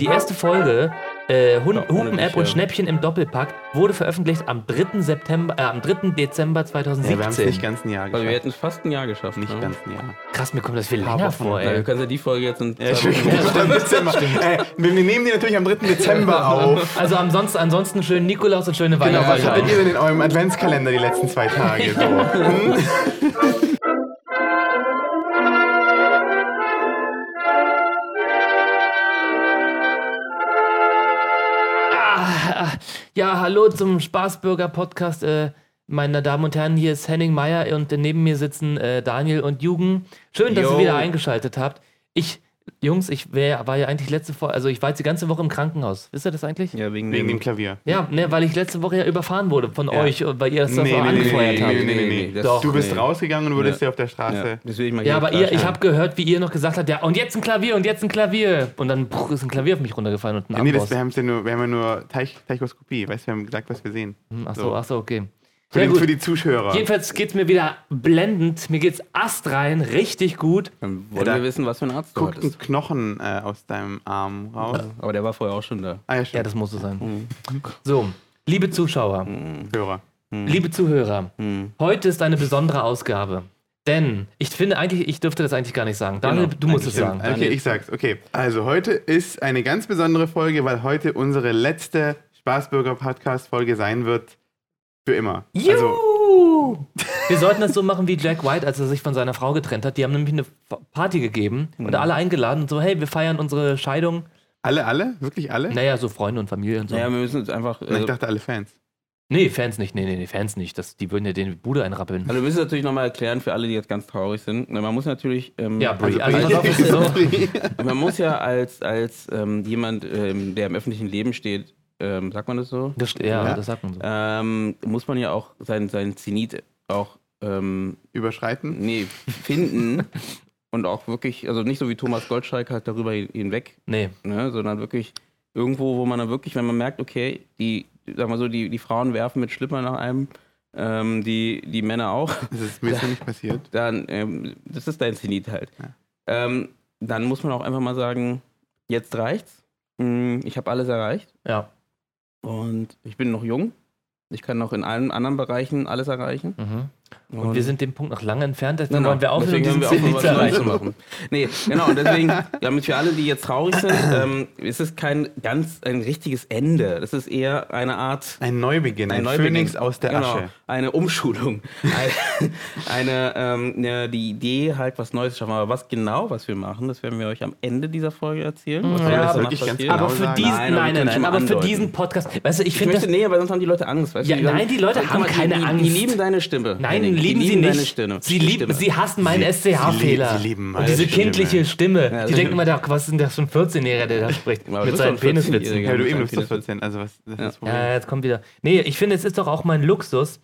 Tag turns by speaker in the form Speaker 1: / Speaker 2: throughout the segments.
Speaker 1: Die erste Folge äh, Hun
Speaker 2: Ja, ohne dich,
Speaker 1: Humpen-App und
Speaker 2: ja.
Speaker 1: Schnäppchen im Doppelpack wurde veröffentlicht am 3. September, äh, am 3. Dezember
Speaker 3: Ja, wir haben es
Speaker 1: 2017.
Speaker 3: nicht ganz ein Jahr
Speaker 2: Also wir
Speaker 3: geschafft.
Speaker 2: hätten fast ein Jahr geschafft.
Speaker 3: Nicht
Speaker 2: ne?
Speaker 3: ganz ein Jahr.
Speaker 1: Krass, mir kommt das viel
Speaker 3: Paar
Speaker 1: länger
Speaker 3: Wochen.
Speaker 1: vor,
Speaker 2: Na, wir
Speaker 1: ey.
Speaker 2: können ja die Folge jetzt in
Speaker 3: Ja,
Speaker 2: zwei Wochen
Speaker 3: stimmt, Dezember. Ey, wir wir nehmen die natürlich am 3. Dezember auf.
Speaker 1: Also ansonsten, ansonsten schönen Nikolaus und schöne
Speaker 3: Genau, was hattet
Speaker 1: Weihnachten.
Speaker 3: ihr denn in eurem Adventskalender die letzten zwei Tage? So? Hm?
Speaker 1: Ja, hallo zum Spaßbürger-Podcast. Äh, meine Damen und Herren, hier ist Henning Meyer und neben mir sitzen äh, Daniel und Jugend. Schön, dass ihr
Speaker 2: Yo.
Speaker 1: wieder eingeschaltet habt. Ich, Jungs, ich wär, war ja eigentlich letzte Folge, also ich war jetzt die ganze Woche im Krankenhaus. Wisst ihr das eigentlich?
Speaker 2: Ja, wegen,
Speaker 3: Wegen dem
Speaker 2: dem
Speaker 3: Klavier.
Speaker 1: Ja, ne, weil ich letzte Woche ja überfahren wurde von euch, und weil ihr das nee,
Speaker 3: Nee,
Speaker 1: nee,
Speaker 3: nee, nee,
Speaker 1: angefeuert
Speaker 3: nee,
Speaker 1: habt.
Speaker 3: nee, nee, nee, nee.
Speaker 2: das-
Speaker 1: Doch.
Speaker 3: Du bist
Speaker 2: nee.
Speaker 3: rausgegangen und wurdest
Speaker 2: Ja.
Speaker 3: dir auf der Straße.
Speaker 2: Ja, deswegen mal hier
Speaker 1: Ja, aber ihr, ich
Speaker 2: klarstellen.
Speaker 1: habe gehört, wie ihr noch gesagt habt, ja, und jetzt ein Klavier und jetzt ein Klavier. Und dann bruch, ist ein Klavier auf mich runtergefallen und ein
Speaker 3: Ja. Nee, das,
Speaker 1: Amboss.
Speaker 3: wir, haben's ja nur, wir haben ja nur Teich, Teichoskopie. Weißt du, wir haben gesagt, was wir sehen.
Speaker 1: Ach so, ach so, okay. Mhm.
Speaker 3: Für,
Speaker 1: Ja,
Speaker 3: den,
Speaker 1: gut.
Speaker 3: für die Zuschauer.
Speaker 1: Jedenfalls geht's mir wieder blendend. Mir geht's astrein, richtig gut.
Speaker 2: Dann wollen
Speaker 3: Ja, da-
Speaker 2: wir Ähm, wissen, was für ein Arzt du
Speaker 3: Guckt ein
Speaker 2: hattest.
Speaker 3: Knochen äh, aus deinem Arm raus.
Speaker 2: Aber der war vorher auch schon da.
Speaker 3: Ah, ja, stimmt.
Speaker 1: Ja, das muss so sein.
Speaker 3: Mhm.
Speaker 1: So, liebe Zuschauer,
Speaker 3: Hörer.
Speaker 1: liebe Zuhörer,
Speaker 2: Hm.
Speaker 1: heute ist eine besondere Ausgabe. Denn ich finde eigentlich, ich dürfte das eigentlich gar nicht sagen. Daniel,
Speaker 2: Genau,
Speaker 1: du musst es
Speaker 2: eigentlich
Speaker 1: sagen.
Speaker 2: stimmt.
Speaker 3: Okay, ich sag's. Okay. Also heute ist eine ganz besondere Folge, weil heute unsere letzte Spaßbürger-Podcast-Folge sein wird. Für immer. Also,
Speaker 1: Juhu! Wir sollten das so machen wie Jack White, als er sich von seiner Frau getrennt hat. Die haben nämlich eine F- Party gegeben
Speaker 2: Mhm.
Speaker 1: und alle eingeladen und so, hey, wir feiern unsere Scheidung.
Speaker 3: alle, alle? Wirklich alle?
Speaker 2: Mhm.
Speaker 1: Naja, so Freunde und Familie und so.
Speaker 2: Naja, wir müssen jetzt einfach.
Speaker 3: Na, ich
Speaker 2: Also,
Speaker 3: dachte, alle Fans.
Speaker 1: Nee, Fans nicht. Nee, nee, nee, Fans nicht. Das, die würden ja den Bude einrappeln.
Speaker 2: also wir müssen natürlich nochmal erklären für alle, die jetzt ganz traurig sind. Man muss natürlich. Ähm,
Speaker 1: Ja, Brie,
Speaker 2: also,
Speaker 1: also-
Speaker 2: pass auf,
Speaker 1: ist so.
Speaker 2: man muss ja als, als ähm, jemand, ähm, der im öffentlichen Leben steht, ähm, sagt man das so?
Speaker 1: Das, ja,
Speaker 3: Ja.
Speaker 1: das sagt man so.
Speaker 2: Ähm, muss man ja auch seinen sein Zenit auch ähm,
Speaker 3: Überschreiten.
Speaker 2: nee, finden und auch wirklich, also nicht so wie Thomas Goldschalk halt darüber hin- hinweg,
Speaker 1: Nee.
Speaker 2: ne, sondern wirklich irgendwo, wo man dann wirklich, wenn man merkt, okay, die, sag mal so, die, die Frauen werfen mit Schlipper nach einem, ähm, die, die Männer auch,
Speaker 3: Das ist mir so nicht passiert.
Speaker 2: dann, ähm, das ist dein Zenit halt.
Speaker 3: Ja.
Speaker 2: Ähm, dann muss man auch einfach mal sagen, jetzt reicht's, Mm, ich habe alles erreicht
Speaker 1: Ja.
Speaker 2: und ich bin noch jung. Ich kann noch in allen anderen Bereichen alles erreichen.
Speaker 1: Mhm. Und, wir sind dem Punkt noch lange entfernt, deswegen
Speaker 2: Genau.
Speaker 1: wollen wir aufhören,
Speaker 2: deswegen haben
Speaker 1: diesen
Speaker 2: wir auch
Speaker 1: Ziel
Speaker 2: mal
Speaker 1: zu
Speaker 2: was Neues zu
Speaker 1: erreichen.
Speaker 2: machen. Nee, genau, und deswegen, damit für alle, die jetzt traurig sind, ähm, ist es kein ganz ein richtiges Ende. Das ist eher eine Art
Speaker 3: Ein Neubeginn, ein,
Speaker 2: Neubeginn.
Speaker 3: Phönix aus der
Speaker 2: genau,
Speaker 3: Asche.
Speaker 2: Eine Umschulung. Ein- eine, ähm, ne, die Idee, halt was Neues zu schaffen. Aber was genau, was wir machen, das werden wir euch am Ende dieser Folge erzählen. Was
Speaker 1: Mhm. Ja,
Speaker 2: wir
Speaker 1: aber
Speaker 2: danach
Speaker 3: wirklich ganz
Speaker 2: passieren.
Speaker 3: genau
Speaker 1: Aber für
Speaker 3: sagen.
Speaker 1: diesen, nein,
Speaker 2: Nein, aber wir
Speaker 1: nein,
Speaker 2: können
Speaker 1: nein,
Speaker 2: schon mal
Speaker 1: aber für
Speaker 2: andeuten.
Speaker 1: diesen Podcast, weißt du, ich
Speaker 2: Ich
Speaker 1: finde das,
Speaker 2: möchte, nee, weil sonst haben die Leute Angst. Weißt
Speaker 1: Ja,
Speaker 2: du, die sagen,
Speaker 1: nein, die Leute
Speaker 2: guck
Speaker 1: haben
Speaker 2: mal,
Speaker 1: keine
Speaker 2: die, die,
Speaker 1: Angst.
Speaker 2: Die lieben deine Stimme.
Speaker 1: nein,
Speaker 2: Henning. Die
Speaker 1: lieben sie
Speaker 2: deine
Speaker 1: nicht.
Speaker 2: Stimme.
Speaker 1: Sie lieben,
Speaker 2: Stimme.
Speaker 1: sie hassen meinen SCH-Fehler.
Speaker 3: sie lieben
Speaker 1: Und diese
Speaker 3: meine Stimme.
Speaker 1: kindliche Stimme.
Speaker 2: Ja,
Speaker 1: die
Speaker 2: das
Speaker 1: denken
Speaker 2: stimmt.
Speaker 1: immer, da, was ist denn das für ein 14-Jähriger, der da spricht?
Speaker 2: Aber du
Speaker 1: mit
Speaker 2: bist
Speaker 1: seinen
Speaker 2: doch ein
Speaker 1: Peniswitzen.
Speaker 2: 14-Jähriger.
Speaker 3: Ja, du
Speaker 2: mit
Speaker 3: eben
Speaker 2: seinem
Speaker 3: bist das
Speaker 2: Penis-
Speaker 3: 14. Also, was das ist das Problem?
Speaker 1: Ja, jetzt kommt wieder. Nee, ich finde, es ist doch auch mein Luxus,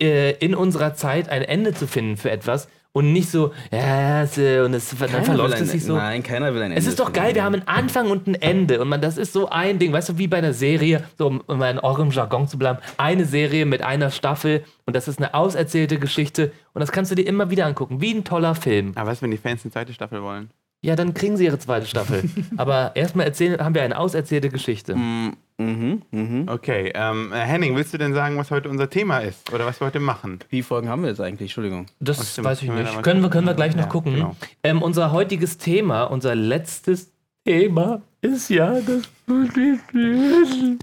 Speaker 1: äh, in unserer Zeit ein Ende zu finden für etwas und nicht so, ja, es, äh, und es, dann
Speaker 2: Keiner
Speaker 1: verläuft
Speaker 2: will ein-
Speaker 1: es sich so.
Speaker 2: Nein, keiner will ein
Speaker 1: Es ist doch geil, wir haben einen Anfang und ein Ende. Und man, das ist so ein Ding, weißt du, wie bei einer Serie, so um, um mal in eurem Jargon zu bleiben, eine Serie mit einer Staffel und das ist eine auserzählte Geschichte und das kannst du dir immer wieder angucken, wie ein toller Film.
Speaker 3: Aber was, wenn die Fans eine zweite Staffel wollen?
Speaker 1: Ja, dann kriegen sie ihre zweite Staffel. Aber erstmal erzählen, haben wir eine auserzählte Geschichte.
Speaker 2: Mhm, mhm.
Speaker 3: Okay, ähm, äh, Henning, willst du denn sagen, was heute unser Thema ist? Oder was wir heute machen?
Speaker 2: Wie Folgen haben wir jetzt eigentlich? Entschuldigung.
Speaker 1: Das
Speaker 3: Ach, stimmt.
Speaker 1: weiß ich
Speaker 3: Können wir da
Speaker 1: nicht.
Speaker 3: mal-
Speaker 1: Können wir, können wir gleich noch
Speaker 3: Ja,
Speaker 1: gucken.
Speaker 3: genau.
Speaker 1: Ähm, unser heutiges Thema, unser letztes Thema ist ja das. nee,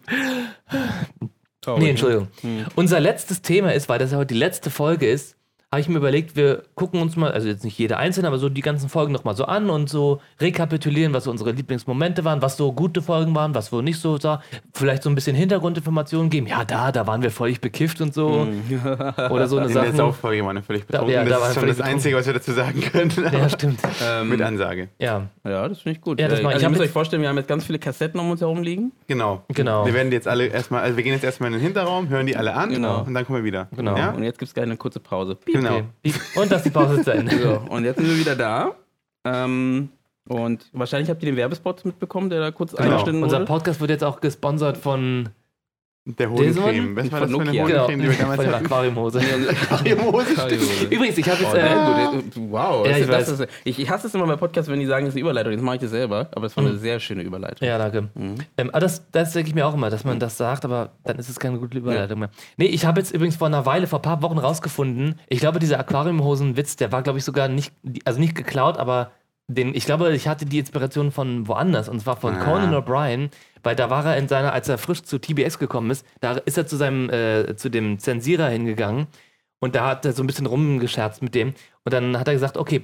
Speaker 2: Traurig, ne?
Speaker 1: Entschuldigung. Unser letztes Thema ist, weil das ja heute die letzte Folge ist, habe ich mir überlegt, wir gucken uns mal, also jetzt nicht jede einzelne, aber so die ganzen Folgen nochmal so an und so rekapitulieren, was so unsere Lieblingsmomente waren, was so gute Folgen waren, was so nicht so da. Vielleicht so ein bisschen Hintergrundinformationen geben. Ja, da, da waren wir völlig bekifft und so. Oder so eine
Speaker 3: In der
Speaker 1: Sache.
Speaker 3: Sauffolge waren wir völlig betrunken.
Speaker 1: ja, da
Speaker 3: das
Speaker 1: waren
Speaker 3: ist
Speaker 1: wir
Speaker 3: schon
Speaker 1: völlig
Speaker 3: das Einzige, was wir dazu sagen können.
Speaker 1: Ja, stimmt.
Speaker 2: Ähm,
Speaker 3: Mit Ansage.
Speaker 1: Ja,
Speaker 2: ja, das finde ich gut.
Speaker 1: Ja, das
Speaker 2: Äh,
Speaker 1: mach ich.
Speaker 2: also
Speaker 1: Ich
Speaker 2: ihr
Speaker 1: hab
Speaker 2: müsst
Speaker 1: jetzt-
Speaker 2: euch vorstellen, wir haben jetzt ganz viele Kassetten um uns herum liegen.
Speaker 3: Genau.
Speaker 1: Genau.
Speaker 3: Wir werden die jetzt alle erstmal, also wir gehen jetzt erstmal in den Hinterraum, hören die alle an
Speaker 2: Genau.
Speaker 3: und dann kommen wir wieder.
Speaker 1: Genau.
Speaker 3: Ja?
Speaker 2: Und jetzt gibt es gleich eine kurze Pause.
Speaker 3: Genau.
Speaker 1: okay. Und dass die Pause zu Ende.
Speaker 2: So, und jetzt sind wir wieder da. Ähm, und wahrscheinlich habt ihr den Werbespot mitbekommen, der da kurz
Speaker 3: Genau.
Speaker 2: eingeschnitten
Speaker 1: Unser
Speaker 2: wurde.
Speaker 1: Podcast wird jetzt auch gesponsert von Genau.
Speaker 3: Der
Speaker 1: Sohn?
Speaker 3: Hodencreme. Was war das
Speaker 2: Von
Speaker 3: für eine
Speaker 2: Nokia.
Speaker 3: Hodencreme, die wir
Speaker 1: von
Speaker 3: damals
Speaker 1: der
Speaker 3: hatten?
Speaker 1: Aquariumhose.
Speaker 3: Aquariumhose, stimmt.
Speaker 1: Übrigens, ich habe jetzt.
Speaker 2: Oh,
Speaker 1: Äh,
Speaker 2: sehr gut. Äh, Wow.
Speaker 1: Ja,
Speaker 2: das-
Speaker 1: ich
Speaker 2: das
Speaker 1: weiß.
Speaker 2: ist, ich, ich hasse es immer bei Podcasts, wenn die sagen, das ist eine Überleitung. Jetzt mache ich das selber. Aber das war eine sehr schöne Überleitung.
Speaker 1: Mhm. ja, danke. Ähm, aber das, das denke ich mir auch immer, dass man das sagt, aber dann ist es keine gute Überleitung mehr. Nee, ich habe jetzt übrigens vor einer Weile, vor ein paar Wochen rausgefunden, ich glaube, dieser Aquariumhosen-Witz, der war, glaube ich, sogar nicht, also nicht geklaut, aber den, ich glaube, ich hatte die Inspiration von woanders und zwar von
Speaker 3: Ah.
Speaker 1: Conan O'Brien, weil da war er in seiner, als er frisch zu TBS gekommen ist, da ist er zu seinem, äh, zu dem Zensierer hingegangen und da hat er so ein bisschen rumgescherzt mit dem und dann hat er gesagt, okay,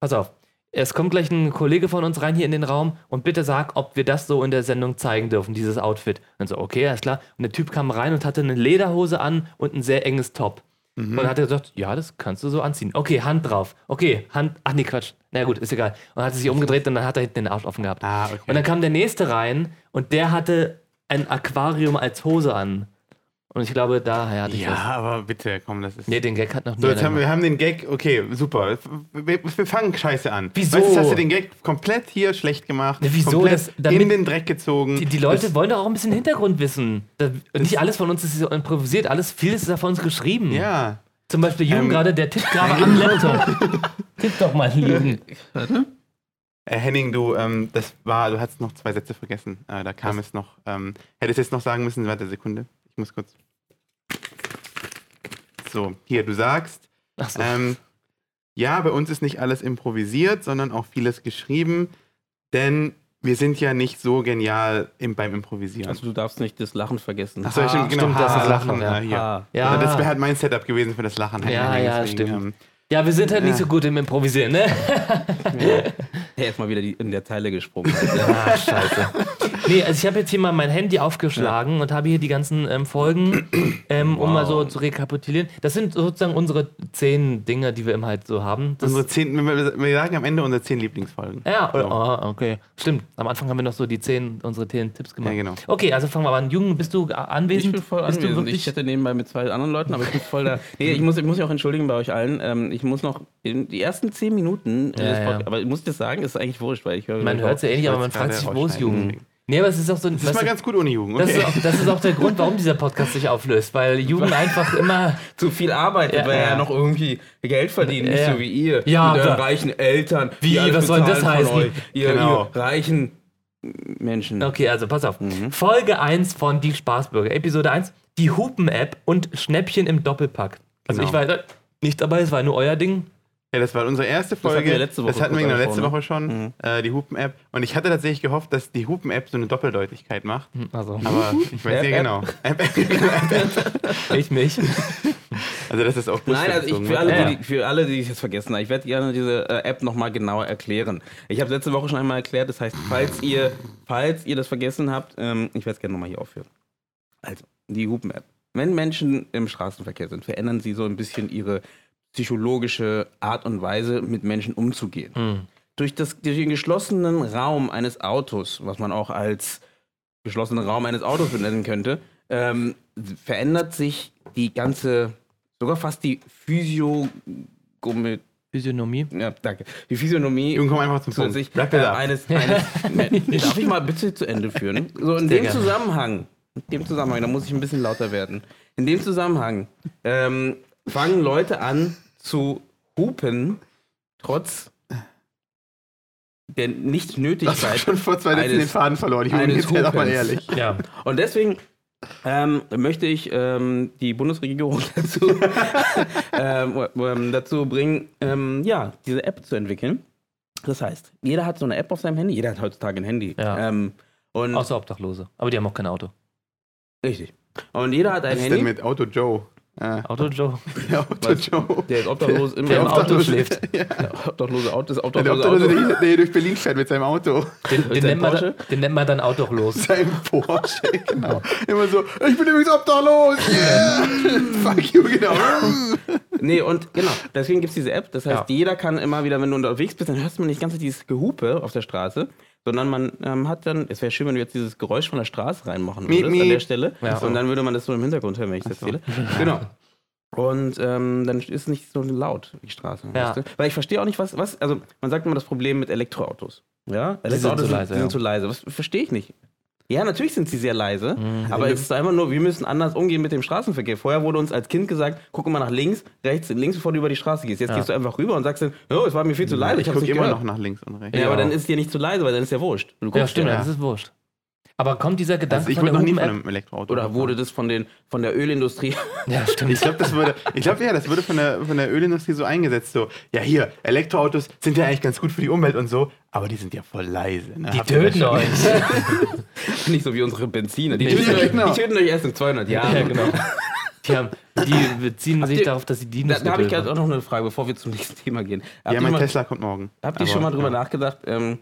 Speaker 1: pass auf, es kommt gleich ein Kollege von uns rein hier in den Raum und bitte sag, ob wir das so in der Sendung zeigen dürfen, dieses Outfit. Und so, okay, alles klar. Und der Typ kam rein und hatte eine Lederhose an und ein sehr enges Top.
Speaker 3: Mhm.
Speaker 1: Und dann hat er gesagt, ja, das kannst du so anziehen. Okay, Hand drauf. Okay, Hand. Ach nee, Quatsch. Na gut, ist egal. Und dann hat er sich umgedreht und dann hat er hinten den Arsch offen gehabt.
Speaker 3: Ah, okay.
Speaker 1: Und dann kam der nächste rein und der hatte ein Aquarium als Hose an. Und ich glaube, daher hatte ich
Speaker 3: Ja,
Speaker 1: das.
Speaker 3: aber bitte, komm, das ist.
Speaker 1: Nee, den Gag hat noch nie
Speaker 3: So, jetzt
Speaker 1: einer
Speaker 3: haben wir, wir haben den Gag, okay, super. Wir, wir fangen scheiße an.
Speaker 1: Wieso?
Speaker 3: Weißt, du, jetzt hast du den Gag komplett hier schlecht gemacht,
Speaker 1: Ne, wieso?
Speaker 3: komplett
Speaker 1: Das- damit-
Speaker 3: in den Dreck gezogen.
Speaker 1: Die, die Leute wollen doch auch ein bisschen Hintergrund wissen. Da, nicht alles von uns ist so improvisiert, alles, vieles ist ja von uns geschrieben.
Speaker 3: ja.
Speaker 1: Zum Beispiel Jürgen
Speaker 3: Ähm.
Speaker 1: gerade, der tippt gerade am Laptop. Tipp doch mal, Jürgen.
Speaker 3: Äh, Henning, du, ähm, das war, du hast noch zwei Sätze vergessen. Äh, da kam es noch. Ähm, hättest jetzt noch sagen müssen, warte Sekunde. Ich muss kurz. So, hier, du sagst,
Speaker 1: Ach so.
Speaker 3: Ähm, ja, bei uns ist nicht alles improvisiert, sondern auch vieles geschrieben, denn wir sind ja nicht so genial im, beim Improvisieren.
Speaker 2: Also du darfst nicht das Lachen vergessen.
Speaker 3: Ach so, ich- genau
Speaker 1: stimmt, das ist Lachen, ja.
Speaker 3: äh, hier.
Speaker 2: Ah.
Speaker 1: Ja.
Speaker 3: Das wäre halt mein Setup gewesen für das Lachen.
Speaker 1: Ja, ja,
Speaker 3: Deswegen, ähm,
Speaker 1: ja, wir sind halt nicht so gut im Improvisieren, ne?
Speaker 2: Er ist mal wieder die, in der Teile gesprungen.
Speaker 1: Ah, scheiße. Nee, also ich habe jetzt hier mal mein Handy aufgeschlagen und habe hier die ganzen ähm, Folgen, ähm, um
Speaker 2: Wow.
Speaker 1: mal so zu rekapitulieren. Das sind sozusagen unsere zehn Dinge, die wir immer halt so haben. Das
Speaker 3: Unsere zehn, wir, wir sagen am Ende unsere zehn Lieblingsfolgen.
Speaker 1: Ja, oder, ah, okay. Stimmt. Am Anfang haben wir noch so die zehn, unsere zehn Tipps gemacht.
Speaker 3: Ja, genau.
Speaker 1: Okay, also fangen wir mal an. Jungen, bist du a-
Speaker 2: Ich
Speaker 1: anwesend?
Speaker 2: bin voll
Speaker 1: bist
Speaker 2: anwesend.
Speaker 1: du
Speaker 2: Ich
Speaker 1: wirklich?
Speaker 2: hätte nebenbei mit zwei anderen Leuten, aber ich bin voll da. Nee, ich muss, ich muss mich auch entschuldigen bei euch allen. Ähm, ich muss noch in die ersten zehn Minuten, äh,
Speaker 1: Ja,
Speaker 2: des
Speaker 1: ja.
Speaker 2: Pod- aber ich muss das sagen, das ist eigentlich wurscht, weil ich höre.
Speaker 1: man hört es ja eh nicht, aber man
Speaker 3: Jetzt gerade
Speaker 1: fragt sich, wo ist
Speaker 3: rausschneiden.
Speaker 1: Jugend? Nee, aber es ist auch so ein.
Speaker 3: Das ist
Speaker 1: weißt
Speaker 3: mal
Speaker 1: du,
Speaker 3: ganz gut ohne Jugend.
Speaker 1: das,
Speaker 3: Okay.
Speaker 1: ist auch, das ist auch der Grund, warum dieser Podcast sich auflöst, weil Jugend einfach immer.
Speaker 2: zu viel arbeitet,
Speaker 1: Ja,
Speaker 2: weil er
Speaker 1: ja.
Speaker 2: ja noch irgendwie Geld verdient, nicht
Speaker 1: Ja.
Speaker 2: so wie ihr.
Speaker 1: Ja,
Speaker 2: mit euren
Speaker 1: aber-
Speaker 2: reichen Eltern. die
Speaker 1: Wie?
Speaker 2: alles
Speaker 1: Was soll
Speaker 2: bezahlen
Speaker 1: das
Speaker 2: von
Speaker 1: heißen?
Speaker 2: euch. Ihr,
Speaker 3: Genau.
Speaker 2: ihr reichen Menschen.
Speaker 1: Okay, also pass auf. Folge 1 von Die Spaßbürger, Episode 1, die Hupen-App und Schnäppchen im Doppelpack. Also
Speaker 3: Genau.
Speaker 1: ich war da nicht dabei, es war nur euer Ding.
Speaker 3: Ja, das war unsere erste Folge.
Speaker 2: hatten wir letzte Woche
Speaker 3: Das hatten wir
Speaker 2: kurz ne? Mhm.
Speaker 3: genau letzte
Speaker 2: angesprochen,
Speaker 3: Woche schon, äh, die Hupen-App. Und ich hatte tatsächlich gehofft, dass die Hupen-App so eine Doppeldeutigkeit macht.
Speaker 1: Also
Speaker 3: Aber ich weiß
Speaker 2: App,
Speaker 3: ja
Speaker 2: App.
Speaker 3: genau. App, App.
Speaker 1: ich mich.
Speaker 3: Also das ist auch gut.
Speaker 2: Nein, also ich,
Speaker 3: ne?
Speaker 2: für,
Speaker 1: Ja.
Speaker 2: alle, die, für alle, die es jetzt vergessen haben, ich werde gerne diese äh, App nochmal genauer erklären. Ich habe letzte Woche schon einmal erklärt, das heißt, falls ihr, falls ihr das vergessen habt, ähm, ich werde es gerne nochmal hier aufführen. Also, die Hupen-App. Wenn Menschen im Straßenverkehr sind, verändern sie so ein bisschen ihre psychologische Art und Weise, mit Menschen umzugehen. Durch, das, durch den geschlossenen Raum eines Autos, was man auch als geschlossenen Raum eines Autos benennen könnte, ähm, verändert sich die ganze, sogar fast die Physiognomie,
Speaker 1: Physiognomie.
Speaker 2: ja, danke, die Physiognomie
Speaker 3: Jungen, komm einfach zum Punkt.
Speaker 2: zusätzlich
Speaker 3: Wrap
Speaker 2: äh,
Speaker 3: it up.
Speaker 2: eines, eines ne, darf ich mal bitte zu Ende führen? So in dem
Speaker 1: gerne.
Speaker 2: Zusammenhang, in dem Zusammenhang, da muss ich ein bisschen lauter werden. In dem Zusammenhang ähm, fangen Leute an zu hupen, trotz der
Speaker 3: Ich habe
Speaker 2: Nichtnötigkeit.
Speaker 3: schon vor zwei Sätzen
Speaker 2: eines-
Speaker 3: den Faden verloren. Ich bin
Speaker 2: eines
Speaker 3: jetzt halt auch mal
Speaker 2: Hupens.
Speaker 3: ehrlich.
Speaker 1: Ja.
Speaker 2: Und deswegen ähm, möchte ich ähm, die Bundesregierung dazu, ähm, ähm, dazu bringen, ähm, ja, diese App zu entwickeln. Das heißt, jeder hat so eine App auf seinem Handy. Jeder hat heutzutage ein Handy.
Speaker 1: Ja.
Speaker 2: Ähm, und
Speaker 1: Außer Obdachlose. Aber die haben auch kein Auto.
Speaker 2: richtig. Und jeder hat ein
Speaker 3: Was ist denn
Speaker 2: Handy.
Speaker 3: mit Auto Joe? Äh,
Speaker 1: Auto Joe.
Speaker 3: der Auto
Speaker 2: Was?
Speaker 3: Joe.
Speaker 2: Der ist obdachlos immer.
Speaker 1: Der im Auto
Speaker 3: Obdachlose.
Speaker 1: schläft.
Speaker 2: Der obdachlose Auto ist obdachlose also
Speaker 3: Der Obdachlose,
Speaker 2: Auto.
Speaker 3: der, der hier durch Berlin fährt mit seinem Auto.
Speaker 1: Den, den,
Speaker 2: Sein
Speaker 1: nennt man,
Speaker 2: Porsche?
Speaker 1: dann- den nennt man dann Autochlos.
Speaker 3: Sein Porsche, genau. Immer so, ich bin übrigens obdachlos. Yeah. Fuck you, genau.
Speaker 2: Nee, und genau, deswegen gibt es diese App. Das heißt,
Speaker 1: Ja.
Speaker 2: jeder kann immer wieder, wenn du unterwegs bist, dann hörst du nicht ganz dieses Gehupe auf der Straße, sondern man ähm, hat dann, es wäre schön, wenn du jetzt dieses Geräusch von der Straße reinmachen
Speaker 3: Miep,
Speaker 2: würdest an der
Speaker 3: miep.
Speaker 2: Stelle.
Speaker 1: Ja.
Speaker 2: Und dann würde man das so im Hintergrund hören, wenn ich das erzähle. Genau. Und ähm, dann ist es nicht so laut, die Straße.
Speaker 1: Ja.
Speaker 2: Weißt du? Weil ich verstehe auch nicht, was, was, also man sagt immer das Problem mit Elektroautos. Ja,
Speaker 1: sind
Speaker 2: Elektroautos
Speaker 1: zu
Speaker 2: sind,
Speaker 1: leise,
Speaker 2: die
Speaker 1: ja.
Speaker 2: sind zu leise. Was verstehe ich nicht? Ja, natürlich sind sie sehr leise, aber es ist einfach nur, Mhm. wir müssen anders umgehen mit dem Straßenverkehr. Vorher wurde uns als Kind gesagt, guck mal nach links, rechts, links, bevor du über die Straße gehst. Jetzt gehst du einfach rüber und sagst dann, oh, es war mir viel zu leise, ich,
Speaker 3: Ich
Speaker 2: hab's
Speaker 3: gucke
Speaker 2: nicht
Speaker 3: immer
Speaker 2: gehört.
Speaker 3: noch nach links und rechts.
Speaker 2: Ja, aber
Speaker 1: Ja.
Speaker 2: dann ist es dir nicht zu leise, weil dann ist ja wurscht. Du
Speaker 1: Ja,
Speaker 2: guckst
Speaker 1: stimmt,
Speaker 2: ja.
Speaker 1: das ist wurscht. Aber kommt dieser Gedanke
Speaker 3: Also ich
Speaker 1: von
Speaker 3: wurde
Speaker 1: der
Speaker 3: noch nie von
Speaker 1: Hupen-App?
Speaker 3: einem Elektroauto.
Speaker 2: Oder wurde das von, den, von der Ölindustrie?
Speaker 1: Ja, stimmt.
Speaker 3: Ich glaube, das würde, ich glaube, ja, das würde von der, von der Ölindustrie so eingesetzt. So, ja, hier, Elektroautos sind ja eigentlich ganz gut für die Umwelt und so, aber die sind ja voll leise. Ne?
Speaker 1: die
Speaker 3: Habt ihr das
Speaker 1: töten
Speaker 3: schon-
Speaker 1: euch.
Speaker 2: nicht so wie unsere Benziner. Die,
Speaker 1: Nee,
Speaker 2: töten, euch,
Speaker 3: genau.
Speaker 2: die töten euch erst in 200 Jahren.
Speaker 1: Ja, genau. Die, haben, die beziehen sich
Speaker 2: ihr-
Speaker 1: darauf, dass sie die
Speaker 2: Da, da habe ich
Speaker 1: töten.
Speaker 2: gerade auch noch eine Frage, bevor wir zum nächsten Thema gehen. Habt ihr
Speaker 3: Ja, mein
Speaker 2: mal,
Speaker 3: Tesla kommt morgen.
Speaker 2: habt ihr
Speaker 3: Aber,
Speaker 2: schon mal drüber
Speaker 3: ja.
Speaker 2: nachgedacht, ähm,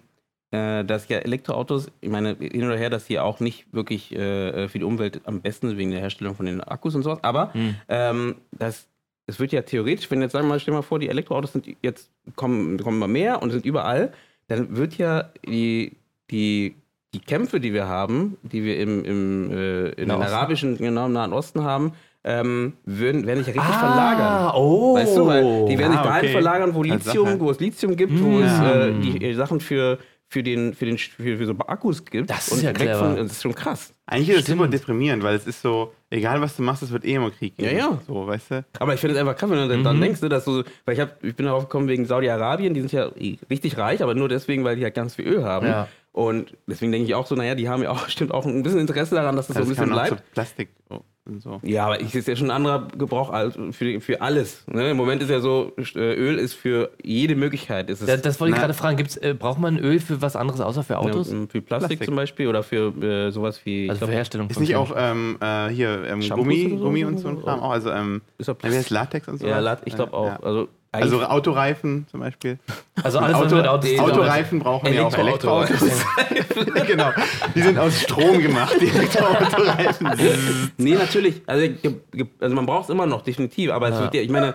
Speaker 2: äh, dass ja Elektroautos, ich meine, hin oder her, dass die auch nicht wirklich äh, für die Umwelt am besten sind wegen der Herstellung von den Akkus und sowas, aber
Speaker 3: Hm.
Speaker 2: ähm, das, es wird ja theoretisch, wenn jetzt, sagen wir mal, stell dir mal vor, die Elektroautos sind jetzt, kommen, kommen immer mehr und sind überall, dann wird ja die, die, die Kämpfe, die wir haben, die wir im, im äh, in den
Speaker 1: Nahen Osten.
Speaker 2: arabischen, genau, im Nahen Osten haben, ähm, würden, werden sich ja richtig verlagern.
Speaker 1: Ah, oh. Halt
Speaker 2: Weißt du, weil die werden sich
Speaker 3: Ah,
Speaker 2: dahin
Speaker 3: okay.
Speaker 2: verlagern, wo
Speaker 3: Als
Speaker 2: Lithium,
Speaker 3: Sache.
Speaker 2: wo es Lithium gibt, wo es äh,
Speaker 1: Mm.
Speaker 2: die äh, Sachen für, für, den, für, den, für, für so Akkus gibt.
Speaker 1: Das ist ja
Speaker 2: weg
Speaker 1: clever.
Speaker 2: Von, das ist schon krass.
Speaker 3: Eigentlich ist es super deprimierend, weil es ist so, egal was du machst, es wird eh immer Krieg geben.
Speaker 2: Ja, ja.
Speaker 3: So, weißt du?
Speaker 2: Aber ich finde es einfach krass, wenn du dann-
Speaker 1: Mhm.
Speaker 2: dann denkst, ne, dass du, weil ich, hab, ich bin darauf gekommen wegen Saudi-Arabien, die sind ja eh richtig reich, aber nur deswegen, weil die halt ganz viel Öl haben.
Speaker 1: Ja.
Speaker 2: Und deswegen denke ich auch so, naja, die haben ja auch bestimmt auch ein bisschen Interesse daran, dass das so ein bisschen
Speaker 3: Also auch
Speaker 2: bleibt.
Speaker 3: so Plastik oh, und so.
Speaker 2: Ja, aber ich ist ja schon ein anderer Gebrauch als für, für alles. Ne? Im Moment ist ja so, äh, Öl ist für jede Möglichkeit. Ist es
Speaker 1: Das, das wollte ich
Speaker 3: Na.
Speaker 1: gerade fragen. Gibt's, äh, braucht man Öl für was anderes außer für Autos?
Speaker 2: Ja, für Plastik,
Speaker 3: Plastik.
Speaker 2: zum Beispiel oder für äh, sowas wie. ich
Speaker 1: also für
Speaker 2: glaub,
Speaker 1: Herstellung
Speaker 3: Ist
Speaker 1: von
Speaker 3: nicht
Speaker 1: Öl.
Speaker 3: auch ähm, äh, hier ähm,
Speaker 2: Shampoos
Speaker 3: Gummi,
Speaker 2: oder so?
Speaker 3: Gummi und so ein Kram auch, also ähm,
Speaker 2: ist doch
Speaker 3: wie heißt Latex und so?
Speaker 2: ja,
Speaker 3: was?
Speaker 2: Lat- ich glaube
Speaker 3: Äh,
Speaker 2: auch.
Speaker 3: ja.
Speaker 2: Also,
Speaker 3: Also
Speaker 2: eigentlich-
Speaker 3: Autoreifen zum Beispiel.
Speaker 1: Also alles, was
Speaker 3: Auto-
Speaker 1: mit Autos zu tun hat.
Speaker 3: Autoreifen brauchen ja auch
Speaker 2: Elektroauto.
Speaker 3: Elektroautos. genau. Die sind aus Strom gemacht, die Elektroautoreifen.
Speaker 2: nee, natürlich. Also, ge- ge- also man braucht es immer noch, definitiv. Aber es
Speaker 1: Ja.
Speaker 2: wird ja, ich meine,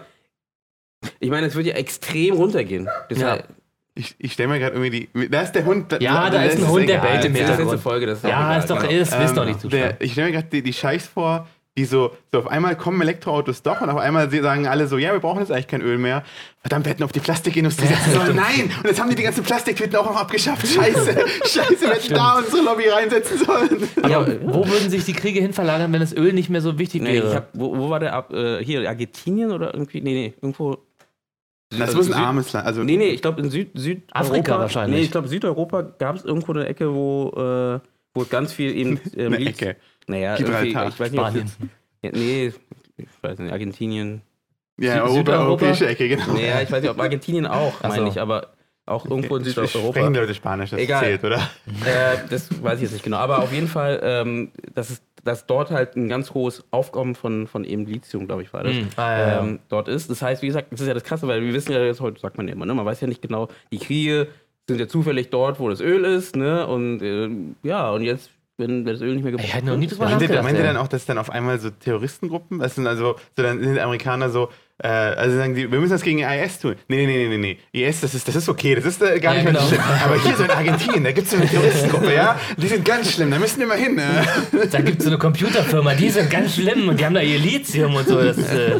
Speaker 2: ich meine, es wird ja extrem runtergehen.
Speaker 1: Ja.
Speaker 2: Deshalb-
Speaker 3: Ich, ich stelle mir gerade irgendwie die. Da ist der Hund.
Speaker 1: Ja, da ist ein Hund, der bellt im
Speaker 2: Das ist jetzt eine
Speaker 1: Hintergrund.
Speaker 2: Folge, das ist auch
Speaker 1: Ja,
Speaker 2: egal,
Speaker 1: ist doch,
Speaker 2: genau.
Speaker 1: das
Speaker 3: Ähm,
Speaker 1: wisst doch nicht zu
Speaker 3: der, Ich stelle mir gerade die, die Scheichs vor, die so, so auf einmal kommen Elektroautos doch und auf einmal sie- sagen alle so, ja, wir brauchen jetzt eigentlich kein Öl mehr. Verdammt, wir hätten auf die Plastikindustrie setzen sollen. Nein! Und jetzt haben die die ganzen Plastiktüten auch noch abgeschafft. Scheiße! Scheiße, wir hätten da unsere Lobby reinsetzen sollen.
Speaker 2: Ja,
Speaker 1: Wo würden sich die Kriege hin verlagern, wenn das Öl nicht mehr so wichtig
Speaker 2: nee, ich
Speaker 1: wäre?
Speaker 2: hab, wo, wo war der ab? Äh, hier, Argentinien oder irgendwie? Nee, nee, irgendwo.
Speaker 3: Das muss ein
Speaker 2: Süd-
Speaker 3: armes Land. Also,
Speaker 2: Nee, nee, ich glaube in Süd Südeuropa.
Speaker 1: Afrika wahrscheinlich.
Speaker 2: Nee, ich glaube Südeuropa gab es irgendwo eine Ecke, wo, äh, wo ganz viel eben. Ähm,
Speaker 3: Eine
Speaker 2: Lit-
Speaker 3: Ecke.
Speaker 2: Naja,
Speaker 3: Gibraltar,
Speaker 2: irgendwie, ich weiß nicht. ob
Speaker 1: Spanien.
Speaker 2: jetzt- Ja, nee, ich weiß nicht, Argentinien.
Speaker 3: ja,
Speaker 1: Süd-
Speaker 3: Europa,
Speaker 1: Südeuropa?
Speaker 3: europäische Ecke, genau.
Speaker 2: Naja, ich weiß nicht, ob Argentinien auch, meine ich, aber auch irgendwo in
Speaker 3: Sprechen die
Speaker 2: Südeuropa.
Speaker 3: Leute Spanisch, das
Speaker 2: Egal.
Speaker 3: zählt, oder?
Speaker 2: Äh, das weiß ich jetzt nicht genau, aber auf jeden Fall, ähm, dass, es, dass dort halt ein ganz hohes Aufkommen von, von eben Lithium, glaube ich, war das.
Speaker 1: Hm, ah, ja, ja.
Speaker 2: ähm, dort ist. Das heißt, wie gesagt, das ist ja das Krasse, weil wir wissen ja jetzt heute, sagt man ja immer, ne? man weiß ja nicht genau, die Kriege sind ja zufällig dort, wo das Öl ist, ne? Und ähm, ja, und jetzt, wenn, wenn das Öl nicht mehr gebraucht
Speaker 1: Ich hätte noch nie drüber
Speaker 3: Meint ihr,
Speaker 1: nachgedacht.
Speaker 3: meint ihr
Speaker 1: ey.
Speaker 3: dann auch, dass dann auf einmal so Terroristengruppen, was sind also, so dann sind die Amerikaner so, äh, also sagen die, wir müssen das gegen IS tun. Nee, nee, nee, nee, nee. IS, das ist, das ist okay, das ist äh, gar
Speaker 1: Ja,
Speaker 3: nicht mehr so
Speaker 1: genau.
Speaker 3: schlimm. Aber hier so in Argentinien, da gibt es so eine Terroristengruppe, ja? Die sind ganz schlimm, da müssen wir mal hin. Äh.
Speaker 1: Da gibt es so eine Computerfirma, die sind ganz schlimm und die haben da ihr Lithium und so. Das ist, äh,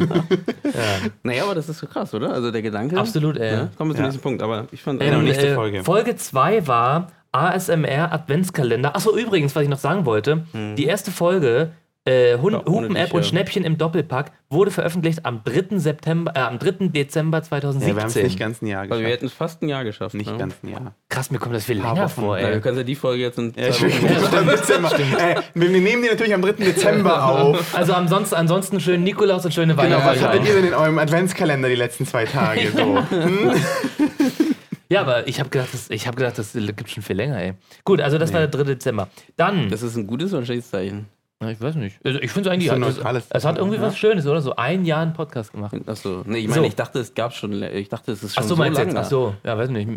Speaker 2: Naja, aber das ist so krass, oder? Also der Gedanke.
Speaker 1: Absolut, ey.
Speaker 2: Ne? Kommen wir zum
Speaker 3: Ja.
Speaker 2: nächsten Punkt, aber ich fand.
Speaker 1: Ähm,
Speaker 3: Genau, nächste
Speaker 1: äh,
Speaker 3: Folge.
Speaker 1: Folge 2 war ASMR Adventskalender. Achso, übrigens, was ich noch sagen wollte:
Speaker 3: Hm.
Speaker 1: Die erste Folge, äh, Hun
Speaker 2: Ja, ohne dich,
Speaker 1: Hupen-App
Speaker 2: ja.
Speaker 1: und Schnäppchen im Doppelpack, wurde veröffentlicht am 3. September, äh, am 3. Dezember
Speaker 3: Ja, wir haben es
Speaker 1: 2017.
Speaker 3: nicht ganz ein Jahr
Speaker 2: also wir
Speaker 3: geschafft.
Speaker 2: hätten es fast ein Jahr geschafft.
Speaker 3: Nicht
Speaker 2: ne?
Speaker 3: ganz ein Jahr.
Speaker 1: Krass, mir kommt das viel länger
Speaker 3: Wochen. äh,
Speaker 1: vor,
Speaker 2: Ja, wir
Speaker 1: ey.
Speaker 2: können ja die Folge jetzt in zwei
Speaker 3: Ja,
Speaker 2: Wochen-
Speaker 3: stimmt, Dezember. Äh, wir nehmen die natürlich am 3. Dezember auf.
Speaker 1: Also ansonsten, ansonsten schönen Nikolaus und schöne
Speaker 3: Genau, was hattet
Speaker 1: Weihnachten.
Speaker 3: ihr denn in eurem Adventskalender die letzten zwei Tage? So?
Speaker 1: ja, aber ich habe gedacht, das, ich hab gedacht, das gibt schon viel länger, ey. Gut, also das war der 3. Dezember. Dann.
Speaker 2: Das ist ein gutes oder ein schlechtes Zeichen?
Speaker 1: Ja, ich weiß nicht. Also ich finde es eigentlich.
Speaker 3: Ist so ein
Speaker 1: es,
Speaker 3: neutrales-
Speaker 1: es hat irgendwie was Schönes, oder? So ein Jahr einen Podcast gemacht.
Speaker 2: Achso, nee, ich meine,
Speaker 1: So.
Speaker 2: ich dachte, es gab schon, ich dachte, es ist schon
Speaker 1: Ach so,
Speaker 2: so
Speaker 1: meinst du
Speaker 2: lange.
Speaker 1: jetzt? Ach so, Ah. ja, weiß nicht.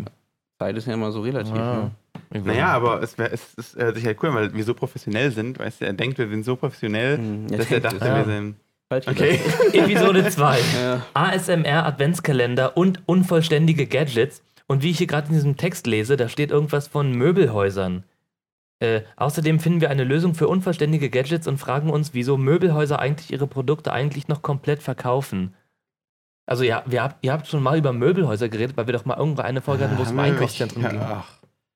Speaker 2: Zeit ist ja immer so relativ.
Speaker 1: Ja.
Speaker 2: Ne?
Speaker 1: Ich weiß
Speaker 3: Naja,
Speaker 1: nicht.
Speaker 3: aber es, wär, es ist äh, sicher cool, weil wir so professionell sind. Weißt du, er denkt, wir sind so professionell,
Speaker 2: Hm, er
Speaker 3: dass er
Speaker 2: denkt
Speaker 3: dachte,
Speaker 2: es,
Speaker 3: wir
Speaker 2: ja.
Speaker 3: sind.
Speaker 2: Falsch
Speaker 3: Okay.
Speaker 2: gedacht.
Speaker 1: Episode 2.
Speaker 2: Ja.
Speaker 1: ASMR Adventskalender und unvollständige Gadgets. Und wie ich hier gerade in diesem Text lese, da steht irgendwas von Möbelhäusern. Äh, außerdem finden wir eine Lösung für unvollständige Gadgets und fragen uns, wieso Möbelhäuser eigentlich ihre Produkte eigentlich noch komplett verkaufen. Also ja, wir habt, ihr habt schon mal über Möbelhäuser geredet, weil wir doch mal irgendwo eine Folge hatten, wo es um
Speaker 3: Haben wir-
Speaker 1: Einkaufszentren
Speaker 3: ich-
Speaker 1: ging.
Speaker 3: Ach,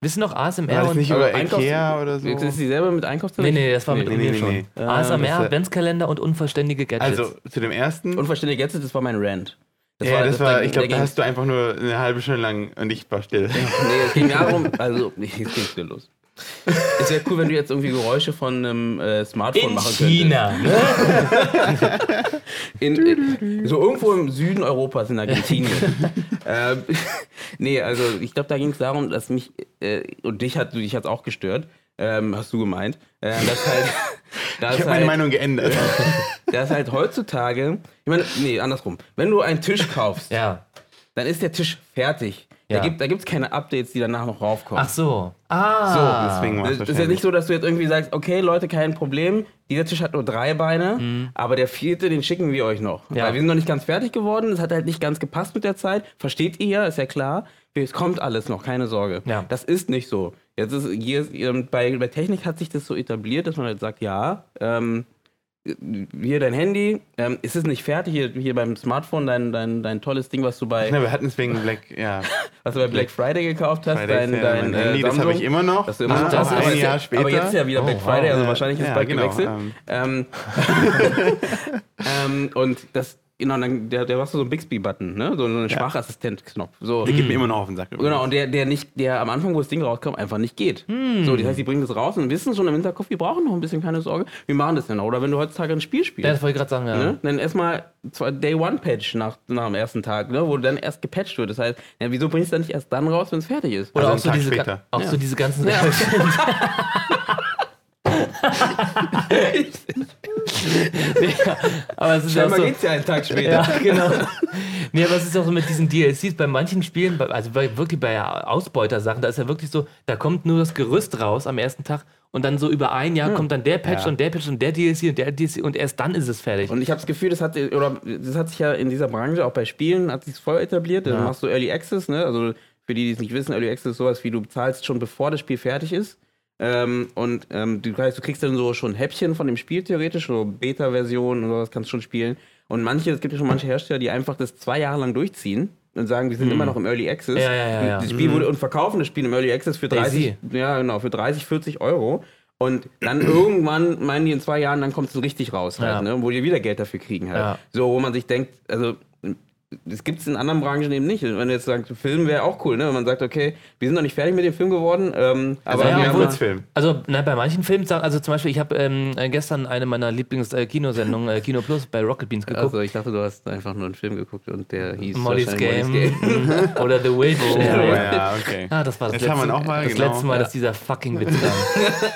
Speaker 1: Wissen noch ASMR
Speaker 3: War das
Speaker 1: und.
Speaker 3: nicht
Speaker 2: aber
Speaker 3: über
Speaker 2: Einkaufs-
Speaker 3: Ikea oder so?
Speaker 2: Ist das dieselbe mit
Speaker 1: nee,
Speaker 2: Einkaufszentrum?
Speaker 1: nee, das war mit
Speaker 3: Nee,
Speaker 1: nee,
Speaker 3: nee,
Speaker 1: mir
Speaker 3: nee,
Speaker 1: schon. Ah,
Speaker 3: nee.
Speaker 1: ASMR,
Speaker 3: das ist-
Speaker 1: Adventskalender und unvollständige Gadgets.
Speaker 3: Also zu dem ersten.
Speaker 2: Unverständliche Gäste, das war mein Rant.
Speaker 3: ja, das, war, ich glaube,
Speaker 2: da
Speaker 3: da hast du einfach nur eine halbe Stunde lang und ich war still.
Speaker 2: Nee, es ging darum, also, nee, es ging still los. Es wäre cool, wenn du jetzt irgendwie Geräusche von einem äh, Smartphone
Speaker 1: in
Speaker 2: machen
Speaker 1: China. Ne?
Speaker 2: In, in, so irgendwo im Süden Europas, in Argentinien. ähm, nee, also ich glaube, da ging es darum, dass mich, äh, und dich hat dich hat's auch gestört, ähm, hast du gemeint, äh, dass halt, dass
Speaker 3: Ich habe meine
Speaker 2: halt,
Speaker 3: Meinung geändert.
Speaker 2: dass halt heutzutage, ich meine, nee, andersrum, wenn du einen Tisch kaufst,
Speaker 1: Ja.
Speaker 2: dann ist der Tisch fertig. Da
Speaker 1: Ja.
Speaker 2: gibt es keine Updates, die danach noch raufkommen.
Speaker 1: Ach so. Ah.
Speaker 3: Deswegen war
Speaker 2: Es
Speaker 3: es
Speaker 2: ist ja nicht so, dass du jetzt irgendwie sagst, okay, Leute, kein Problem, dieser Tisch hat nur drei Beine,
Speaker 3: Mhm.
Speaker 2: aber der vierte, den schicken wir euch noch.
Speaker 1: Ja.
Speaker 2: Weil wir sind noch nicht ganz fertig geworden, es hat halt nicht ganz gepasst mit der Zeit. Versteht ihr ja, ist ja klar. Es kommt alles noch, keine Sorge.
Speaker 1: Ja.
Speaker 2: Das ist nicht so. Jetzt ist, hier ist ähm, bei, bei Technik hat sich das so etabliert, dass man halt sagt, ja, ähm, hier dein Handy, ähm, ist es nicht fertig, hier, hier beim Smartphone, dein, dein, dein tolles Ding, was du bei,
Speaker 3: Na, wir hatten es wegen Black, ja,
Speaker 2: was du bei Black Friday gekauft hast,
Speaker 3: Friday
Speaker 2: dein,
Speaker 3: Sale,
Speaker 2: dein äh,
Speaker 3: mein Handy, das habe
Speaker 2: Samsung.
Speaker 3: ich immer noch.
Speaker 2: Das ist immer
Speaker 3: Ah,
Speaker 2: noch
Speaker 1: das
Speaker 3: auch
Speaker 1: ist-
Speaker 3: ein
Speaker 1: aber-
Speaker 3: Jahr später.
Speaker 2: Aber jetzt ist ja wieder
Speaker 1: Oh,
Speaker 2: Black
Speaker 1: wow.
Speaker 2: Friday, also wahrscheinlich ist
Speaker 3: Ja,
Speaker 2: bald
Speaker 3: genau,
Speaker 2: gewechselt. Ähm,
Speaker 3: ähm.
Speaker 2: ähm, und das, genau, dann, der, der warst du so ein Bixby-Button, ne? So, so ein Sprachassistent-Knopf. So.
Speaker 3: Geht mir immer noch auf den Sack.
Speaker 2: Genau, und der, der nicht, der am Anfang, wo das Ding rauskommt, einfach nicht geht.
Speaker 3: Hm.
Speaker 2: So, das heißt, die bringen das raus und wissen schon im Hinterkopf, wir brauchen noch ein bisschen, keine Sorge, wir machen das dann. Oder wenn du heutzutage ein Spiel
Speaker 1: Ja,
Speaker 2: spielst.
Speaker 1: das wollte ich gerade sagen. Ja.
Speaker 2: Ne? Dann erstmal zwar Day One Patch nach, nach dem ersten Tag, ne? wo dann erst gepatcht wird. Das heißt, ja, wieso bringst du dann nicht erst dann raus, wenn es fertig ist?
Speaker 1: Oder
Speaker 3: Also
Speaker 1: auch,
Speaker 3: einen
Speaker 1: so
Speaker 3: Tag
Speaker 1: diese,
Speaker 3: später.
Speaker 1: ga- auch
Speaker 2: Ja.
Speaker 1: so diese ganzen.
Speaker 2: Ja.
Speaker 1: Aber es ist ja auch
Speaker 2: Scheinbar
Speaker 1: so.
Speaker 2: geht's ja einen Tag später.
Speaker 1: Ja, genau. Nee, aber es ist auch so mit diesen DLCs, bei manchen Spielen, bei- also bei, wirklich bei Ausbeutersachen, da ist ja wirklich so, da kommt nur das Gerüst raus am ersten Tag und dann so über ein Jahr kommt dann der Patch
Speaker 3: Ja.
Speaker 1: und der Patch und der DLC und der DLC und erst dann ist es fertig.
Speaker 2: Und ich habe das Gefühl, das hat, oder, das hat sich ja in dieser Branche, auch bei Spielen, hat sich voll etabliert. Dann machst du Early Access, ne? Also für die, die es nicht wissen, Early Access ist sowas wie, du zahlst schon bevor das Spiel fertig ist. Ähm, und ähm, du, kriegst- du kriegst dann so schon Häppchen von dem Spiel theoretisch, so Beta-Version und sowas kannst du schon spielen. Und manche, es gibt ja schon manche Hersteller, die einfach das zwei Jahre lang durchziehen und sagen, wir sind immer noch im Early Access.
Speaker 1: Hm. Ja, ja, ja,
Speaker 2: Und
Speaker 1: ja. Hm.
Speaker 2: Das Spiel wurde, und verkaufen das Spiel im Early Access für 30,
Speaker 1: Daisy.
Speaker 2: ja, genau, für 30, 40 Euro. Und dann irgendwann, meinen die in zwei Jahren, dann kommst du richtig raus halt,
Speaker 1: Ja.
Speaker 2: ne? wo die wieder Geld dafür kriegen halt.
Speaker 1: Ja.
Speaker 2: So, wo man sich denkt, also das gibt es in anderen Branchen eben nicht. Wenn du jetzt sagst, Film wäre auch cool, ne? wenn man sagt, okay, wir sind noch nicht fertig mit dem Film geworden, ähm, aber
Speaker 1: ja,
Speaker 2: wir
Speaker 1: obwohl-
Speaker 2: haben
Speaker 3: Kurzfilm.
Speaker 1: Also na, bei manchen Filmen, sagen- also zum Beispiel, ich habe ähm, äh, gestern eine meiner Lieblings-Kinosendungen, äh, Kino Plus, bei Rocket Beans geguckt.
Speaker 2: also ich dachte, du hast einfach nur einen Film geguckt und der hieß
Speaker 1: Molly's
Speaker 2: wahrscheinlich
Speaker 1: Game oder The Witch.
Speaker 3: Oh,
Speaker 1: Ja.
Speaker 3: ja, okay.
Speaker 1: Ah, das war das,
Speaker 3: Das
Speaker 1: letzte,
Speaker 3: haben wir auch mal,
Speaker 1: das
Speaker 3: genau.
Speaker 1: letzte Mal, dass dieser fucking Witz kam.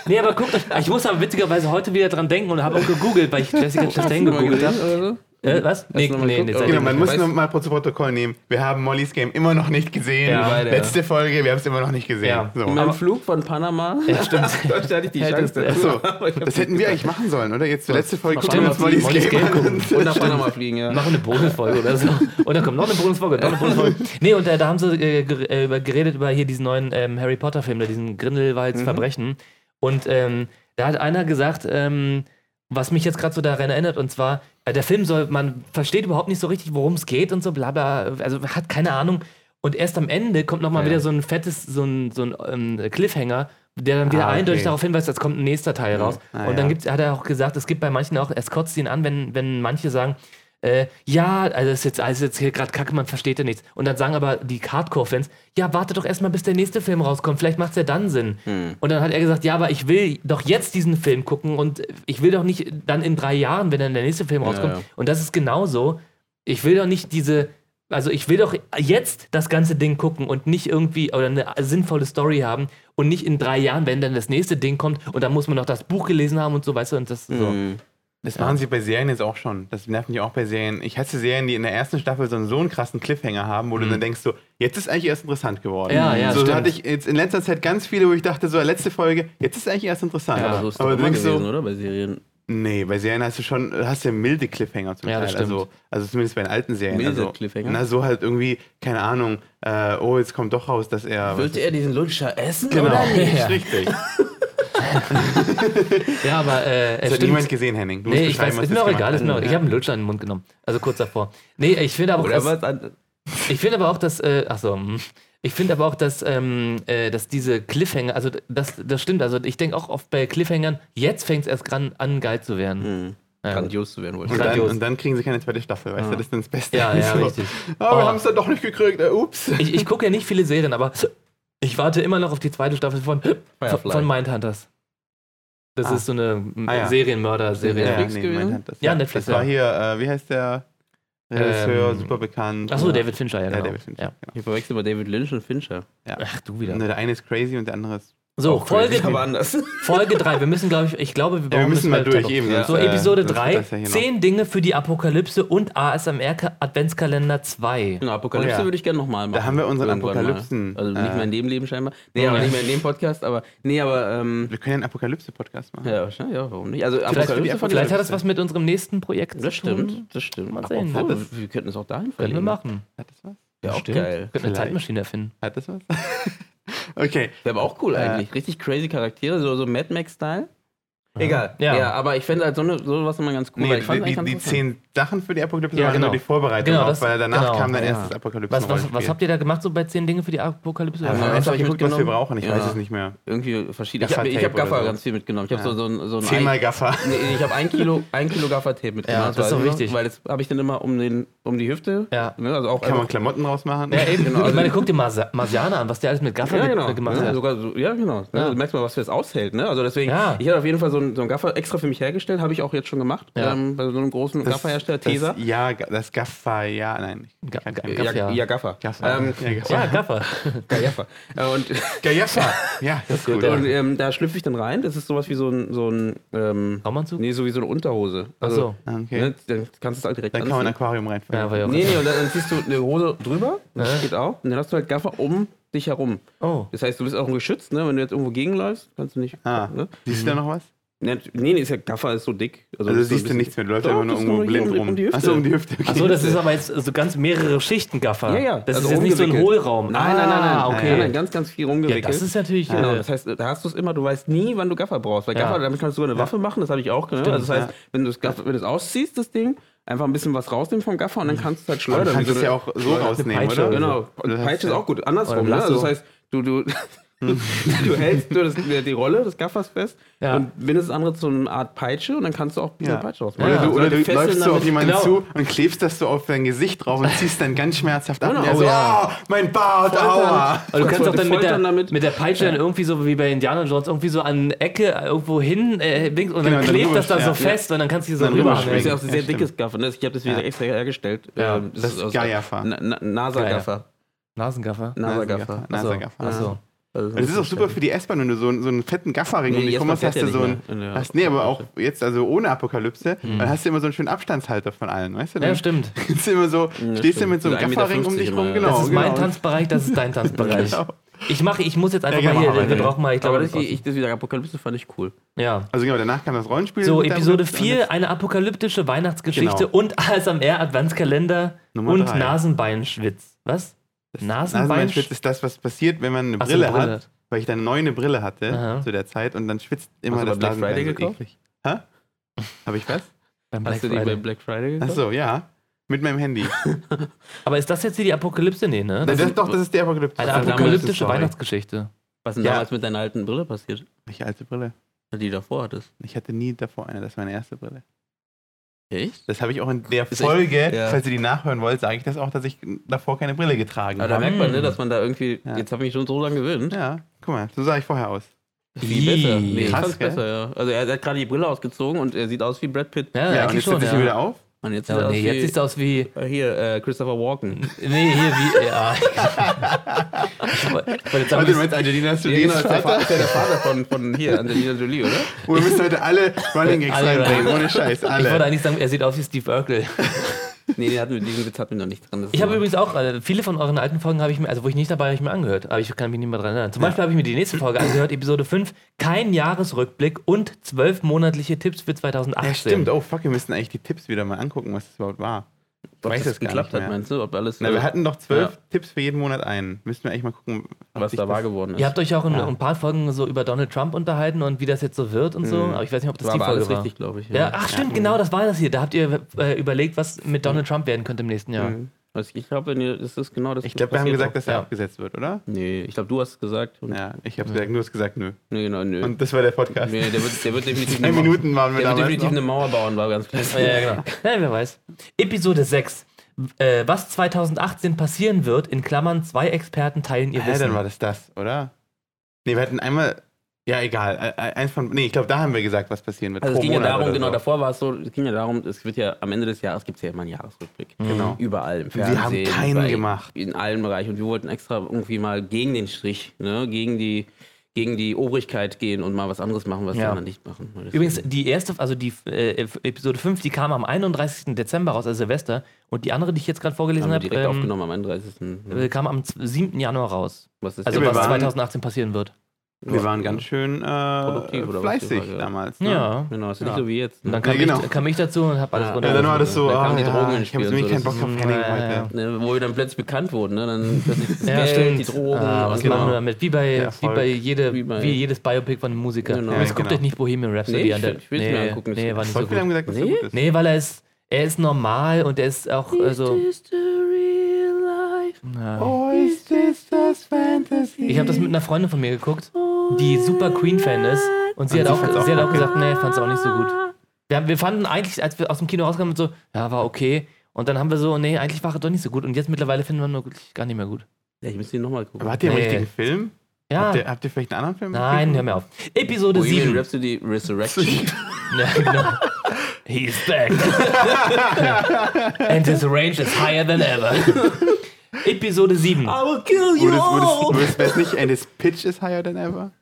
Speaker 1: nee, aber guckt euch, ich muss aber witzigerweise heute wieder dran denken und habe auch gegoogelt, weil ich Jessica Chastain
Speaker 2: Game.
Speaker 1: gegoogelt habe.
Speaker 2: oder so?
Speaker 1: Äh, was? Nee,
Speaker 2: du noch mal
Speaker 1: nee, nee,
Speaker 2: geguckt?
Speaker 1: seitdem
Speaker 2: Okay,
Speaker 3: Genau,
Speaker 1: nicht.
Speaker 3: man
Speaker 2: ich
Speaker 3: muss
Speaker 2: weiß-
Speaker 3: nur mal pro- zu Protokoll nehmen. Wir haben Mollys Game immer noch nicht gesehen.
Speaker 1: Ja,
Speaker 2: beide, ja.
Speaker 3: Letzte Folge, wir haben es immer noch nicht gesehen.
Speaker 1: Ja.
Speaker 3: So.
Speaker 2: Mit
Speaker 1: Aber-
Speaker 2: dem Flug von Panama.
Speaker 1: Ja, stimmt.
Speaker 2: Da hatte ich die
Speaker 1: Hättest-
Speaker 2: Chance dazu.
Speaker 3: So,
Speaker 2: aber ich hab
Speaker 3: das hätten wir eigentlich machen sollen, oder? Jetzt die letzte Folge
Speaker 2: Stimmt,
Speaker 3: gucken wir uns
Speaker 2: Molly's
Speaker 3: Mollys Game,
Speaker 1: Game
Speaker 3: an.
Speaker 1: gucken.
Speaker 2: Und nach Panama fliegen, ja.
Speaker 1: Noch eine Bonusfolge oder so. Und dann kommt noch eine Bonusfolge, noch eine Bonusfolge. Nee, und äh, da haben sie äh, ger- äh, über- geredet über hier diesen neuen ähm, Harry Potter-Film, da diesen Grindelwalds
Speaker 3: Mhm.
Speaker 1: Verbrechen. Und ähm, da hat einer gesagt, ähm, was mich jetzt gerade so daran erinnert, und zwar, äh, der Film soll, man versteht überhaupt nicht so richtig, worum es geht und so, bla bla, also hat keine Ahnung. Und erst am Ende kommt nochmal mal
Speaker 2: Ja.
Speaker 1: wieder so ein fettes, so ein, so ein ähm, Cliffhanger, der dann wieder
Speaker 3: Ah, okay.
Speaker 1: eindeutig darauf hinweist, jetzt kommt ein nächster Teil raus.
Speaker 3: Ah,
Speaker 1: und dann
Speaker 3: ja.
Speaker 1: gibt's, hat er auch gesagt, es gibt bei manchen auch, es kotzt ihn an, wenn, wenn manche sagen, äh, ja, also das ist jetzt, also jetzt hier gerade kacke, man versteht ja nichts. Und dann sagen aber die Hardcore-Fans, ja, warte doch erstmal, bis der nächste Film rauskommt, vielleicht macht's ja dann Sinn.
Speaker 2: Hm.
Speaker 1: Und dann hat er gesagt, ja, aber ich will doch jetzt diesen Film gucken und ich will doch nicht dann in drei Jahren, wenn dann der nächste Film rauskommt.
Speaker 2: ja.
Speaker 1: Und das ist genauso. Ich will doch nicht diese, also ich will doch jetzt das ganze Ding gucken und nicht irgendwie oder eine sinnvolle Story haben und nicht in drei Jahren, wenn dann das nächste Ding kommt und dann muss man noch das Buch gelesen haben und so, weißt du, und das so.
Speaker 3: Das machen sie bei Serien jetzt auch schon. Das nervt mich auch bei Serien. Ich hasse Serien, die in der ersten Staffel so einen, so einen krassen Cliffhanger haben, wo du dann denkst, so, jetzt ist eigentlich erst interessant geworden.
Speaker 1: Ja, ja,
Speaker 3: so
Speaker 1: stimmt.
Speaker 3: hatte ich jetzt in letzter Zeit ganz viele, wo ich dachte, so, letzte Folge, jetzt ist eigentlich erst interessant.
Speaker 2: Aber so ist
Speaker 3: Aber
Speaker 2: doch
Speaker 3: du
Speaker 2: immer
Speaker 3: denkst
Speaker 2: gewesen,
Speaker 3: so,
Speaker 2: oder? Bei Serien.
Speaker 3: nee, bei Serien hast du schon, hast ja milde Cliffhanger zum
Speaker 1: Ja,
Speaker 3: Teil.
Speaker 1: das stimmt.
Speaker 3: Also, also zumindest bei den alten Serien.
Speaker 2: Milde
Speaker 3: also,
Speaker 2: Cliffhanger?
Speaker 3: Na, so halt irgendwie, keine Ahnung, äh, oh, jetzt kommt doch raus, dass er.
Speaker 2: Würde er diesen Lutscher essen?
Speaker 3: genau,
Speaker 2: Oder?
Speaker 1: Ja.
Speaker 3: richtig. Das
Speaker 1: Ja, aber äh, es
Speaker 3: hat
Speaker 1: stimmt.
Speaker 3: Also niemand gesehen, Henning. Du
Speaker 1: Nee,
Speaker 3: musst
Speaker 1: ich weiß,
Speaker 3: beschreiben, was
Speaker 1: ist mir
Speaker 3: das
Speaker 1: auch
Speaker 3: gemacht
Speaker 1: egal,
Speaker 3: hat.
Speaker 1: ist mir auch, ich habe einen Lutscher in den Mund genommen. Also kurz davor. Nee, ich finde aber, auch,
Speaker 2: Oder
Speaker 1: dass,
Speaker 2: was? an-
Speaker 1: ich finde aber auch, dass, äh, achso, Ich finde aber auch, dass, ähm, äh, dass diese Cliffhanger, also das, das stimmt, also ich denke auch oft bei Cliffhangern, jetzt fängt es erst gran, an, geil zu werden. Ja, gut.
Speaker 2: Grandios zu werden wollte ich.
Speaker 3: Und dann,
Speaker 1: Grandios.
Speaker 3: und dann kriegen sie keine zweite Staffel, weißt du, das ist dann das Beste.
Speaker 1: Ja, ja,
Speaker 3: so.
Speaker 1: richtig.
Speaker 3: Aber
Speaker 1: Oh.
Speaker 3: wir haben es dann doch nicht gekriegt, äh, ups.
Speaker 1: Ich, ich gucke ja nicht viele Serien, aber ich warte immer noch auf die zweite Staffel von,
Speaker 2: Firefly.
Speaker 1: von Mindhunters. Das
Speaker 3: Ah.
Speaker 1: ist so eine
Speaker 3: Ah, ja.
Speaker 1: Serienmörder-Serie.
Speaker 2: Ja. Netflix
Speaker 3: nee,
Speaker 2: gewesen?
Speaker 3: mein Hand, das,
Speaker 1: Ja, Netflix,
Speaker 3: Das war
Speaker 1: ja.
Speaker 3: hier, äh, wie heißt der Regisseur,
Speaker 1: Ähm,
Speaker 3: super bekannt.
Speaker 1: Achso,
Speaker 3: Ja.
Speaker 1: David Fincher, ja,
Speaker 3: Ja,
Speaker 1: genau.
Speaker 3: David Fincher.
Speaker 1: Ja.
Speaker 3: Genau.
Speaker 2: Ich verwechsel immer David Lynch und Fincher.
Speaker 1: Ach du wieder.
Speaker 3: Ne, Der eine ist crazy und der andere ist.
Speaker 1: So,
Speaker 3: Auch crazy.
Speaker 1: Folge,
Speaker 3: Aber
Speaker 2: anders.
Speaker 1: Folge 3. Wir müssen, glaube ich, ich glaube, wir,
Speaker 3: Ja, wir
Speaker 1: brauchen
Speaker 3: müssen mal
Speaker 1: das
Speaker 3: durch,
Speaker 1: Tempo.
Speaker 3: eben.
Speaker 1: So,
Speaker 3: sonst, äh,
Speaker 1: Episode
Speaker 3: sonst
Speaker 1: 3,
Speaker 3: wird das ja hier noch-
Speaker 1: 10 Dinge für die Apokalypse und ASMR Adventskalender 2.
Speaker 2: Genau, Apokalypse
Speaker 3: Oh ja.
Speaker 2: würde ich gerne nochmal machen.
Speaker 3: Da haben wir unseren
Speaker 2: Irgendwann
Speaker 3: Apokalypsen,
Speaker 2: Mal. Also nicht
Speaker 3: äh,
Speaker 2: mehr in dem Leben scheinbar. Nee, aber nicht mehr in dem Podcast, aber. Nee, aber. Ähm,
Speaker 3: Wir können ja einen Apokalypse-Podcast machen.
Speaker 2: ja, wahrscheinlich, ja, warum nicht? Also
Speaker 1: Vielleicht,
Speaker 2: Apokalypse fand ich-
Speaker 1: vielleicht hat das was mit unserem nächsten Projekt
Speaker 2: Das
Speaker 1: zu tun.
Speaker 2: stimmt, das stimmt.
Speaker 1: Mal sehen.
Speaker 2: Apropos,
Speaker 1: Hat das-
Speaker 2: wir könnten es auch dahin
Speaker 1: Können wir machen.
Speaker 3: Hat das was?
Speaker 2: Ja, auch
Speaker 1: Stimmt.
Speaker 2: geil.
Speaker 1: Könnten eine
Speaker 3: Vielleicht.
Speaker 1: Zeitmaschine erfinden.
Speaker 3: Hat das was? okay.
Speaker 2: Wäre aber auch cool eigentlich. Richtig crazy Charaktere, so, so Mad Max-Style. Egal.
Speaker 1: Ja.
Speaker 2: Ja. aber ich fände halt so, eine, so was immer ganz cool.
Speaker 3: Nee,
Speaker 2: weil ich fand's
Speaker 3: die,
Speaker 2: eigentlich
Speaker 3: die, die
Speaker 2: ganz interessant.
Speaker 3: zehn Sachen für die Apokalypse
Speaker 1: Ja,
Speaker 3: waren
Speaker 1: genau.
Speaker 3: nur die Vorbereitung
Speaker 1: Genau,
Speaker 3: auf,
Speaker 1: das-
Speaker 3: weil danach
Speaker 1: genau.
Speaker 3: kam dann
Speaker 2: Ja.
Speaker 3: erst das apokalypse
Speaker 1: Was, was, was habt ihr da gemacht so bei 10 Dinge für die Apokalypse? Also,
Speaker 3: ja, wir
Speaker 2: Ja,
Speaker 3: haben
Speaker 2: das
Speaker 3: einfach
Speaker 2: hab ich
Speaker 3: geguckt, was wir
Speaker 2: mitgenommen.
Speaker 3: brauchen. Ich
Speaker 2: Ja.
Speaker 3: weiß es nicht mehr.
Speaker 2: Irgendwie verschiedene. Ich habe
Speaker 3: Gaffer-Tape
Speaker 2: hab Gaffer
Speaker 3: oder so.
Speaker 2: ganz viel mitgenommen. Ich habe so, so, ein- so ein
Speaker 3: Zehnmal Gaffer.
Speaker 2: Nee, nee, ich habe ein Kilo, ein Kilo Gaffertape mitgenommen.
Speaker 1: Ja, das ist
Speaker 2: weiß
Speaker 1: doch
Speaker 2: ich noch,
Speaker 1: wichtig.
Speaker 2: Weil das habe ich dann immer um, den, um die Hüfte.
Speaker 1: Ja.
Speaker 2: Ne, also auch
Speaker 3: Kann man
Speaker 2: einfach-
Speaker 3: Klamotten draus machen?
Speaker 1: Ja, eben.
Speaker 2: Genau,
Speaker 1: ich
Speaker 2: also-
Speaker 1: meine, guck dir Marsa- Marsianer an, was der alles mit Gaffer
Speaker 2: ja,
Speaker 1: ge-
Speaker 2: genau.
Speaker 1: gemacht
Speaker 2: ne,
Speaker 1: hat.
Speaker 2: sogar so, ja, genau. Ne,
Speaker 1: Ja.
Speaker 2: Du merkst mal, was für das aushält. Ne? Also deswegen,
Speaker 1: Ja.
Speaker 2: ich habe auf jeden Fall so einen so einen Gaffer extra für mich hergestellt, habe ich auch jetzt schon gemacht.
Speaker 1: Ja.
Speaker 2: Ähm, bei so einem großen
Speaker 3: Das-
Speaker 2: Gafferhersteller,
Speaker 3: das-
Speaker 2: Tesa.
Speaker 3: Ja, das Gaffer, ja, nein. ich
Speaker 1: Ga-
Speaker 3: kann
Speaker 1: Ga-
Speaker 3: kein-
Speaker 1: Ga-
Speaker 2: Ja,
Speaker 1: Gaffer.
Speaker 2: ja, Gaffer.
Speaker 3: Gaffer.
Speaker 2: Ähm,
Speaker 3: Ja, Gaffer.
Speaker 1: Ja, Gaffer.
Speaker 2: Gaffer. Äh, Und,
Speaker 3: Gaffer. Ja, das ist gut.
Speaker 1: Ja.
Speaker 2: und ähm, da schlüpfe ich dann rein. Das ist sowas wie so ein. So ein ähm,
Speaker 1: Raumanzug?
Speaker 2: nee, so wie so eine Unterhose. Also,
Speaker 1: Ach
Speaker 3: Okay.
Speaker 2: ne, dann kannst du es auch direkt
Speaker 3: Dann kann man ein Aquarium reinfüllen.
Speaker 1: Ja, war ja auch-
Speaker 2: Nee, nee, und dann, dann ziehst du eine Hose drüber,
Speaker 1: Ja.
Speaker 2: das geht auch, und dann hast du halt Gaffer um dich herum.
Speaker 1: Oh.
Speaker 2: Das heißt, du bist auch geschützt, ne? wenn du jetzt irgendwo gegenläufst, kannst du nicht.
Speaker 3: ah,
Speaker 2: Ne?
Speaker 3: siehst du da noch was?
Speaker 2: Nee, nee, nee, ist ja, Gaffer ist so dick.
Speaker 3: Also
Speaker 2: ist so ein
Speaker 3: siehst du
Speaker 2: bisschen-
Speaker 3: nichts mehr, du läufst
Speaker 2: Doch,
Speaker 3: einfach nur
Speaker 2: das ist
Speaker 3: irgendwo
Speaker 2: hier
Speaker 3: blind
Speaker 2: um die-
Speaker 3: rum.
Speaker 2: Um die Hüfte.
Speaker 3: Achso, um die Hüfte. Okay.
Speaker 1: Achso, das ist aber jetzt so ganz mehrere Schichten Gaffer.
Speaker 2: ja, ja.
Speaker 1: Das
Speaker 2: also
Speaker 1: ist jetzt nicht so ein
Speaker 2: rumgewickelt.
Speaker 1: Hohlraum.
Speaker 2: Nein, nein, nein, nein.
Speaker 1: Ah,
Speaker 2: Nein,
Speaker 1: okay.
Speaker 2: nein, ganz, ganz viel
Speaker 1: Ja,
Speaker 2: rumgewickelt.
Speaker 1: das ist natürlich.
Speaker 2: Genau,
Speaker 1: äh,
Speaker 2: das heißt, da hast du es immer, du weißt nie, wann du Gaffer brauchst. Weil
Speaker 1: Ja.
Speaker 2: Gaffer, damit kannst du sogar eine Waffe machen, das habe ich auch gehört.
Speaker 1: Stimmt,
Speaker 2: also das heißt, wenn du es Gaffer- wenn du es ausziehst, das Ding, einfach ein bisschen was rausnehmen vom Gaffer und
Speaker 1: Mhm.
Speaker 2: dann kannst du es halt schleudern.
Speaker 3: aber du kannst
Speaker 2: Wie
Speaker 3: es
Speaker 2: eine-
Speaker 3: ja auch so rausnehmen,
Speaker 1: Peitsche
Speaker 3: oder?
Speaker 1: oder
Speaker 2: Genau,
Speaker 3: Das
Speaker 2: und
Speaker 3: heißt,
Speaker 2: Peitsche ist
Speaker 3: ja.
Speaker 2: auch gut.
Speaker 1: Oder
Speaker 2: Andersrum, ne? Also das
Speaker 1: Lasso.
Speaker 2: heißt, du, du,
Speaker 3: Hm.
Speaker 2: du hältst nur das, die Rolle des Gaffers fest
Speaker 1: Ja.
Speaker 2: und bindest das andere zu einer Art Peitsche und dann kannst du auch diese
Speaker 3: Ja.
Speaker 2: Peitsche rausmachen.
Speaker 3: Oder
Speaker 1: Ja,
Speaker 3: du, oder du
Speaker 2: die Fesseln
Speaker 3: läufst so auf
Speaker 2: damit-
Speaker 3: jemanden
Speaker 1: genau.
Speaker 3: zu und klebst das so auf dein Gesicht drauf und ziehst dann ganz schmerzhaft ab.
Speaker 2: Genau,
Speaker 3: und er so,
Speaker 1: oh ja.
Speaker 3: oh, mein Bart, aua.
Speaker 1: Aber du kannst auch dann mit der,
Speaker 2: Foltern damit.
Speaker 1: mit der Peitsche dann irgendwie so wie bei Indiana Jones irgendwie so an Ecke irgendwo hin äh, winkt und
Speaker 3: Genau,
Speaker 1: dann
Speaker 3: dann
Speaker 1: klebt das da so
Speaker 3: rübersch- ja.
Speaker 1: fest und dann kannst du die so
Speaker 2: Das
Speaker 3: Dann
Speaker 2: ist
Speaker 1: rüberhängen.
Speaker 2: ja
Speaker 3: rüberschwingen.
Speaker 2: auch ein
Speaker 3: Ja,
Speaker 2: sehr
Speaker 3: stimmt.
Speaker 2: dickes Gaffer, ne? Ich habe das wieder extra hergestellt.
Speaker 1: Ja,
Speaker 2: Ähm,
Speaker 3: das ist
Speaker 2: aus-
Speaker 3: Geiaffer.
Speaker 2: Na- Na- NASA-Gaffer.
Speaker 1: Nasengaffer.
Speaker 2: NASA-Gaffer.
Speaker 1: Achso.
Speaker 3: Nasengaffer.
Speaker 1: Achso.
Speaker 2: Also-
Speaker 3: Das ist auch super für die S-Bahn, wenn du so, einen- so einen fetten Gafferring
Speaker 2: Nee,
Speaker 3: um dich
Speaker 2: jetzt
Speaker 3: rum hast,
Speaker 2: fährt
Speaker 3: hast
Speaker 2: der nicht
Speaker 3: du so einen.
Speaker 2: mehr in der
Speaker 3: Hast, nee, aber auch jetzt, also ohne Apokalypse, dann hast du immer so einen schönen Abstandshalter von allen, weißt du? Dann
Speaker 1: Ja, stimmt.
Speaker 3: Kannst du immer so, stehst du
Speaker 2: stimmt.
Speaker 3: mit so einem
Speaker 2: Mit 1,50
Speaker 3: Gafferring um dich
Speaker 2: immer,
Speaker 3: rum,
Speaker 2: ja.
Speaker 3: genau.
Speaker 1: Das ist mein
Speaker 3: genau.
Speaker 1: Tanzbereich, das ist dein Tanzbereich.
Speaker 3: Genau.
Speaker 1: Ich mache, ich muss jetzt einfach
Speaker 3: Ja,
Speaker 1: mal
Speaker 3: genau,
Speaker 1: hier, wir
Speaker 3: aber-
Speaker 1: brauchen mal, ich
Speaker 2: Aber
Speaker 1: glaube,
Speaker 2: das,
Speaker 1: das
Speaker 2: ich, das wieder Apokalypse fand ich cool.
Speaker 1: Ja.
Speaker 3: Also genau, danach kam das Rollenspiel.
Speaker 1: So,
Speaker 3: mit der
Speaker 1: Episode
Speaker 3: Apokalypse
Speaker 1: 4, eine apokalyptische Weihnachtsgeschichte
Speaker 3: Genau.
Speaker 1: und ASMR Adventskalender
Speaker 3: Nummer
Speaker 1: und
Speaker 3: drei.
Speaker 1: Nasenbeinschwitz. Was?
Speaker 3: und- Also mein
Speaker 1: Nasenbeinschwitz?
Speaker 3: Schwitz ist das, was passiert, wenn man eine
Speaker 1: Ach so,
Speaker 3: Brille,
Speaker 1: Brille.
Speaker 3: hat, weil ich dann neu eine Brille hatte
Speaker 1: Aha.
Speaker 3: zu der Zeit und dann schwitzt
Speaker 2: Hast
Speaker 3: immer
Speaker 2: du
Speaker 3: das
Speaker 2: bei Black
Speaker 3: Blasenbein
Speaker 2: Friday
Speaker 3: so
Speaker 2: gekauft?
Speaker 3: eklig. Hä? Habe ich was?
Speaker 1: Beim Black
Speaker 2: Hast du die bei
Speaker 1: Friday.
Speaker 2: Black Friday gekauft?
Speaker 3: Achso, ja. Mit meinem Handy.
Speaker 1: Aber ist das jetzt hier die Apokalypse? Nee, ne?
Speaker 3: das, doch, das ist der Apokalypse.
Speaker 1: Eine
Speaker 3: Das ist eine
Speaker 1: apokalyptische
Speaker 3: Story.
Speaker 1: Weihnachtsgeschichte.
Speaker 2: Was ist denn
Speaker 3: Ja.
Speaker 2: damals mit deiner alten Brille passiert,
Speaker 3: Welche alte Brille?
Speaker 2: die du davor hattest?
Speaker 3: Ich hatte nie davor eine, das war meine erste Brille.
Speaker 2: Echt?
Speaker 3: Das habe ich auch in der
Speaker 2: echt-
Speaker 3: Folge,
Speaker 2: ja.
Speaker 3: falls ihr die nachhören wollt, sage ich das auch, dass ich davor keine Brille getragen
Speaker 2: Aber da
Speaker 3: habe.
Speaker 2: merkt man, ne, dass man da irgendwie,
Speaker 3: Ja.
Speaker 2: jetzt habe ich mich schon so dran gewöhnt.
Speaker 3: Ja, guck mal, so sah ich vorher aus.
Speaker 2: Viel besser. Nee, ich
Speaker 3: Krass,
Speaker 2: fand's
Speaker 3: gell?
Speaker 2: besser, ja. Also er, er hat gerade die Brille ausgezogen und er sieht aus wie Brad Pitt.
Speaker 1: Ja,
Speaker 3: Ja, und
Speaker 1: eigentlich
Speaker 3: jetzt
Speaker 1: schon.
Speaker 3: sitze ich hier
Speaker 1: Ja.
Speaker 3: wieder auf.
Speaker 2: Und jetzt sieht
Speaker 1: Ja,
Speaker 2: er
Speaker 1: nee, jetzt siehst du
Speaker 2: aus
Speaker 1: aus wie.
Speaker 2: wie, äh, hier, äh, Christopher Walken.
Speaker 1: Nee, hier wie. Ja. Ich wollte jetzt
Speaker 3: Warte, du
Speaker 1: sagen,
Speaker 3: meinst Angelina
Speaker 2: Ja,
Speaker 3: Jolie's
Speaker 2: genau, das ist der
Speaker 3: Vater?
Speaker 2: Vater, ist ja der Vater von, von hier, Angelina Jolie, oder?
Speaker 3: Und wir müssen heute alle Running Gags
Speaker 1: Alle
Speaker 3: reinbringen,
Speaker 1: rein.
Speaker 3: ohne Scheiß,
Speaker 1: ich wollte
Speaker 3: alle.
Speaker 1: eigentlich sagen, er sieht aus wie Steve Urkel.
Speaker 2: Nee, den hatten wir, diesen Witz hatten wir noch nicht drin. das ist
Speaker 1: Ich habe
Speaker 2: nur-
Speaker 1: übrigens auch, äh, viele von euren alten Folgen habe ich mir, also wo ich nicht dabei war, habe ich mir angehört, aber ich kann mich nicht mehr dran erinnern. Zum Beispiel habe ich mir die nächste Folge angehört, Episode 5, kein Jahresrückblick und zwölf monatliche Tipps für 2018.
Speaker 3: Ja, stimmt, oh fuck, wir müssen eigentlich die Tipps wieder mal angucken, was das überhaupt war.
Speaker 2: ob
Speaker 3: weiß
Speaker 2: das
Speaker 3: es gar
Speaker 2: geklappt
Speaker 3: nicht
Speaker 2: hat,
Speaker 3: mehr.
Speaker 2: meinst du? Ob alles,
Speaker 3: Na, wir
Speaker 2: äh,
Speaker 3: hatten doch zwölf
Speaker 2: Ja.
Speaker 3: Tipps für jeden Monat einen. Müssten wir eigentlich mal gucken, ob
Speaker 2: was
Speaker 3: sich
Speaker 2: da wahr
Speaker 3: das-
Speaker 2: geworden ist.
Speaker 1: Ihr habt euch auch in ein paar Folgen so über Donald Trump unterhalten und wie das jetzt so wird und so,
Speaker 3: Mhm.
Speaker 1: aber ich weiß nicht, ob das
Speaker 2: war
Speaker 1: die
Speaker 2: aber
Speaker 1: Folge
Speaker 2: alles
Speaker 1: war.
Speaker 2: richtig, glaube ich.
Speaker 3: Mhm.
Speaker 1: ja, ach stimmt, genau, das war das hier. Da habt ihr äh, überlegt, was mit Donald Trump werden könnte im nächsten Jahr.
Speaker 2: Also ich glaube, wenn ihr- das ist genau das.
Speaker 3: Ich glaube, wir haben gesagt, dass
Speaker 2: das.
Speaker 3: er
Speaker 1: Ja.
Speaker 3: abgesetzt wird, oder?
Speaker 2: Nee, ich glaube, du hast es gesagt. Und,
Speaker 3: Ja, ich habe gesagt, nur hast gesagt, nö.
Speaker 2: Nee, genau, nö.
Speaker 3: Und das war der Podcast.
Speaker 2: nee, der wird, der wird definitiv
Speaker 3: Zwei
Speaker 2: eine Mauer-
Speaker 3: Minuten waren wir
Speaker 2: Der wird
Speaker 3: damals.
Speaker 2: definitiv
Speaker 3: Noch.
Speaker 2: eine Mauer bauen, war ganz klar.
Speaker 1: Ja, genau. Nein, wer weiß. Episode 6. Äh, was 2018 passieren wird, in Klammern, zwei Experten teilen ihr
Speaker 3: Ja,
Speaker 1: Wissen.
Speaker 3: dann war das das, oder? Nee, wir hatten einmal. Ja, egal. Ä- ä- Eins von. Nee, ich glaube, da haben wir gesagt, was passieren wird.
Speaker 2: Also
Speaker 3: Pro
Speaker 2: es ging ja
Speaker 3: Monat
Speaker 2: darum,
Speaker 3: oder
Speaker 2: genau,
Speaker 3: so.
Speaker 2: davor war es so, es ging ja darum, es wird ja am Ende des Jahres gibt es ja immer einen Jahresrückblick.
Speaker 1: Mhm.
Speaker 3: Genau.
Speaker 2: Überall im
Speaker 3: Wir haben
Speaker 2: Fernsehen.
Speaker 3: keinen
Speaker 2: bei-
Speaker 3: gemacht.
Speaker 2: In allen Bereichen. Und wir wollten extra irgendwie mal gegen den Strich, ne, gegen die, gegen die Obrigkeit gehen und mal was anderes machen, was die
Speaker 1: Ja.
Speaker 2: anderen nicht machen. Weil das-
Speaker 1: Übrigens, die erste, also die äh, Episode 5, die kam am 31. Dezember raus, also Silvester. Und die andere, die ich jetzt gerade vorgelesen
Speaker 2: haben
Speaker 1: habe,
Speaker 2: wir direkt
Speaker 1: ähm,
Speaker 2: aufgenommen am 31. ne?
Speaker 1: äh, kam am z- 7. Januar raus.
Speaker 2: Was ist
Speaker 1: Also
Speaker 3: Wir
Speaker 1: was
Speaker 3: waren-
Speaker 1: 2018 passieren wird.
Speaker 3: Wir waren ganz schön
Speaker 2: Produktiv,
Speaker 3: äh,
Speaker 2: oder was
Speaker 3: fleißig
Speaker 2: die Frage?
Speaker 3: damals. Ne?
Speaker 1: Ja.
Speaker 2: Genau, ist nicht
Speaker 1: Ja.
Speaker 2: so wie jetzt.
Speaker 1: Und
Speaker 2: Ne?
Speaker 1: dann kam,
Speaker 3: Ja, genau.
Speaker 1: ich, kam ich dazu und habe alles
Speaker 2: Ja.
Speaker 1: runter.
Speaker 3: Ja, dann war das so,
Speaker 2: Da
Speaker 3: ah,
Speaker 2: kamen die Drogen
Speaker 3: ja,
Speaker 2: ins
Speaker 3: ich habe
Speaker 2: Spiel
Speaker 3: nämlich
Speaker 2: und so,
Speaker 3: keinen
Speaker 2: das
Speaker 3: Bock auf
Speaker 1: ist-
Speaker 3: Henning
Speaker 1: Ja,
Speaker 3: heute.
Speaker 2: Ne, wo wir dann plötzlich bekannt wurden, ne? Dann plötzlich das
Speaker 1: ja,
Speaker 2: Geld,
Speaker 1: stimmt.
Speaker 2: die Drogen.
Speaker 1: ah, was
Speaker 2: und genau.
Speaker 1: machen wir damit? Wie bei,
Speaker 3: Der
Speaker 1: wie
Speaker 3: Erfolg.
Speaker 1: bei, jede,
Speaker 2: Wie
Speaker 1: wie
Speaker 2: bei-
Speaker 1: jedes Biopic von einem Musiker.
Speaker 2: Genau.
Speaker 1: Jetzt
Speaker 3: Ja,
Speaker 1: guckt
Speaker 3: genau.
Speaker 1: euch nicht Bohemian Rhapsody
Speaker 2: Nee, ich
Speaker 1: an.
Speaker 2: will-
Speaker 1: der-
Speaker 2: ich will's mir angucken,
Speaker 1: nee,
Speaker 2: das
Speaker 1: war
Speaker 2: ist-
Speaker 1: nicht so
Speaker 3: Voll viele
Speaker 1: gut.
Speaker 3: haben gesagt, dass er
Speaker 2: Nee?
Speaker 3: gut ist.
Speaker 1: Nee, weil er ist, er ist normal und er ist auch, also,
Speaker 2: Is this the real life?
Speaker 1: ja.
Speaker 3: Oh, ist this das Fantasy?
Speaker 1: Ich habe das mit einer Freundin von mir geguckt, die super Queen-Fan ist. Und sie,
Speaker 3: Und
Speaker 1: hat,
Speaker 3: sie fand's
Speaker 1: auch,
Speaker 3: auch
Speaker 1: sie hat auch
Speaker 3: okay.
Speaker 1: gesagt, nee, fand's auch nicht so gut. Wir, haben, wir fanden eigentlich, als wir aus dem Kino rauskamen, so, ja, war okay. Und dann haben wir so, nee, eigentlich war er doch nicht so gut. Und jetzt mittlerweile finden wir ihn nur wirklich gar nicht mehr gut.
Speaker 2: Ja, ich muss den nochmal gucken.
Speaker 3: Aber Hat ihr einen
Speaker 1: Nee.
Speaker 3: richtigen Film?
Speaker 1: Ja,
Speaker 3: Habt, ihr, habt ihr vielleicht einen anderen Film?
Speaker 1: nein, hör mir auf. Episode
Speaker 2: Bohemian
Speaker 1: 7.
Speaker 2: Rhapsody Resurrection.
Speaker 1: Ja, genau. He's back. And his range is higher than ever. Episode 7.
Speaker 2: will kill
Speaker 3: Würdest,
Speaker 2: oh,
Speaker 3: würdest, würdest, wär's nicht, and his pitch is higher than ever?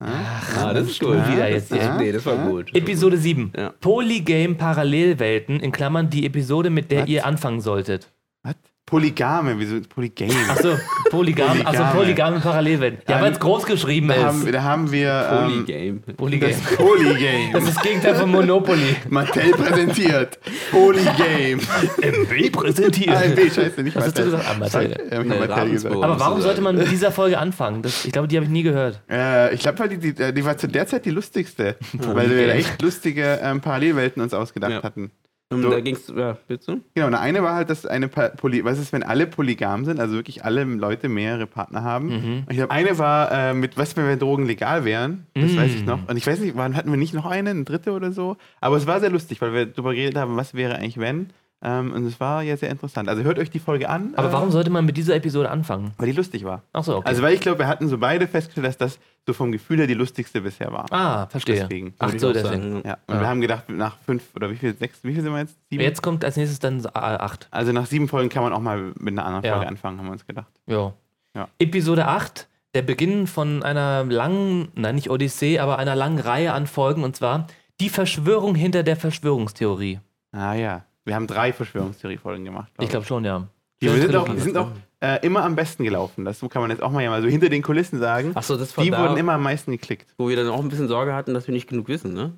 Speaker 2: Ah, das ist gut.
Speaker 1: wieder
Speaker 2: Ja,
Speaker 1: jetzt,
Speaker 2: das,
Speaker 1: ja.
Speaker 2: Nee, das war gut.
Speaker 1: Episode 7.
Speaker 2: Ja.
Speaker 1: Polygame Parallelwelten, in Klammern die Episode, mit der
Speaker 3: Was?
Speaker 1: ihr anfangen solltet.
Speaker 3: Was? Polygame, wieso Polygame?
Speaker 1: Achso, Polygam, also
Speaker 3: Polygame.
Speaker 1: Polygame Parallelwelten. Ja,
Speaker 3: Dann-
Speaker 1: weil es groß geschrieben
Speaker 3: Da haben,
Speaker 1: ist.
Speaker 3: da haben wir ähm,
Speaker 2: Polygame.
Speaker 1: Polygame.
Speaker 3: das Polygame.
Speaker 1: Das ist das Gegenteil von Monopoly.
Speaker 3: Mattel präsentiert. Polygame.
Speaker 1: MB präsentiert.
Speaker 3: AMB, scheiße, nicht
Speaker 1: Was hast du
Speaker 3: Mattel.
Speaker 1: gesagt? Ah, Mattel.
Speaker 3: Fuck, ja, ich hab
Speaker 2: Nee,
Speaker 3: Mattel gesagt.
Speaker 2: Ravensburg.
Speaker 1: Aber warum sollte man mit dieser Folge anfangen? Das, ich glaube, die habe ich nie gehört.
Speaker 3: Äh, ich glaube, die, die, die war zu der Zeit die lustigste, weil wir da echt lustige ähm, Parallelwelten uns ausgedacht
Speaker 2: Ja.
Speaker 3: hatten.
Speaker 2: Ähm,
Speaker 3: So.
Speaker 2: Da ging's, ja, bitte?
Speaker 3: Genau, und eine war halt, dass eine Pa- Poly was ist, wenn alle polygam sind, also wirklich alle Leute mehrere Partner haben.
Speaker 1: Mhm.
Speaker 3: Und ich glaube, eine war äh, mit, was wenn wir Drogen legal wären, das weiß
Speaker 1: Mhm.
Speaker 3: ich noch. Und ich weiß nicht, wann hatten wir nicht noch eine, eine dritte oder so? Aber es war sehr lustig, weil wir darüber geredet haben, was wäre eigentlich wenn. Ähm, und es war ja sehr interessant. Also hört euch die Folge an.
Speaker 1: Aber
Speaker 3: äh,
Speaker 1: warum sollte man mit dieser Episode anfangen?
Speaker 3: Weil die lustig war.
Speaker 1: Achso, okay.
Speaker 3: Also weil ich glaube, wir hatten so beide festgestellt, dass das so vom Gefühl her die lustigste bisher war.
Speaker 1: ah, verstehe.
Speaker 3: deswegen.
Speaker 1: Ach
Speaker 2: Würde ich
Speaker 1: so,
Speaker 2: auch
Speaker 1: deswegen.
Speaker 2: sagen, ja.
Speaker 3: Ja, und wir haben gedacht, nach fünf oder wie viel, sechs, wie viel sind wir jetzt? Sieben?
Speaker 1: Jetzt kommt als nächstes dann äh, 8.
Speaker 3: Also nach sieben Folgen kann man auch mal mit einer anderen
Speaker 1: Ja.
Speaker 3: Folge anfangen, haben wir uns gedacht.
Speaker 1: Ja.
Speaker 3: Ja.
Speaker 1: Episode 8, der Beginn von einer langen, nein, nicht Odyssee, aber einer langen Reihe an Folgen und zwar die Verschwörung hinter der Verschwörungstheorie.
Speaker 3: Ah ja. Wir haben drei Verschwörungstheorie-Folgen gemacht.
Speaker 1: Ich glaube schon, ja.
Speaker 3: die
Speaker 1: Schöne
Speaker 3: sind auch,
Speaker 1: Trilogie.
Speaker 3: die sind auch äh, immer am besten gelaufen. Das kann man jetzt auch mal, ja mal so hinter den Kulissen sagen.
Speaker 2: Achso, das war
Speaker 3: die
Speaker 2: da,
Speaker 3: wurden immer am meisten geklickt.
Speaker 2: wo wir dann auch ein bisschen Sorge hatten, dass wir nicht genug wissen, ne?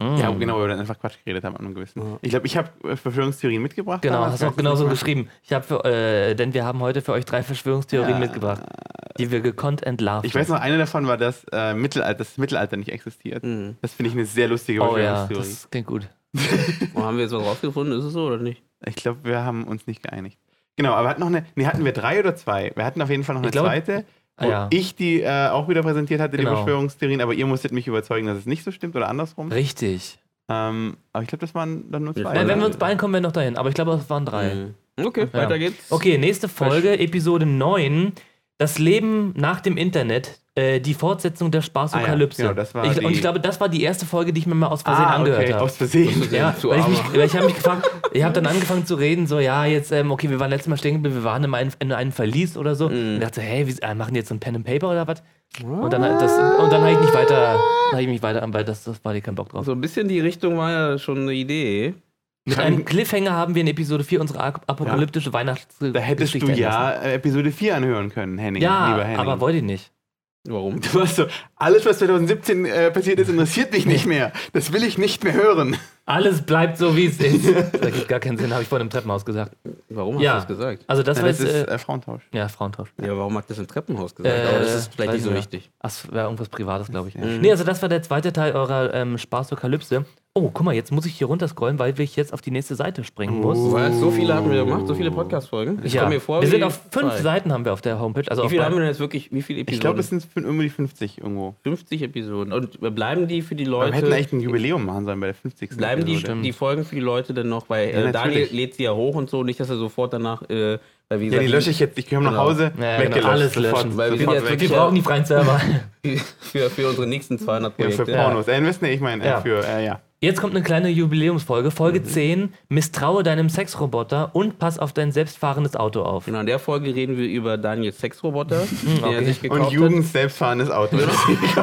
Speaker 1: Mm.
Speaker 3: Ja, genau, weil wir dann einfach Quatsch geredet haben an einem gewissen.
Speaker 2: Ja.
Speaker 3: Ich glaube, ich habe Verschwörungstheorien mitgebracht.
Speaker 1: Genau,
Speaker 3: damals,
Speaker 1: hast du
Speaker 3: kannst
Speaker 1: auch
Speaker 3: du
Speaker 1: genauso
Speaker 3: nicht
Speaker 1: geschrieben. Ich hab für, äh, denn wir haben heute für euch drei Verschwörungstheorien
Speaker 3: Ja.
Speaker 1: mitgebracht, die wir gekonnt
Speaker 3: machen.
Speaker 1: entlarven.
Speaker 3: Ich weiß noch, eine davon war, dass, äh, Mittelalter, dass das Mittelalter nicht existiert.
Speaker 1: Hm.
Speaker 2: Mhm.
Speaker 3: Das finde ich eine sehr lustige
Speaker 1: Oh ja,
Speaker 3: Verschwörungstheorie.
Speaker 1: das klingt gut.
Speaker 2: Und haben wir jetzt was rausgefunden? Ist es so oder nicht?
Speaker 3: Ich glaube, wir haben uns nicht geeinigt. Genau, aber hat noch eine. Nee, hatten wir drei oder zwei? Wir hatten auf jeden Fall noch eine
Speaker 1: Ich glaube-
Speaker 3: zweite, wo
Speaker 1: Ah, ja.
Speaker 3: ich die äh, auch wieder präsentiert hatte, die
Speaker 1: Genau.
Speaker 3: Verschwörungstheorien, aber ihr musstet mich überzeugen, dass es nicht so stimmt oder andersrum.
Speaker 1: Richtig.
Speaker 3: Ähm, aber ich glaube, das waren dann nur zwei.
Speaker 1: Nein, wenn wir
Speaker 3: oder?
Speaker 1: uns beeilen, kommen wir noch dahin. Aber ich glaube, es waren
Speaker 3: Äh,
Speaker 1: drei.
Speaker 2: Mhm. Okay,
Speaker 1: Ja.
Speaker 2: weiter geht's.
Speaker 1: Okay, nächste Folge, Episode 9. Das Leben nach dem Internet, äh, die Fortsetzung der Spaßokalypse.
Speaker 3: Ah ja, genau, das war
Speaker 1: ich, und
Speaker 3: die-
Speaker 1: ich glaube, das war die erste Folge, die ich mir mal aus Versehen
Speaker 3: ah,
Speaker 1: angehört
Speaker 3: okay,
Speaker 1: habe.
Speaker 3: aus Versehen.
Speaker 1: Ja,
Speaker 2: zu
Speaker 1: weil ich, mich,
Speaker 2: aber.
Speaker 1: weil ich habe mich gefragt, ich habe dann angefangen zu reden, so, ja, jetzt, ähm, okay, wir waren letztes Mal stehen geblieben, wir waren in einem, in einem Verlies oder so. Und dachte, hey, wie, äh, machen die jetzt so ein Pen and Paper oder was? Und dann, halt das- und dann habe ich nicht weiter, dann hab ich mich weiter, weil das, das war die keinen Bock drauf.
Speaker 2: So ein bisschen die Richtung war ja schon eine Idee.
Speaker 1: Mit einem Cliffhanger haben wir in Episode 4 unsere ap- apokalyptische Weihnachtsgeschichte.
Speaker 3: Da hättest du
Speaker 1: enden lassen.
Speaker 3: ja äh, Episode 4 anhören können, Henning. lieber
Speaker 1: Ja,
Speaker 3: Henning.
Speaker 1: aber wollte ich nicht.
Speaker 2: Warum?
Speaker 3: Du warst so, alles, was 2017 äh, passiert ist, interessiert mich nicht mehr. Das will ich nicht mehr hören.
Speaker 1: Alles bleibt so, wie es ist. Das ergibt gar keinen Sinn, habe ich vorhin im Treppenhaus gesagt.
Speaker 2: Warum hast
Speaker 1: Ja.
Speaker 2: du das gesagt?
Speaker 1: Also das
Speaker 3: Ja,
Speaker 1: war
Speaker 3: das
Speaker 1: jetzt,
Speaker 3: ist
Speaker 1: äh,
Speaker 3: äh, Frauentausch.
Speaker 1: ja, Frauentausch.
Speaker 2: Ja, warum hat das im Treppenhaus gesagt? Aber das ist vielleicht
Speaker 1: Äh, weiß
Speaker 2: nicht so
Speaker 1: mehr.
Speaker 2: wichtig. Mhm.
Speaker 1: Ach, es war irgendwas Privates, glaube ich. Nee, also das war der zweite Teil eurer ähm, Spaß-Okalypse. oh, guck mal, jetzt muss ich hier runterscrollen, weil ich jetzt auf die nächste Seite springen muss.
Speaker 2: Was? So viele haben wir gemacht, so viele Podcast-Folgen. Oh, Ich
Speaker 1: Ja.
Speaker 2: komme mir vor.
Speaker 1: wir
Speaker 2: wie
Speaker 1: sind auf fünf
Speaker 2: zwei.
Speaker 1: Seiten haben wir auf der Homepage. Also
Speaker 2: Wie
Speaker 1: auf
Speaker 2: viele haben
Speaker 1: meinem-
Speaker 2: wir denn jetzt wirklich? Wie viele Episoden?
Speaker 3: Ich glaube, es sind fün- um die 50 irgendwo.
Speaker 2: 50 Episoden. Und bleiben die für die
Speaker 3: Wir hätten
Speaker 2: Leute.
Speaker 3: echt ein Jubiläum machen sollen bei der 50.
Speaker 2: Bleiben die,
Speaker 3: Episode.
Speaker 2: die Folgen für die Leute denn noch? Weil äh, Daniel
Speaker 3: Ja, natürlich.
Speaker 2: lädt sie ja hoch und so, nicht, dass er sofort danach. Äh, weil wie
Speaker 3: Ja, die
Speaker 2: gesagt,
Speaker 3: lösche ich jetzt. Ich komme nach
Speaker 2: Genau.
Speaker 3: Hause.
Speaker 1: Ja,
Speaker 3: weggelöscht.
Speaker 1: genau, alles löschen.
Speaker 3: Sofort,
Speaker 2: Weil wir
Speaker 3: sofort
Speaker 2: sind jetzt
Speaker 3: weg.
Speaker 1: Wir brauchen die freien Server.
Speaker 2: für, für unsere nächsten 200
Speaker 3: Ja,
Speaker 2: Projekte.
Speaker 3: für Pornos. Äh, Invest, nee, ich meine, äh,
Speaker 1: Ja.
Speaker 3: für, äh, ja.
Speaker 1: Jetzt kommt eine kleine Jubiläumsfolge. Folge
Speaker 2: Mhm.
Speaker 1: 10. Misstraue deinem Sexroboter und pass auf dein selbstfahrendes Auto auf.
Speaker 2: Genau, in der Folge reden wir über Daniels Sexroboter, den er
Speaker 1: okay.
Speaker 2: sich
Speaker 3: Mhm, Und
Speaker 2: gekauft
Speaker 3: Jugend selbstfahrendes Auto.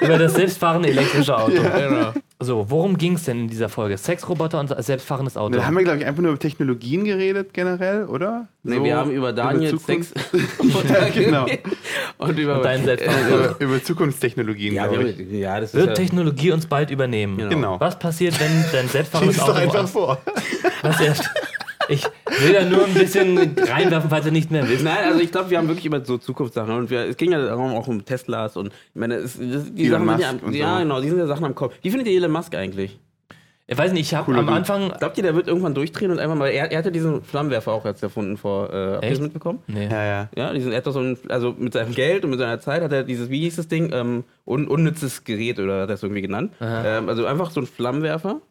Speaker 1: Über das selbstfahrende elektrische Auto.
Speaker 2: hat. Genau.
Speaker 1: So, worum ging es denn in dieser Folge? Sexroboter und selbstfahrendes Auto.
Speaker 3: Da haben wir, glaube ich, einfach nur über Technologien geredet, generell, oder?
Speaker 2: Nee, wir haben über Daniels
Speaker 3: Zukunft-
Speaker 2: Sexroboter
Speaker 3: Genau.
Speaker 2: Und über
Speaker 1: Und dein selbstfahrendes Auto.
Speaker 3: über, über Zukunftstechnologien,
Speaker 2: Ja,
Speaker 3: glaube
Speaker 2: wir,
Speaker 3: ich.
Speaker 2: ja, das ist
Speaker 1: Wird
Speaker 2: ja,
Speaker 1: Technologie uns bald übernehmen?
Speaker 3: Genau.
Speaker 1: Was passiert, wenn dein
Speaker 3: Lies
Speaker 1: selbstfahrendes
Speaker 3: es doch
Speaker 1: Auto...
Speaker 3: einfach vor.
Speaker 1: Was erst? Ich will da nur ein bisschen reinwerfen, falls ihr nicht mehr wisst.
Speaker 2: Nein, also ich glaube, wir haben wirklich über so Zukunftssachen und wir, es ging ja darum auch um Teslas und ich meine, es, das, die
Speaker 3: Elon
Speaker 2: Sachen sind ja,
Speaker 3: Musk
Speaker 2: am-
Speaker 3: und
Speaker 2: ja
Speaker 3: so.
Speaker 2: genau, die sind ja Sachen am Kopf. Wie findet ihr Elon Musk eigentlich?
Speaker 1: Ich weiß nicht, ich habe
Speaker 3: Cooler
Speaker 1: am
Speaker 3: Dude.
Speaker 1: Anfang...
Speaker 2: Glaubt ihr, der wird irgendwann durchdrehen und einfach mal, er, er hatte diesen Flammenwerfer auch jetzt erfunden vor, äh, habt ihr das
Speaker 1: Echt?
Speaker 2: mitbekommen?
Speaker 1: Nee.
Speaker 3: Ja, ja.
Speaker 2: Ja, diesen, er hat doch so ein, also mit seinem Geld und mit seiner Zeit hat er dieses, wie hieß das Ding, ähm, un, unnützes Gerät oder hat er es irgendwie genannt.
Speaker 1: Aha.
Speaker 2: Ähm, also einfach so ein Flammenwerfer.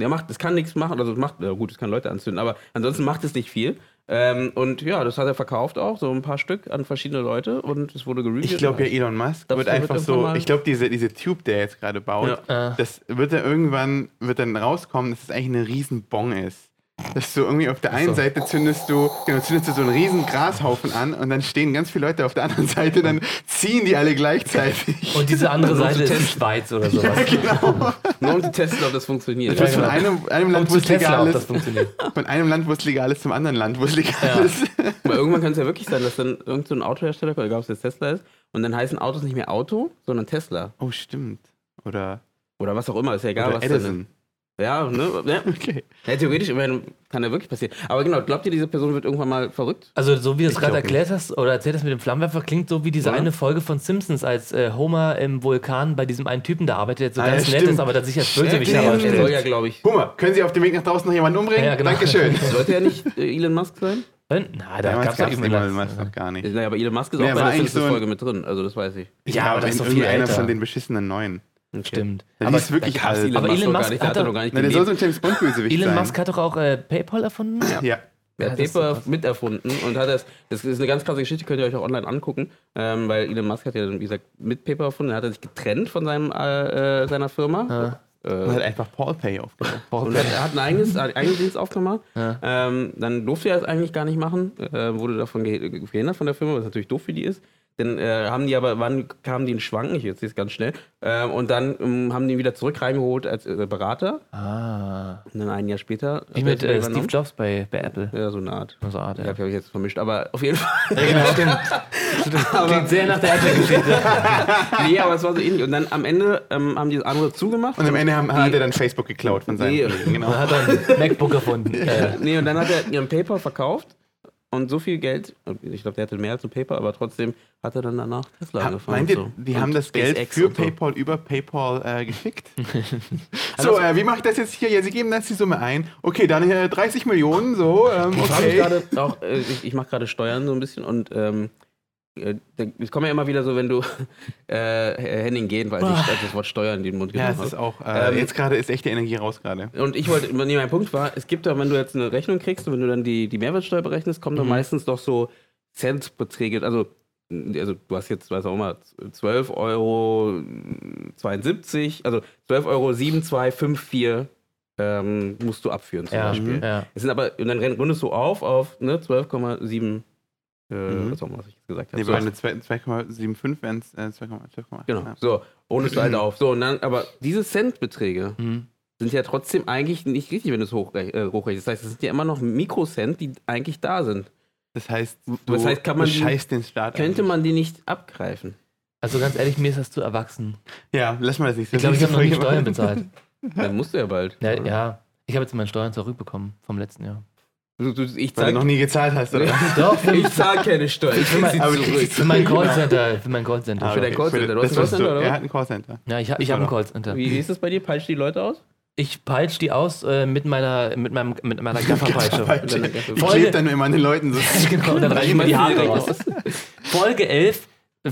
Speaker 2: Der macht, das kann nichts machen, also es macht, ja gut, es kann Leute anzünden, aber ansonsten macht es nicht viel. Ähm, und ja, das hat er verkauft auch, so ein paar Stück an verschiedene Leute und es wurde gereviewt.
Speaker 3: Ich glaube ja, Elon
Speaker 2: Glaubst
Speaker 3: Musk wird
Speaker 2: du, der
Speaker 3: einfach
Speaker 2: wird
Speaker 3: so,
Speaker 2: irgendwann mal-
Speaker 3: ich glaube, diese, diese Tube, der jetzt gerade baut,
Speaker 1: Ja. Äh.
Speaker 3: das wird dann irgendwann, wird dann rauskommen, dass es eigentlich eine riesen Bong ist. Dass du irgendwie auf der einen Seite zündest du, genau, zündest du so einen riesen Grashaufen an und dann stehen ganz viele Leute auf der anderen Seite, dann ziehen die alle gleichzeitig.
Speaker 1: Und diese andere
Speaker 2: Nur zu
Speaker 1: Seite ist
Speaker 2: testen.
Speaker 1: die Schweiz oder sowas.
Speaker 3: genau.
Speaker 2: Nur um zu testen, ob das funktioniert.
Speaker 3: Du bist von einem, einem
Speaker 1: Um
Speaker 3: Land, wo
Speaker 1: zu
Speaker 3: es
Speaker 1: testen,
Speaker 3: legal
Speaker 1: ob das
Speaker 3: ist,
Speaker 1: funktioniert.
Speaker 3: von einem Land, wo es legal ist, zum anderen Land, wo es legal
Speaker 1: Ja.
Speaker 3: ist.
Speaker 2: Aber irgendwann kann es ja wirklich sein, dass dann irgendein so ein Autohersteller, oder egal ob es jetzt Tesla ist, und dann heißen Autos nicht mehr Auto, sondern Tesla.
Speaker 3: Oh, stimmt. Oder,
Speaker 2: Oder was auch immer, ist ja egal,
Speaker 3: oder
Speaker 2: was dann-
Speaker 3: Edison.
Speaker 2: Ja, ne? Ja.
Speaker 3: Okay.
Speaker 2: Ja, theoretisch, ich meine, kann ja wirklich passieren. Aber genau, glaubt ihr, diese Person wird irgendwann mal verrückt?
Speaker 1: Also so wie du es
Speaker 3: Ich
Speaker 1: gerade
Speaker 3: glaub
Speaker 1: erklärt hast oder erzählt hast mit dem Flammenwerfer, klingt so wie diese
Speaker 2: Ja.
Speaker 1: eine Folge von Simpsons, als äh, Homer im Vulkan bei diesem einen Typen da arbeitet, der so
Speaker 3: Ah, ja,
Speaker 1: ganz nett
Speaker 3: stimmt.
Speaker 1: ist, aber der sich als
Speaker 2: Wirklich,
Speaker 1: Bösewicht
Speaker 3: Ja,
Speaker 2: aber
Speaker 3: stimmt.
Speaker 2: er soll
Speaker 1: darstellt.
Speaker 2: ja, glaube ich.
Speaker 3: Hummer, können Sie auf dem Weg nach draußen noch jemanden umbringen?
Speaker 1: Ja, genau.
Speaker 3: Dankeschön.
Speaker 2: Sollte er nicht äh, Elon Musk sein?
Speaker 1: Na, da
Speaker 3: Damals
Speaker 1: gab's
Speaker 3: gab
Speaker 1: gab
Speaker 3: es
Speaker 1: es
Speaker 3: Elon Musk noch gar nicht.
Speaker 2: Naja, aber Elon Musk ist
Speaker 3: Nee,
Speaker 2: auch
Speaker 3: er
Speaker 2: bei
Speaker 3: war
Speaker 2: der
Speaker 3: eigentlich so ein-
Speaker 2: Simpsons-Folge mit drin, also das weiß ich.
Speaker 1: Ja, aber das ist doch viel
Speaker 3: irgendeiner
Speaker 1: älter.
Speaker 3: von den beschissenen Neuen.
Speaker 1: Stimmt.
Speaker 3: Also Aber ist wirklich
Speaker 2: Gab's
Speaker 3: alt.
Speaker 1: Aber Elon
Speaker 2: doch
Speaker 1: Musk
Speaker 2: gar nicht,
Speaker 1: hat
Speaker 2: der er
Speaker 1: doch-
Speaker 2: doch gar nicht
Speaker 3: Na, der soll so
Speaker 2: gelebt.
Speaker 3: ein James Bond Bösewicht sein.
Speaker 1: Elon Musk hat doch auch äh, PayPal erfunden.
Speaker 3: Ja.
Speaker 2: Der
Speaker 1: Ja,
Speaker 2: hat
Speaker 1: das ist
Speaker 2: Paper
Speaker 1: krass.
Speaker 2: miterfunden und hat das, das ist eine ganz krasse Geschichte, könnt ihr euch auch online angucken, ähm, weil Elon Musk hat ja, dann, wie gesagt, mit Paper erfunden, dann hat er sich getrennt von seinem, äh, äh, seiner Firma. Äh,
Speaker 3: Und hat einfach Paul Pay aufgenommen.
Speaker 1: Ah.
Speaker 2: Und er er hat ein eigenes, einen eigenen Dienst aufgemacht. Ähm, dann durfte er es eigentlich gar nicht machen, äh, wurde davon ge gehindert von der Firma, was natürlich doof für die ist. Dann äh, haben die aber, wann kamen die in Schwanken? Ich jetzt sehe es ganz schnell. Ähm, und dann ähm, haben die ihn wieder zurück reingeholt als äh, Berater.
Speaker 1: Ah.
Speaker 2: Und dann ein Jahr später.
Speaker 1: Wie
Speaker 2: hat
Speaker 1: mit
Speaker 2: er
Speaker 1: äh,
Speaker 2: es wieder
Speaker 1: Steve
Speaker 2: übernommen.
Speaker 1: Jobs bei, bei Apple.
Speaker 2: Ja, so eine Art.
Speaker 1: So eine Art,
Speaker 2: ja.
Speaker 1: ja.
Speaker 2: Ich habe ich jetzt vermischt, aber auf jeden Fall.
Speaker 1: genau, stimmt. Klingt sehr nach der Apple-Geschichte.
Speaker 2: nee, aber es war so ähnlich. Und dann am Ende ähm, haben die das andere zugemacht.
Speaker 3: Und am Ende haben, hat
Speaker 2: Die-
Speaker 3: er dann Facebook geklaut von seinen
Speaker 2: Nee.
Speaker 3: Kollegen.
Speaker 1: Man
Speaker 3: Genau.
Speaker 1: hat dann MacBook erfunden. Äh,
Speaker 2: nee, und dann hat er ihren Paper verkauft und so viel Geld, und ich glaube, der hatte mehr als ein Paper, aber trotzdem hat er dann danach Tesla
Speaker 3: Ha-
Speaker 2: angefangen.
Speaker 3: Meint
Speaker 2: und
Speaker 3: ihr,
Speaker 2: so.
Speaker 3: die
Speaker 2: Und
Speaker 3: haben das Geld
Speaker 2: SpaceX
Speaker 3: für
Speaker 2: und so.
Speaker 3: PayPal über PayPal äh, geschickt? so, äh, wie mache ich das jetzt hier? Ja, sie geben jetzt die Summe ein. Okay, dann äh, 30 Millionen, so. Ähm,
Speaker 2: Ich frage mich
Speaker 3: okay.
Speaker 2: gerade auch, äh, ich, ich mache gerade Steuern so ein bisschen und ähm, äh, da- es kommen ja immer wieder so, wenn du äh, Henning gehen, weil ich als das Wort Steuern in den Mund
Speaker 3: Ah. Ja,
Speaker 2: genommen
Speaker 3: es ist
Speaker 2: habe.
Speaker 3: auch, äh,
Speaker 2: Ähm,
Speaker 3: jetzt gerade ist echt die Energie raus gerade.
Speaker 2: Und ich wollte, nee, mein Punkt war, es gibt doch, wenn du jetzt eine Rechnung kriegst und wenn du dann die, die Mehrwertsteuer berechnest, kommen doch meistens doch so Centbeträge, also, also du hast jetzt, weiß auch immer, 12 Euro 72, also 12 Euro 7254 ähm, musst du abführen zum
Speaker 1: ja, Mhm.
Speaker 2: Beispiel.
Speaker 1: ja.
Speaker 2: Es sind aber, und dann renn- rundest du auf auf ne, 12,7, äh, was auch immer, was ich jetzt gesagt habe.
Speaker 3: Nee, bei einer 2- 2,75 wären es äh, 2,8.
Speaker 2: genau, so, rundest du halt auf. So, und dann, aber diese Centbeträge,
Speaker 1: Hm.
Speaker 2: sind ja trotzdem eigentlich nicht richtig, wenn du es hochrech äh, hochrechnest. Das heißt, es sind ja immer noch Mikrocent, die eigentlich da sind.
Speaker 3: Das heißt, du
Speaker 2: Das heißt, kann man die-
Speaker 3: scheißt den Staat
Speaker 2: Könnte
Speaker 3: an.
Speaker 2: man die nicht abgreifen?
Speaker 1: Also ganz ehrlich, mir ist das zu erwachsen.
Speaker 3: Ja, lass mal das nicht.
Speaker 1: Ich glaube, ich habe noch nie Steuern bezahlt.
Speaker 2: Dann musst du ja bald.
Speaker 1: Ja,
Speaker 2: oder?
Speaker 1: ja. ich habe jetzt meine Steuern zurückbekommen vom letzten Jahr.
Speaker 2: Du, du, ich
Speaker 3: Weil du noch
Speaker 2: zahle
Speaker 3: nie gezahlt hast, oder?
Speaker 1: Doch,
Speaker 2: ich zahl keine Steuer. Ich krieg sie
Speaker 3: Aber du
Speaker 2: zurück.
Speaker 3: kriegst
Speaker 1: für mein Callcenter. Für mein Callcenter.
Speaker 2: Für dein Callcenter. Du hast
Speaker 3: Ah, Das,
Speaker 2: ein
Speaker 3: was
Speaker 2: Callcenter,
Speaker 3: du,
Speaker 2: oder was?
Speaker 3: er hat ein Callcenter.
Speaker 1: Ja, ich, ich habe ein Callcenter.
Speaker 2: Wie ist das bei dir? Peitscht die Leute aus?
Speaker 1: Ich peitsche die aus äh, mit meiner, mit meinem, mit meiner Gafferpeitsche.
Speaker 3: Falsch. Die
Speaker 1: Folge-
Speaker 3: klebt dann nur immer an den Leuten so.
Speaker 1: genau, und dann reiche ich mir die
Speaker 2: schmeißen die
Speaker 1: Haare
Speaker 2: direkt
Speaker 1: raus. Folge 11.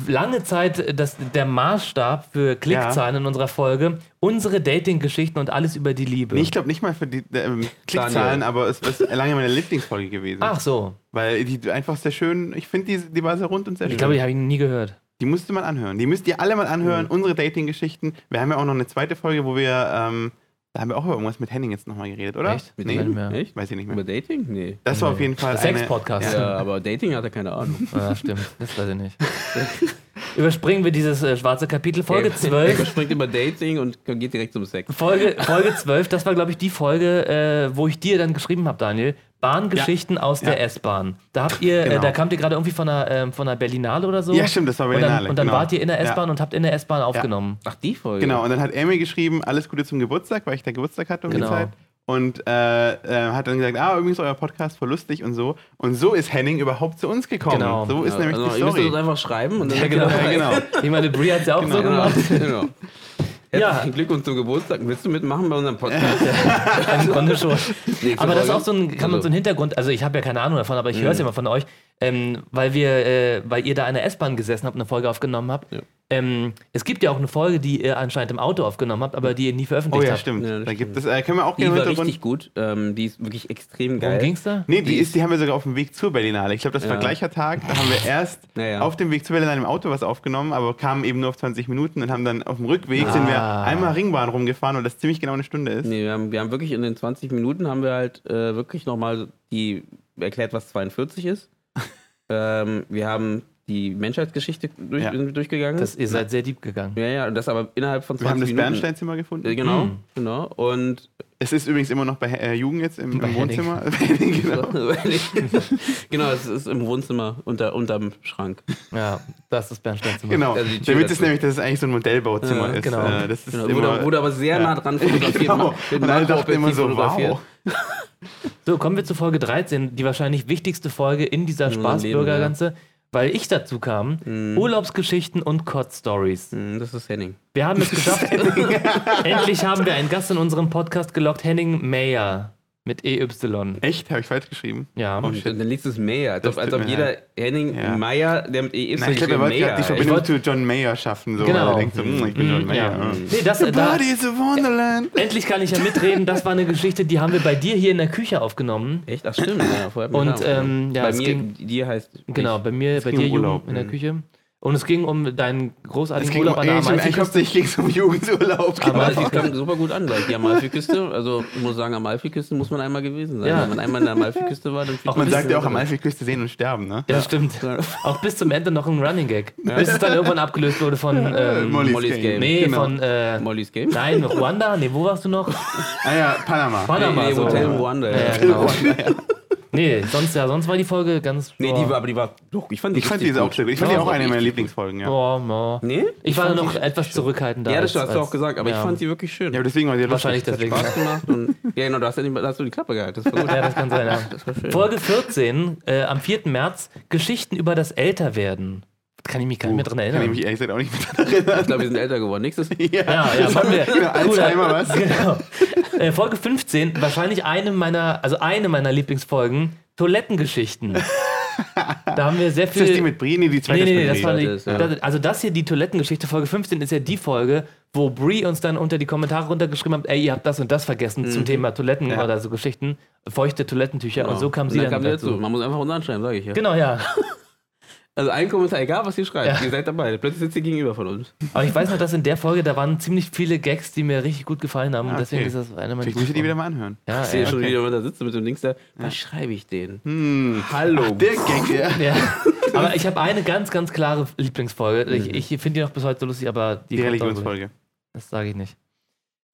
Speaker 1: Lange Zeit äh, das, der Maßstab für Klickzahlen in unserer Folge. Unsere Dating-Geschichten und alles über die Liebe.
Speaker 3: Nee, ich glaube nicht mal für die ähm, Klickzahlen, aber es ist lange meine Lieblingsfolge gewesen.
Speaker 1: Ach so.
Speaker 3: Weil die einfach sehr schön, ich finde, die, die war sehr rund und sehr schön.
Speaker 1: Ich glaube, die habe ich Mhm. noch nie gehört.
Speaker 3: Die musste man anhören. Die müsst ihr alle mal anhören, unsere Dating-Geschichten. Wir haben ja auch noch eine zweite Folge, wo wir, ähm, da haben wir auch über irgendwas mit Henning jetzt nochmal geredet, oder?
Speaker 1: Echt? Mit
Speaker 3: Nee,
Speaker 1: dem Henning, ja.
Speaker 2: Echt?
Speaker 3: weiß ich nicht
Speaker 2: Über
Speaker 3: mehr.
Speaker 2: Dating? Nee.
Speaker 3: Das war auf jeden Fall eine...
Speaker 1: Sex-Podcast.
Speaker 2: Ja, aber Dating hat er keine Ahnung.
Speaker 1: Ja, stimmt. Das weiß ich nicht. Überspringen wir dieses äh, schwarze Kapitel. Folge
Speaker 2: Er-
Speaker 1: 12.
Speaker 2: Er springt über Dating und geht direkt zum Sex.
Speaker 1: Folge, Folge 12, das war, glaube ich, die Folge, äh, wo ich dir dann geschrieben habe, Daniel. Bahngeschichten aus der
Speaker 3: Ja.
Speaker 1: S-Bahn. Da habt ihr, äh,
Speaker 3: Genau.
Speaker 1: da kamt ihr gerade irgendwie von einer, ähm, von einer Berlinale oder so.
Speaker 3: Ja, stimmt, das war
Speaker 1: Und dann,
Speaker 3: Berlinale,
Speaker 1: und dann
Speaker 3: genau.
Speaker 1: wart ihr in der
Speaker 3: Ja.
Speaker 1: S-Bahn und habt in der S-Bahn aufgenommen.
Speaker 2: Ach, die Folge?
Speaker 3: Genau, und dann hat er mir geschrieben, alles Gute zum Geburtstag, weil ich da Geburtstag hatte um
Speaker 1: Genau.
Speaker 3: die Zeit. Und äh, äh, hat dann gesagt, ah, übrigens euer Podcast voll lustig und so. Und so ist Henning überhaupt zu uns gekommen.
Speaker 1: Genau.
Speaker 3: So ist
Speaker 2: Ja,
Speaker 3: nämlich
Speaker 2: also,
Speaker 3: die
Speaker 2: ihr müsst
Speaker 3: Story.
Speaker 2: uns einfach schreiben und dann
Speaker 1: Ja, genau.
Speaker 3: Ja, genau.
Speaker 1: Ich meine, Brie hat es ja auch so
Speaker 2: Genau.
Speaker 1: gemacht.
Speaker 2: genau.
Speaker 1: Ja.
Speaker 2: Herzlichen Glückwunsch zum Geburtstag. Willst du mitmachen bei unserem Podcast?
Speaker 1: Im Grunde schon.
Speaker 2: Genau. Nächste
Speaker 1: aber das ist
Speaker 2: Folge.
Speaker 1: auch so ein, kann man so einen Hintergrund, also ich habe ja keine Ahnung davon, aber ich höre es ja mal von euch, ähm, weil wir, äh, weil ihr da in der S-Bahn gesessen habt und eine Folge aufgenommen habt.
Speaker 2: Ja.
Speaker 1: Ähm, es gibt ja auch eine Folge, die ihr anscheinend im Auto aufgenommen habt, aber die ihr nie
Speaker 3: Oh
Speaker 1: veröffentlicht
Speaker 3: ja,
Speaker 1: habt.
Speaker 3: stimmt.
Speaker 2: Ja, das
Speaker 3: da gibt es, äh, können wir auch
Speaker 2: Die
Speaker 3: gerne
Speaker 2: war
Speaker 3: Hintergrund.
Speaker 2: richtig gut. Ähm, die ist wirklich extrem geil.
Speaker 1: Worum ging's da?
Speaker 3: Nee, die, ist, die haben wir sogar auf dem Weg zur Berlinale. Ich glaube, das war
Speaker 2: Ja.
Speaker 3: gleicher Tag. Da haben wir erst
Speaker 2: Ja, ja.
Speaker 3: auf dem Weg zur Berlinale im Auto was aufgenommen, aber kamen eben nur auf 20 Minuten und haben dann auf dem Rückweg sind wir
Speaker 1: Ah.
Speaker 3: einmal Ringbahn rumgefahren, weil das ziemlich genau eine Stunde ist.
Speaker 2: Nee, wir haben, wir haben wirklich in den 20 Minuten haben wir halt äh, wirklich nochmal die erklärt, was 42 ist. ähm, wir haben die Menschheitsgeschichte durch,
Speaker 3: Ja.
Speaker 2: sind wir durchgegangen.
Speaker 1: Das, ihr seid sehr deep gegangen.
Speaker 2: ja, ja, und das aber innerhalb von 20
Speaker 3: Wir haben das
Speaker 2: Minuten.
Speaker 3: Bernsteinzimmer
Speaker 2: Äh,
Speaker 3: gefunden.
Speaker 2: Genau,
Speaker 1: Mhm.
Speaker 2: genau. Und
Speaker 3: Es ist übrigens immer noch bei äh, Jugend jetzt im,
Speaker 1: Bei
Speaker 3: im
Speaker 1: Henning. Also,
Speaker 3: Wohnzimmer. genau.
Speaker 2: genau, es ist im Wohnzimmer unter, unterm Schrank.
Speaker 1: Ja, das ist Bernsteinzimmer.
Speaker 3: Genau.
Speaker 2: Also die Tür
Speaker 3: der Witz ist
Speaker 2: dazu.
Speaker 3: nämlich, dass es eigentlich so ein Modellbauzimmer
Speaker 2: Ja,
Speaker 3: ist.
Speaker 1: genau.
Speaker 3: Äh, das ist
Speaker 2: Genau,
Speaker 3: immer,
Speaker 2: wurde, wurde aber sehr
Speaker 3: ja.
Speaker 2: nah dran fotografiert.
Speaker 3: genau.
Speaker 2: ma- mit
Speaker 3: Und alle dachten
Speaker 2: Makroobjektiv
Speaker 3: immer so,
Speaker 2: fotografiert.
Speaker 3: wow.
Speaker 1: So, kommen wir zu Folge 13, die wahrscheinlich wichtigste Folge in dieser
Speaker 2: unserem Leben, ja.
Speaker 1: Spaßbürgerganze, weil ich dazu kam. Urlaubsgeschichten und Kott-Stories.
Speaker 3: Mhm.
Speaker 2: Hm, Das ist Henning.
Speaker 1: Wir haben es geschafft. Endlich haben wir einen Gast in unserem Podcast gelockt, Henning Mayer mit EY.
Speaker 3: Echt? Habe ich falsch geschrieben?
Speaker 1: Ja.
Speaker 3: Oh,
Speaker 2: Und
Speaker 3: shit.
Speaker 2: dann liest es Mayer. Als
Speaker 3: Das
Speaker 2: ob, als
Speaker 3: tut
Speaker 2: ob
Speaker 3: mir
Speaker 2: jeder
Speaker 3: leid.
Speaker 2: Henning
Speaker 3: Ja.
Speaker 2: Meyer, der mit E ist,
Speaker 3: Nein, ich glaube, er wollte gerade die Verbindung
Speaker 1: wollt-
Speaker 3: zu John Mayer schaffen. So,
Speaker 1: Genau.
Speaker 3: weil er denkt so, hm, ich bin John
Speaker 1: Mm,
Speaker 3: Mayer.
Speaker 1: ja.
Speaker 3: Ja.
Speaker 1: Nee, das, da,
Speaker 3: Party is a Wonderland.
Speaker 1: endlich kann ich ja mitreden. Das war eine Geschichte, die haben wir bei dir hier in der Küche aufgenommen.
Speaker 2: Echt? Ach stimmt. Ja, vorher hat mir
Speaker 1: Und,
Speaker 2: keiner aufgefallen.
Speaker 1: ähm, ja,
Speaker 2: bei
Speaker 1: es
Speaker 2: mir,
Speaker 1: ging-
Speaker 2: dir heißt
Speaker 1: Genau, bei mir, bei
Speaker 3: ging
Speaker 1: dir
Speaker 3: um
Speaker 1: Jugend
Speaker 3: Urlaub,
Speaker 1: in der
Speaker 3: mhm.
Speaker 1: Küche. Und es ging um deinen großartigen
Speaker 3: Es ging um,
Speaker 1: Urlaub an der
Speaker 3: ey, stimmt, eigentlich
Speaker 1: Amalfiküste.
Speaker 3: hauptsächlich ging es um Jugendurlaub. genau.
Speaker 1: Aber-
Speaker 2: Aber es kam super gut an, gleich die Amalfiküste. Also ich muss sagen, Amalfiküste muss man einmal gewesen sein.
Speaker 1: Ja.
Speaker 2: Wenn man einmal in der Amalfiküste war, dann fühlt
Speaker 1: man
Speaker 3: Man sagt
Speaker 1: wissen,
Speaker 3: ja auch, am Alphi-Küste sehen und sterben, ne?
Speaker 1: Ja, stimmt. Auch bis zum Ende noch ein Running Gag. Bis es dann irgendwann abgelöst wurde von. Ähm,
Speaker 3: Molly's
Speaker 2: Molly's
Speaker 3: Game.
Speaker 2: Game.
Speaker 1: Nee,
Speaker 3: genau.
Speaker 1: von. Äh,
Speaker 2: Molly's Game.
Speaker 1: nein, Ruanda? Nee, wo warst du noch?
Speaker 3: Ah ja, Panama.
Speaker 1: Panama.
Speaker 2: nee,
Speaker 1: so.
Speaker 2: Hotel Rwanda.
Speaker 1: Ja,
Speaker 2: Ja.
Speaker 1: genau. Nee, sonst, ja, sonst war die Folge ganz.
Speaker 2: Nee,
Speaker 1: boah.
Speaker 2: die war, aber die war doch, ich fand die
Speaker 3: Ich fand
Speaker 2: richtig
Speaker 3: diese auch
Speaker 2: gut.
Speaker 3: sehr gut. Ich fand die
Speaker 1: Ja, Oh.
Speaker 3: auch
Speaker 1: war
Speaker 3: eine meiner
Speaker 2: richtig
Speaker 3: Lieblingsfolgen, ja.
Speaker 1: Boah, boah.
Speaker 2: Nee?
Speaker 1: Ich war
Speaker 2: fand
Speaker 1: noch
Speaker 2: die-
Speaker 1: etwas zurückhaltender.
Speaker 2: Ja, das
Speaker 1: als-
Speaker 2: hast du auch
Speaker 1: als-
Speaker 2: gesagt, aber ich
Speaker 1: ja.
Speaker 2: fand sie wirklich schön.
Speaker 3: Ja, aber deswegen war die
Speaker 1: Wahrscheinlich
Speaker 3: lustig.
Speaker 1: deswegen.
Speaker 2: Spaß gemacht. Und, ja, genau, da hast du die, da hast du die Klappe gehalten. Das war gut.
Speaker 1: Ja, das kann sein. Ja.
Speaker 2: Das war schön.
Speaker 1: Folge 14, äh, am 4. März, Geschichten über das Älterwerden. Kann ich mich gar nicht mehr
Speaker 2: Uh,
Speaker 1: dran
Speaker 3: Kann ich
Speaker 1: erinnern.
Speaker 3: mich ehrlich gesagt auch nicht mehr daran erinnern.
Speaker 2: Ich glaube, wir sind älter geworden. Nächstes
Speaker 1: Ja, ja, machen wir.
Speaker 3: Genau, Alzheimer, was?
Speaker 1: Genau. Äh, Folge 15, wahrscheinlich eine meiner, also eine meiner Lieblingsfolgen, Toilettengeschichten. Da haben wir sehr viel.
Speaker 3: Ist das die mit Brie? Nee, die zweite
Speaker 1: Äh, Nee, nee, nee,
Speaker 3: ist
Speaker 1: das
Speaker 3: mit
Speaker 1: war
Speaker 3: Brie.
Speaker 1: die,
Speaker 2: Das ist, ja.
Speaker 1: das, also das hier, die Toilettengeschichte, Folge 15, ist ja die Folge, wo Brie uns dann unter die Kommentare runtergeschrieben hat, ey, ihr habt das und das vergessen zum Thema Toiletten
Speaker 3: Ja.
Speaker 1: oder so Geschichten, feuchte Toilettentücher und so kam
Speaker 2: Genau. Und
Speaker 1: sie dann,
Speaker 2: kam der
Speaker 1: dazu.
Speaker 2: dazu. Man muss einfach uns anschreiben, sage ich ja.
Speaker 1: Genau, ja.
Speaker 2: Also ein Kommentar, egal was ihr schreibt,
Speaker 1: Ja.
Speaker 2: ihr seid dabei. Plötzlich sitzt ihr gegenüber von uns.
Speaker 1: Aber ich weiß noch, dass in der Folge, da waren ziemlich viele Gags, die mir richtig gut gefallen haben und
Speaker 3: Ah,
Speaker 1: deswegen
Speaker 3: okay.
Speaker 1: ist das eine meiner
Speaker 3: Vielleicht muss ich die wieder mal anhören.
Speaker 1: Ja,
Speaker 2: Ich
Speaker 1: ey.
Speaker 2: sehe schon wieder, wenn da sitzt mit dem Dings da. Was schreibe ich den?
Speaker 3: Hm.
Speaker 2: Hallo.
Speaker 3: Der Gag, ja.
Speaker 1: Ja. Aber ich habe eine ganz, ganz klare Lieblingsfolge. Ich, ich finde die noch bis heute so lustig, aber die,
Speaker 3: Die
Speaker 1: kommt auch
Speaker 3: Religionsfolge.
Speaker 1: durch. Das sage ich nicht.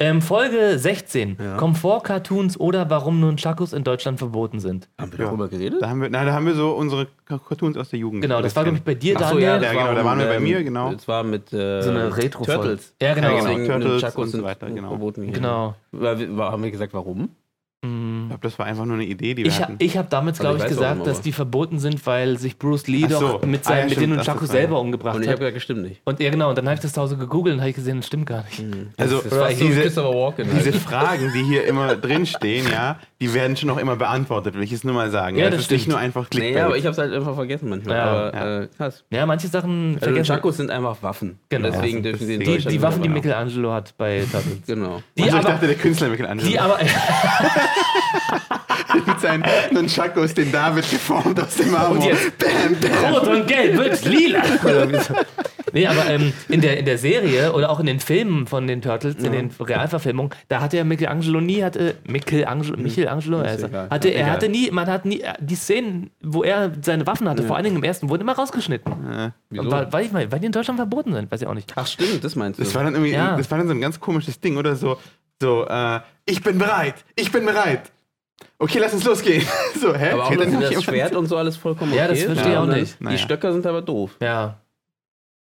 Speaker 1: Ähm, Folge 16.
Speaker 2: Ja.
Speaker 1: Komfort-Cartoons oder warum nun Chakos in Deutschland verboten sind.
Speaker 2: Haben wir
Speaker 3: Ja.
Speaker 2: darüber geredet?
Speaker 3: Da haben wir, na, da haben wir so unsere Cartoons aus der Jugend.
Speaker 1: Genau, das war, glaube ich, bei dir,
Speaker 2: Ach so,
Speaker 1: Daniel.
Speaker 3: ja,
Speaker 2: das
Speaker 3: genau,
Speaker 2: war
Speaker 3: da waren wir bei
Speaker 2: ähm,
Speaker 3: mir, genau.
Speaker 2: Das war mit äh,
Speaker 1: So eine Retro-Folge.
Speaker 2: Turtles.
Speaker 1: Ja, genau.
Speaker 3: Ja, genau.
Speaker 2: Turtles
Speaker 3: Turtles
Speaker 2: Chakos
Speaker 3: und so
Speaker 2: sind
Speaker 3: weiter, genau.
Speaker 2: verboten hier.
Speaker 1: Genau.
Speaker 2: Weil wir- war- Haben wir gesagt, warum?
Speaker 1: Mm,
Speaker 3: Ich glaub, das war einfach nur eine Idee, die wir
Speaker 1: Ich, ha-
Speaker 3: hatten.
Speaker 1: ich habe damals, glaube
Speaker 2: Also ich
Speaker 1: ich,
Speaker 2: weiß
Speaker 1: gesagt,
Speaker 2: warum,
Speaker 1: dass
Speaker 2: aber-
Speaker 1: die verboten sind, weil sich Bruce Lee
Speaker 3: Ach so.
Speaker 1: doch mit,
Speaker 3: Ah, ja,
Speaker 1: seinen, mit
Speaker 3: stimmt,
Speaker 1: denen und
Speaker 3: das
Speaker 1: Chaco
Speaker 3: ist wahr.
Speaker 1: selber umgebracht
Speaker 2: Und ich habe
Speaker 1: hat.
Speaker 2: gesagt, gestimmt nicht.
Speaker 1: Und ja, genau, und dann habe ich das zu Hause gegoogelt und habe ich gesehen, das stimmt gar nicht.
Speaker 3: also
Speaker 2: Das war
Speaker 3: diese-
Speaker 2: so Christopher Walken. Halt.
Speaker 3: Diese Fragen, die hier immer drinstehen, ja, die werden schon auch immer beantwortet, will ich es nur mal sagen. Also
Speaker 1: Ja,
Speaker 3: es
Speaker 1: das
Speaker 3: ist nicht
Speaker 1: stimmt.
Speaker 3: nur einfach Klick.
Speaker 2: Nee, aber ich hab's halt einfach vergessen manchmal.
Speaker 1: Ja,
Speaker 2: aber
Speaker 3: ja.
Speaker 2: Äh, krass.
Speaker 1: Ja, manche Sachen
Speaker 2: Also
Speaker 1: vergessen.
Speaker 2: Chacos sind einfach Waffen.
Speaker 1: Genau.
Speaker 2: Deswegen dürfen sie in
Speaker 3: Die-
Speaker 1: die,
Speaker 2: Deutschland
Speaker 1: die
Speaker 2: nicht
Speaker 1: Waffen, die
Speaker 2: dabei
Speaker 1: Michelangelo hat bei Tatooine.
Speaker 2: haben. Genau.
Speaker 1: Die
Speaker 3: also, ich
Speaker 1: aber.
Speaker 3: dachte, der Künstler Michelangelo
Speaker 1: Die aber
Speaker 3: mit seinen Nunchakos, den David geformt aus dem Marmor.
Speaker 1: Und jetzt-
Speaker 3: bam, bam.
Speaker 1: rot und gelb wird lila. Oder wie so. nee, aber ähm, in, der, in der Serie oder auch in den Filmen von den Turtles, in den Realverfilmungen, da hatte ja Michelangelo nie, hatte Michelangelo, Michelangelo er ist-
Speaker 2: egal.
Speaker 1: hatte,
Speaker 2: Ja,
Speaker 1: er
Speaker 2: egal.
Speaker 1: hatte nie, man hat nie, äh, die Szenen, wo er seine Waffen hatte, vor allen Dingen im ersten, wurden immer rausgeschnitten.
Speaker 2: Wieso?
Speaker 1: Weil, weil, ich mal, weil die in Deutschland verboten sind, weiß ich auch nicht.
Speaker 2: Ach stimmt, das meinst du.
Speaker 3: Das war dann irgendwie,
Speaker 1: Ja.
Speaker 3: das war dann so ein ganz komisches Ding, oder so, so, äh, ich bin bereit, ich bin bereit. Okay, lass uns losgehen. So, hä?
Speaker 2: aber auch
Speaker 3: Geht
Speaker 2: das,
Speaker 3: nicht
Speaker 2: das
Speaker 3: jemand?
Speaker 2: Schwert und so alles vollkommen okay.
Speaker 1: Ja, das verstehe ich auch
Speaker 2: Und dann-
Speaker 1: nicht.
Speaker 2: Die
Speaker 3: Naja.
Speaker 2: Stöcker sind aber doof.
Speaker 1: Ja.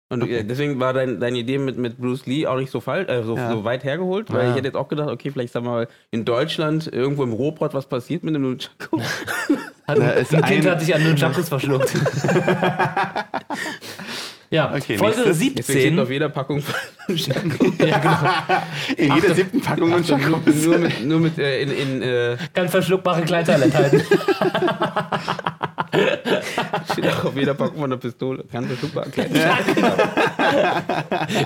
Speaker 2: Und äh, deswegen war dein, deine Idee mit, mit Bruce Lee auch nicht so, falsch, äh, so,
Speaker 3: Ja.
Speaker 2: so weit hergeholt, weil
Speaker 1: Ja.
Speaker 2: ich hätte jetzt auch gedacht, okay, vielleicht sag mal in Deutschland irgendwo im Ruhrpott was passiert mit dem Nunchaku.
Speaker 1: Hat,
Speaker 3: Da
Speaker 1: ein
Speaker 3: ist
Speaker 1: Kind
Speaker 3: ein-
Speaker 1: hat sich an den Jumpers verschluckt. ja,
Speaker 3: Okay,
Speaker 1: Folge
Speaker 3: nächstes.
Speaker 2: Deswegen steht
Speaker 1: 17.
Speaker 2: auf jeder Packung von Nunchaku.
Speaker 1: genau.
Speaker 3: In jeder siebten Packung Nunchakos.
Speaker 2: nur mit, nur mit äh, in, in äh,
Speaker 1: Kann verschluckbare Kleinteile enthalten.
Speaker 2: steht auch auf jeder Packung von einer Pistole. Kannst du super erklären.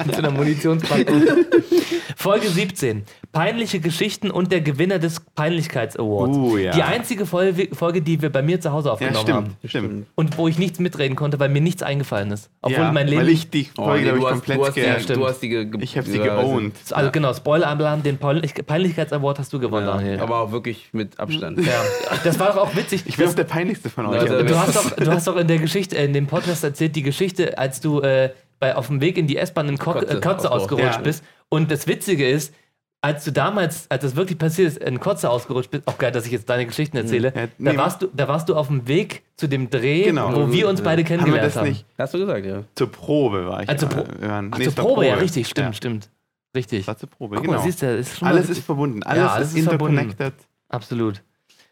Speaker 1: Mit so einer Munitionspackung. Folge 17. Peinliche Geschichten und der Gewinner des Peinlichkeits-Awards.
Speaker 3: Uh, ja.
Speaker 1: Die einzige Folge, Folge, die wir bei mir zu Hause
Speaker 3: Ja,
Speaker 1: aufgenommen
Speaker 3: stimmt,
Speaker 1: haben.
Speaker 3: stimmt.
Speaker 1: Und wo ich nichts mitreden konnte, weil mir nichts eingefallen ist. Obwohl
Speaker 3: ja,
Speaker 1: mein Leben. Oh,
Speaker 3: weil ich die Folge,
Speaker 2: nee,
Speaker 3: glaube ich,
Speaker 2: du hast-
Speaker 3: komplett
Speaker 2: du hast,
Speaker 3: ge-
Speaker 2: die, du hast die ge, ge-
Speaker 3: Ich habe sie
Speaker 2: ja,
Speaker 3: geowned.
Speaker 1: also genau, Spoiler-Alarm, den Peinlich Peinlichkeits-Award hast du gewonnen,
Speaker 2: Ja,
Speaker 1: Daniel.
Speaker 2: aber auch wirklich mit Abstand.
Speaker 1: ja. Das war doch auch witzig.
Speaker 3: Ich bin auch der peinlichste von euch.
Speaker 2: Also,
Speaker 3: aber-
Speaker 1: Du hast, doch, du hast doch in der Geschichte, in dem Podcast erzählt, die Geschichte, als du äh, bei, auf dem Weg in die S-Bahn in Ko
Speaker 2: Kotze
Speaker 1: äh, Kotze
Speaker 2: ausgerutscht.
Speaker 1: ausgerutscht
Speaker 3: Ja.
Speaker 1: bist. Und das Witzige ist, als du damals, als das wirklich passiert ist, in Kotze ausgerutscht bist, auch geil, dass ich jetzt deine Geschichten erzähle,
Speaker 3: Hm, Ja,
Speaker 1: da,
Speaker 3: nee,
Speaker 1: warst du, da warst du auf dem Weg zu dem Dreh,
Speaker 3: Genau.
Speaker 1: wo wir uns beide
Speaker 3: haben wir
Speaker 1: kennengelernt
Speaker 3: das
Speaker 1: haben.
Speaker 3: nicht?
Speaker 2: Hast du gesagt, ja.
Speaker 3: Zur Probe war ich.
Speaker 1: Ah, zur
Speaker 3: immer.
Speaker 1: Pro-
Speaker 3: Wir waren-
Speaker 1: Ach,
Speaker 3: nee,
Speaker 1: zur
Speaker 3: es war
Speaker 1: Probe, ja, richtig, stimmt, stimmt. Richtig.
Speaker 3: es war zur Probe,
Speaker 1: Guck
Speaker 3: genau.
Speaker 1: mal, siehst du, ist schon mal
Speaker 3: alles
Speaker 1: witzig.
Speaker 3: ist verbunden, alles,
Speaker 1: alles
Speaker 3: ist
Speaker 1: ist verbunden.
Speaker 3: interconnected.
Speaker 1: Absolut.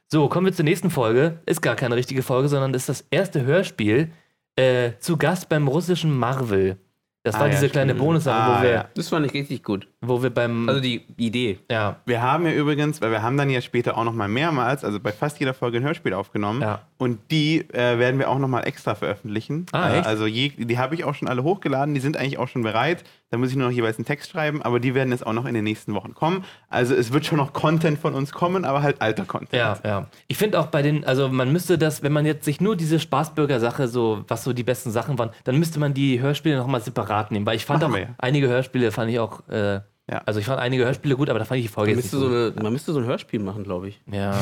Speaker 1: So, kommen wir zur nächsten Folge. Ist gar keine richtige Folge, sondern ist das erste Hörspiel äh, zu Gast beim russischen Marvel. Das
Speaker 3: Ah,
Speaker 1: war
Speaker 3: ja,
Speaker 1: diese kleine
Speaker 3: stimmt.
Speaker 1: Bonussache,
Speaker 3: Ah,
Speaker 1: wo, wir,
Speaker 3: ja.
Speaker 2: Das fand ich richtig gut.
Speaker 1: wo wir beim.
Speaker 2: Also die Idee.
Speaker 1: ja,
Speaker 3: Wir haben ja übrigens, weil wir haben dann ja später auch nochmal mehrmals, also bei fast jeder Folge ein Hörspiel aufgenommen.
Speaker 1: Ja.
Speaker 3: Und die äh, werden wir auch nochmal extra veröffentlichen.
Speaker 1: Ah,
Speaker 3: äh,
Speaker 1: echt?
Speaker 3: also je, die habe ich auch schon alle hochgeladen, die sind eigentlich auch schon bereit. Da muss ich nur noch jeweils einen Text schreiben, aber die werden jetzt auch noch in den nächsten Wochen kommen. Also es wird schon noch Content von uns kommen, aber halt alter Content.
Speaker 1: ja, ja. Ich finde auch bei den, also man müsste das, wenn man jetzt sich nur diese Spaßbürger-Sache, so, was so die besten Sachen waren, dann müsste man die Hörspiele nochmal separat nehmen. Weil ich fand
Speaker 3: Machen
Speaker 1: auch
Speaker 3: wir, ja.
Speaker 1: einige Hörspiele fand ich auch, äh,
Speaker 3: Ja.
Speaker 1: also ich fand einige Hörspiele gut, aber da fand ich die Folge
Speaker 2: Man
Speaker 1: jetzt
Speaker 2: müsste
Speaker 1: nicht
Speaker 2: so,
Speaker 1: gut.
Speaker 2: eine, man müsste so ein Hörspiel machen, glaube ich.
Speaker 1: Ja.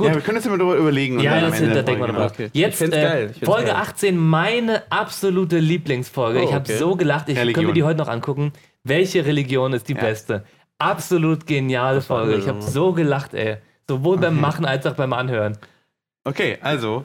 Speaker 3: Ja, wir können uns immer darüber überlegen. und
Speaker 1: Ja,
Speaker 3: dann am
Speaker 1: das
Speaker 3: Ende
Speaker 1: da
Speaker 3: der
Speaker 1: denkt man
Speaker 3: Folge
Speaker 1: aber.
Speaker 3: noch-
Speaker 2: Okay.
Speaker 1: Jetzt
Speaker 2: Ich find's
Speaker 1: äh,
Speaker 2: geil. Ich find's
Speaker 1: Folge
Speaker 2: geil.
Speaker 1: 18, meine absolute Lieblingsfolge.
Speaker 2: Oh,
Speaker 1: ich habe
Speaker 2: okay.
Speaker 1: so gelacht. Ich
Speaker 3: Religion.
Speaker 1: können wir die heute noch angucken. Welche Religion ist die beste? Absolut geniale Folge. Ich habe so gelacht, ey. Sowohl beim Machen als auch beim Anhören.
Speaker 3: Okay, also,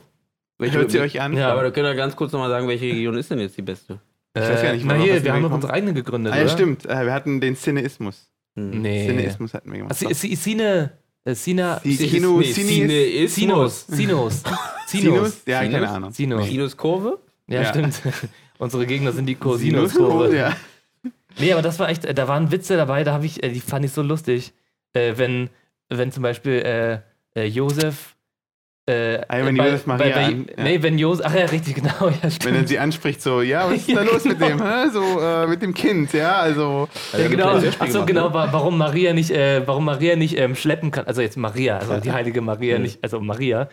Speaker 2: Welche-
Speaker 3: hört sie euch an? Ah,
Speaker 1: Ja.
Speaker 2: Aber da können wir ganz kurz nochmal sagen, welche Region ist denn jetzt die beste?
Speaker 1: Ich
Speaker 3: weiß gar nicht,
Speaker 1: Äh, na
Speaker 3: wann noch
Speaker 1: hier,
Speaker 3: was
Speaker 1: wir haben doch
Speaker 3: reinkommt.
Speaker 1: unsere eigene gegründet,
Speaker 3: Ah, ja,
Speaker 1: oder?
Speaker 3: stimmt. Äh, wir hatten den Cineismus.
Speaker 2: Hm.
Speaker 1: Nee.
Speaker 3: Cineismus hatten wir gemacht.
Speaker 1: Also, si- si- Sine, äh, Sina,
Speaker 3: Die Kino, Cine,
Speaker 2: Cine
Speaker 1: Sinus, Sinus, Sinus,
Speaker 3: Sinus? Ja,
Speaker 2: Sinus?
Speaker 3: keine Ahnung.
Speaker 1: Sinus.
Speaker 2: Sinuskurve?
Speaker 1: Ja,
Speaker 3: Ja.
Speaker 1: stimmt. Unsere Gegner sind die Cosinus-Kurve.
Speaker 3: Ja.
Speaker 1: Nee, aber das war echt, äh, da waren Witze dabei, da habe ich, äh, die fand ich so lustig. Äh, wenn, wenn zum Beispiel äh, äh, Josef. Äh,
Speaker 3: Ah, wenn Josef Maria an- ja.
Speaker 1: Nee, wenn Josef. Ach ja, richtig, genau. Ja,
Speaker 3: Wenn er
Speaker 1: stimmt.
Speaker 3: sie anspricht, so, ja, was ist
Speaker 1: Ja,
Speaker 3: da los mit dem? Hä? So, äh, mit dem Kind, ja, also.
Speaker 1: Ja,
Speaker 2: Also, wir
Speaker 1: genau.
Speaker 2: haben ein kleines Hörspiel
Speaker 1: Ach so,
Speaker 2: gemacht,
Speaker 1: genau,
Speaker 2: ne?
Speaker 1: wa- warum Maria nicht, äh, warum Maria nicht ähm, schleppen kann. Also jetzt Maria, also die heilige Maria nicht, also Maria.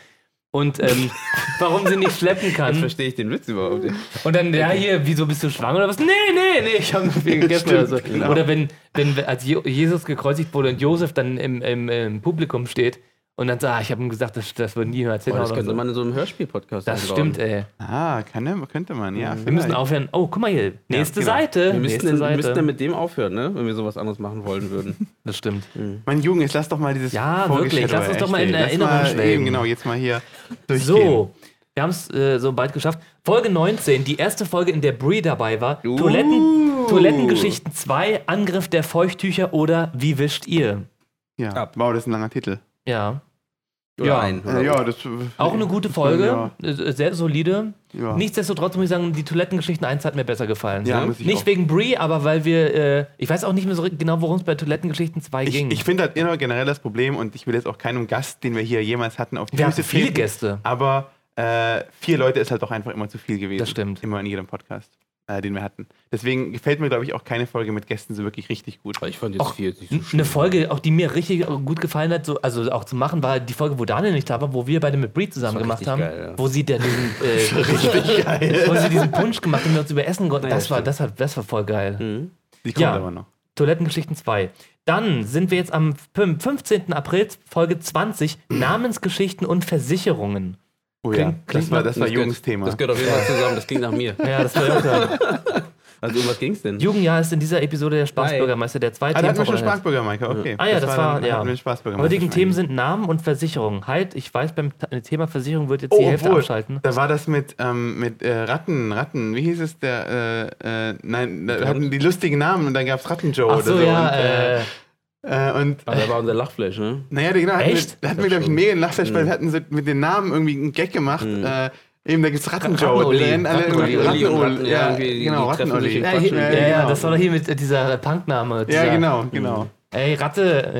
Speaker 1: Und ähm, warum sie nicht schleppen
Speaker 2: Jetzt
Speaker 1: kann.
Speaker 2: verstehe ich den Witz überhaupt nicht.
Speaker 1: Und dann, ja, hier, wieso bist du schwanger oder was? Nee, nee, nee, ich habe viel gegessen oder so.
Speaker 3: Stimmt, genau.
Speaker 1: Oder wenn, wenn als Je- Jesus gekreuzigt wurde und Josef dann im, im, im Publikum steht und dann sagt, ah, ich habe ihm gesagt, das, das würden die hören. Erzähl
Speaker 2: Boah, Oh, das
Speaker 1: mal
Speaker 2: könnte
Speaker 1: so.
Speaker 2: man in so einem Hörspiel-Podcast
Speaker 1: das
Speaker 2: einbauen.
Speaker 1: stimmt, ey.
Speaker 3: Ah, kann, er- könnte man, ja.
Speaker 1: Wir müssen
Speaker 3: vielleicht.
Speaker 1: aufhören. Oh, guck mal hier. Nächste
Speaker 3: genau.
Speaker 1: Seite.
Speaker 2: Wir müssten,
Speaker 1: nächste
Speaker 2: dann, wir
Speaker 1: Seite.
Speaker 2: müssten dann mit dem aufhören, ne? wenn wir sowas anderes machen wollen würden.
Speaker 1: das stimmt.
Speaker 3: Mein Junge, jetzt lass doch mal dieses.
Speaker 1: Ja,
Speaker 3: Vorgeschätz-
Speaker 1: wirklich, lass uns doch mal
Speaker 3: echt,
Speaker 1: in
Speaker 3: ey. Lass
Speaker 1: Erinnerung
Speaker 3: mal
Speaker 1: schwelgen.
Speaker 3: Eben, genau, jetzt mal hier durchgehen.
Speaker 1: So, wir haben es äh, so bald geschafft. Folge 19, die erste Folge, in der Brie dabei war. Toiletten, Toilettengeschichten 2, Angriff der Feuchttücher oder Wie wischt ihr?
Speaker 3: Ja.
Speaker 2: Ab.
Speaker 3: Wow, das ist ein langer Titel.
Speaker 1: Ja.
Speaker 2: Oder
Speaker 1: Ja.
Speaker 2: ein. Oder
Speaker 3: Äh, ja, das.
Speaker 1: Auch eine gute Folge,
Speaker 3: Ja.
Speaker 1: äh, sehr solide.
Speaker 3: Ja.
Speaker 1: Nichtsdestotrotz muss ich sagen, die Toilettengeschichten 1 hat mir besser gefallen.
Speaker 3: Ja,
Speaker 1: ne?
Speaker 3: muss ich
Speaker 1: Nicht
Speaker 3: auch.
Speaker 1: wegen Brie, aber weil wir, äh, ich weiß auch nicht mehr so richtig genau, worum es bei Toilettengeschichten 2
Speaker 3: Ich,
Speaker 1: ging.
Speaker 3: ich finde das immer generell das Problem und ich will jetzt auch keinem Gast, den wir hier jemals hatten, auf die
Speaker 1: wir hatten
Speaker 3: Füße
Speaker 1: viele
Speaker 3: treten,
Speaker 1: Gäste.
Speaker 3: Aber äh, vier Leute ist halt doch einfach immer zu viel gewesen.
Speaker 1: Das stimmt.
Speaker 3: Immer in jedem Podcast, äh, den wir hatten. Deswegen gefällt mir, glaube ich, auch keine Folge mit Gästen so wirklich richtig gut.
Speaker 2: Ich fand jetzt viel nicht so schlimm.
Speaker 1: Eine Folge, auch die mir richtig gut gefallen hat, so, also auch zu machen, war die Folge, wo Daniel nicht da war, wo wir beide mit Brie zusammen
Speaker 2: war
Speaker 1: gemacht
Speaker 2: richtig
Speaker 1: haben,
Speaker 2: geil, ja.
Speaker 1: wo sie dann diesen, äh,
Speaker 3: Richtig geil.
Speaker 1: wo sie diesen Punsch gemacht hat und wir uns über Essen konnten.
Speaker 2: Ja, Mhm.
Speaker 1: Das war, das, war, das war voll geil.
Speaker 3: Die kommt
Speaker 1: Ja.
Speaker 3: aber noch.
Speaker 1: Toilettengeschichten 2. Dann sind wir jetzt am 15. April, Folge 20, Namensgeschichten und Versicherungen.
Speaker 3: Oh ja,
Speaker 1: Klingt-
Speaker 3: das
Speaker 1: klingt
Speaker 3: war,
Speaker 1: nach-
Speaker 3: das war Ah,
Speaker 2: gehört-
Speaker 3: Jungsthema.
Speaker 2: Das gehört auf jeden Fall zusammen, das klingt nach mir.
Speaker 1: Ja, das war ja auch klar.
Speaker 2: Also um was ging's denn?
Speaker 1: Jugendjahr ist in dieser Episode der Spaßbürgermeister, der zwei
Speaker 3: Ah, da hatten wir schon
Speaker 1: vorbereitet hat.
Speaker 3: Spaßbürger, Maike. Okay.
Speaker 1: Ah ja, das war,
Speaker 3: dann-
Speaker 1: ja.
Speaker 3: hatten wir Spaßbürger,
Speaker 1: Aber die
Speaker 3: Maike.
Speaker 1: Themen sind Namen und Versicherung. Halt, ich weiß, beim Ta- Thema Versicherung wird jetzt
Speaker 3: Oh,
Speaker 1: die Hälfte
Speaker 3: obwohl,
Speaker 1: abschalten. ne?
Speaker 3: da war das mit, ähm, mit äh, Ratten, Ratten, wie hieß es der, äh, äh, nein, da hatten die lustigen Namen und dann gab es Ratten-Joe
Speaker 1: Ach
Speaker 3: oder
Speaker 1: so,
Speaker 3: so.
Speaker 1: ja, äh,
Speaker 3: und, äh, äh, und
Speaker 2: Aber da Also, war unser Lachfleisch, ne?
Speaker 3: Naja, genau. Hatten
Speaker 1: Echt?
Speaker 3: Wir, da hatten wir, glaube ich, einen mega Lachflash, weil wir hatten so mit den Namen irgendwie einen Gag gemacht. Äh, eben, da gibt's Rattenjoe.
Speaker 1: Rattenolli.
Speaker 3: Die rennen alle irgendwie-
Speaker 2: Rattenolli und
Speaker 3: Rattenolli.
Speaker 2: Ratten, ja,
Speaker 3: Ja,
Speaker 2: irgendwie, die-
Speaker 3: genau,
Speaker 2: die treffen sich
Speaker 3: Rattenolli.
Speaker 2: im
Speaker 1: ja, hier,
Speaker 3: Ja,
Speaker 1: ja, ja,
Speaker 3: genau.
Speaker 1: das war doch hier mit äh, dieser Punkname.
Speaker 3: Ja,
Speaker 1: dieser-
Speaker 3: genau, genau.
Speaker 1: Ey, Ratte,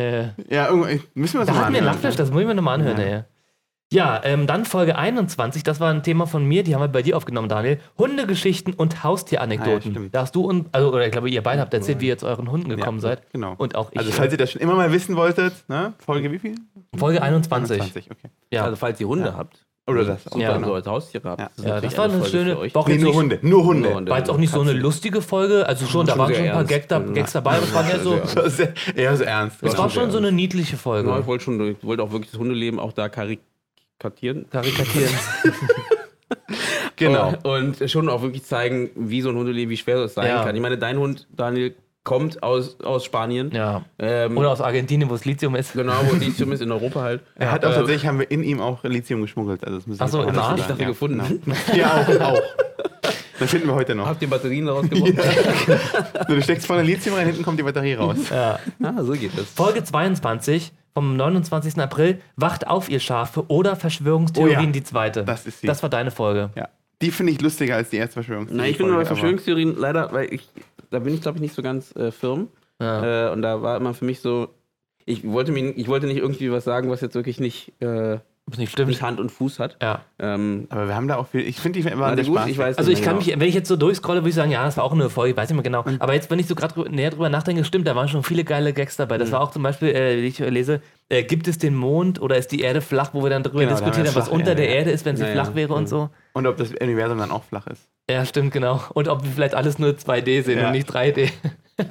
Speaker 1: äh,
Speaker 3: Ja, irgendwie, müssen wir es
Speaker 1: da
Speaker 3: mal
Speaker 1: hatten wir einen
Speaker 3: anhören.
Speaker 1: Lachflash, das muss ich mir nochmal anhören, ey. Ja, ähm, dann Folge 21, das war ein Thema von mir, die haben wir bei dir aufgenommen, Daniel. Hundegeschichten und
Speaker 3: Ah, ja,
Speaker 1: Haustieranekdoten.
Speaker 3: stimmt.
Speaker 1: da hast du und, also, oder ich glaube, ihr beide habt erzählt, wie ihr zu euren Hunden gekommen
Speaker 3: Ja,
Speaker 1: seid.
Speaker 3: Genau.
Speaker 1: Und auch ich.
Speaker 3: Also, falls ihr das schon immer mal wissen wolltet, ne? Folge wie viel?
Speaker 1: Folge 21.
Speaker 3: 20, okay.
Speaker 1: Ja.
Speaker 2: Also falls ihr Hunde habt.
Speaker 3: Oder das. auch,
Speaker 2: Super,
Speaker 1: Ja. genau.
Speaker 2: so als Haustiere habt.
Speaker 3: Ja.
Speaker 2: ist
Speaker 1: Ja,
Speaker 2: natürlich
Speaker 1: das war eine
Speaker 2: Folge
Speaker 1: schöne
Speaker 2: für euch. Genau,
Speaker 1: Woche.
Speaker 3: Nee,
Speaker 1: jetzt
Speaker 3: nur
Speaker 1: nicht-
Speaker 3: Hunde. Nur Hunde.
Speaker 2: Nur Hunde.
Speaker 1: War jetzt auch nicht so eine lustige Folge, also schon, da
Speaker 2: Schon
Speaker 1: waren
Speaker 2: sehr
Speaker 1: schon ein paar
Speaker 2: ernst.
Speaker 1: Gag da, Gags dabei, aber es war eher so,
Speaker 2: Sehr
Speaker 3: Also, Das war sehr- Eher so ernst.
Speaker 1: es war schon so eine niedliche
Speaker 2: Ja,
Speaker 1: Folge.
Speaker 2: ich wollte schon, ich wollte auch wirklich das Hundeleben auch da karikatieren.
Speaker 1: Karikatieren.
Speaker 3: Genau.
Speaker 2: Und schon auch wirklich zeigen, wie so ein Hundeleben, wie schwer das sein
Speaker 1: Ja.
Speaker 2: kann. Ich meine, dein Hund, Daniel, kommt aus, aus Spanien.
Speaker 1: Ja.
Speaker 2: Ähm,
Speaker 1: Oder aus Argentinien, wo es Lithium ist.
Speaker 2: genau, wo die zumindest in Europa halt.
Speaker 3: Er hat auch
Speaker 2: Äh,
Speaker 3: tatsächlich, haben wir in ihm auch Lithium geschmuggelt. Also das müssen
Speaker 1: Ach so,
Speaker 3: wir
Speaker 1: im Arsch?
Speaker 2: Ich dachte,
Speaker 3: ja,
Speaker 2: gefunden.
Speaker 3: Genau. Ja, auch. auch. Das finden wir heute noch.
Speaker 2: Habt ihr Batterien daraus gewonnen?
Speaker 3: Du steckst vorne Lithium rein, hinten kommt die Batterie raus.
Speaker 1: Ja.
Speaker 2: Ah, so geht das.
Speaker 1: Folge 22 vom 29. April, Wacht auf, ihr Schafe oder Verschwörungstheorien,
Speaker 3: Oh ja,
Speaker 1: die zweite.
Speaker 3: das ist sie.
Speaker 1: Das war deine Folge.
Speaker 3: Ja. Die finde ich lustiger als die erste Verschwörungstheorie.
Speaker 2: Na, ich bin bei
Speaker 3: Folge, aber-
Speaker 2: Verschwörungstheorien leider, weil ich, da bin ich glaube ich nicht so ganz äh, firm. Äh, und da war immer für mich so, ich wollte, mir, ich wollte nicht irgendwie was sagen, was jetzt wirklich nicht, äh,
Speaker 1: Ob es nicht
Speaker 2: nicht
Speaker 1: stimmt?
Speaker 2: Hand und Fuß hat.
Speaker 1: Ja.
Speaker 2: Ähm,
Speaker 3: Aber wir haben da auch viel. Ich finde die waren
Speaker 2: also
Speaker 3: sehr
Speaker 2: gut,
Speaker 3: spaßig.
Speaker 2: ich weiß
Speaker 1: Also
Speaker 2: nicht
Speaker 1: ich
Speaker 2: mehr
Speaker 1: kann mich,
Speaker 2: genau.
Speaker 1: wenn ich jetzt so durchscrolle, würde ich sagen, ja, das war auch eine Folge, ich weiß nicht mehr genau.
Speaker 3: Mhm.
Speaker 1: Aber jetzt, wenn ich so gerade näher drüber nachdenke, stimmt, da waren schon viele geile Gags dabei.
Speaker 3: Mhm.
Speaker 1: Das war auch zum Beispiel, äh, wie ich lese, äh, gibt es den Mond oder ist die Erde flach, wo wir dann drüber
Speaker 3: Genau, da haben
Speaker 1: diskutiert
Speaker 3: wir
Speaker 1: haben, was
Speaker 3: Flacherde,
Speaker 1: unter der
Speaker 3: ja. Mhm.
Speaker 1: Erde ist, wenn sie
Speaker 2: Ja, ja.
Speaker 1: flach wäre und so.
Speaker 3: Und ob das Universum dann auch flach ist.
Speaker 1: Ja, stimmt, genau. Und ob wir vielleicht alles nur 2D sehen
Speaker 3: Ja.
Speaker 1: und nicht 3D.
Speaker 3: Äh,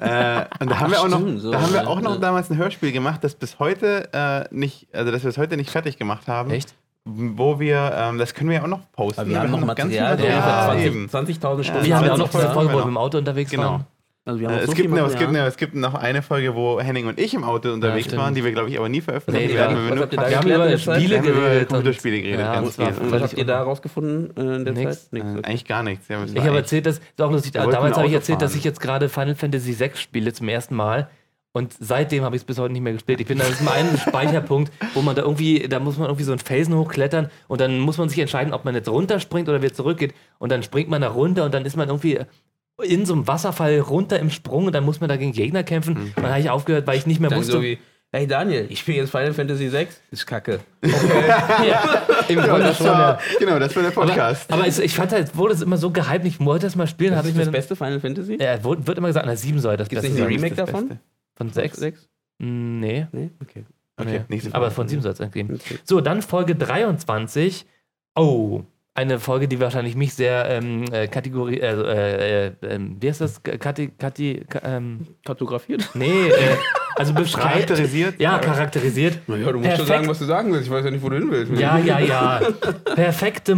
Speaker 3: und da haben wir auch noch,
Speaker 2: stimmt, so,
Speaker 3: da haben wir
Speaker 2: ja,
Speaker 3: auch noch
Speaker 2: ja.
Speaker 3: damals ein Hörspiel gemacht, das bis heute äh, nicht, also dass wir es heute nicht fertig gemacht haben.
Speaker 1: Echt?
Speaker 3: Wo wir, ähm, das können wir ja auch noch posten.
Speaker 2: Aber wir haben noch
Speaker 3: ganz viel
Speaker 2: Material,
Speaker 1: Material.
Speaker 2: ja,
Speaker 1: Ja,
Speaker 2: 20
Speaker 3: eben.
Speaker 2: 20.000 Stunden.
Speaker 1: Wir haben ja auch noch
Speaker 3: Folgen
Speaker 1: diese
Speaker 3: haben
Speaker 1: Folge,
Speaker 3: wir
Speaker 1: wo wir
Speaker 3: noch.
Speaker 1: im Auto unterwegs
Speaker 3: Genau.
Speaker 1: waren.
Speaker 2: also wir haben
Speaker 3: Äh,
Speaker 2: so
Speaker 3: es,
Speaker 2: viel
Speaker 3: gibt noch, es, gibt
Speaker 2: Material.
Speaker 3: noch, es gibt noch eine Folge, wo Henning und ich im Auto unterwegs
Speaker 1: stimmt.
Speaker 3: waren, die wir, glaube ich, aber nie veröffentlicht
Speaker 1: Nee, die
Speaker 3: werden.
Speaker 1: war-
Speaker 3: weil
Speaker 2: was
Speaker 3: wir nur
Speaker 2: habt ihr da
Speaker 3: Quatsch-
Speaker 1: Wir haben
Speaker 2: Erklärt,
Speaker 1: über
Speaker 2: jetzt halt,
Speaker 1: Spiele
Speaker 3: wir haben über
Speaker 1: geredet. und-
Speaker 3: Computerspiele geredet,
Speaker 1: Ja,
Speaker 3: ganz
Speaker 1: das war
Speaker 3: viel.
Speaker 2: Und was habt ihr
Speaker 1: völlig
Speaker 2: da rausgefunden äh, in der
Speaker 1: Nix.
Speaker 2: Zeit? Nix.
Speaker 3: Äh, eigentlich gar nichts. Ja,
Speaker 1: Ich habe erzählt, dass, ist auch lustig,
Speaker 3: Wir wollten
Speaker 1: damals habe ich
Speaker 3: Auto
Speaker 1: erzählt, dass
Speaker 3: fahren.
Speaker 1: ich jetzt gerade Final Fantasy VI spiele zum ersten Mal. Und seitdem habe ich es bis heute nicht mehr gespielt. Ich bin, das ist mein Speicherpunkt, wo man da irgendwie, da muss man irgendwie so einen Felsen hochklettern und dann muss man sich entscheiden, ob man jetzt runterspringt oder wieder zurückgeht. Und dann springt man da runter und dann ist man irgendwie in so einem Wasserfall runter im Sprung und dann muss man da gegen Gegner kämpfen. Und dann habe ich aufgehört, weil ich nicht mehr
Speaker 2: Dann
Speaker 1: wusste.
Speaker 2: so wie, hey Daniel, ich spiele jetzt Final Fantasy 6. Ist kacke.
Speaker 1: ja, im
Speaker 3: Ja,
Speaker 1: Grunde
Speaker 3: das
Speaker 1: schon,
Speaker 3: war,
Speaker 1: ja.
Speaker 3: genau, das war der
Speaker 1: Aber,
Speaker 3: Podcast.
Speaker 1: aber es, ich fand halt, wurde es immer so gehypt, ich wollte das mal spielen,
Speaker 2: Das
Speaker 1: habe ich
Speaker 2: ist
Speaker 1: mir
Speaker 2: das
Speaker 1: dann,
Speaker 2: beste Final Fantasy?
Speaker 1: Ja, wurde- wird immer gesagt, na, sieben soll das
Speaker 2: Gibt's
Speaker 1: Beste
Speaker 2: nicht
Speaker 1: sein.
Speaker 2: ein
Speaker 3: Sieben
Speaker 2: Remake
Speaker 3: ist das
Speaker 2: davon?
Speaker 3: Beste.
Speaker 1: Von sechs?
Speaker 2: Sechs?
Speaker 1: Mm, Nee.
Speaker 2: Nee, okay.
Speaker 3: Okay,
Speaker 1: nee.
Speaker 3: nächste Folge.
Speaker 1: Aber von sieben soll es angeben.
Speaker 2: Okay.
Speaker 1: So, dann Folge 23. Oh, eine Folge, die wahrscheinlich mich sehr ähm, äh, Kategorie, äh, äh, äh, ähm, wie heißt das? K- Kati, Kati, Ka- ähm,
Speaker 2: Kartografiert?
Speaker 1: nee, äh, also beschreibt.
Speaker 3: Charakterisiert?
Speaker 1: Ja, charakterisiert. Perfekt-
Speaker 2: du sagen willst. Ich weiß ja nicht, wo du hin willst.
Speaker 1: Ja, ja, ja. Perfekte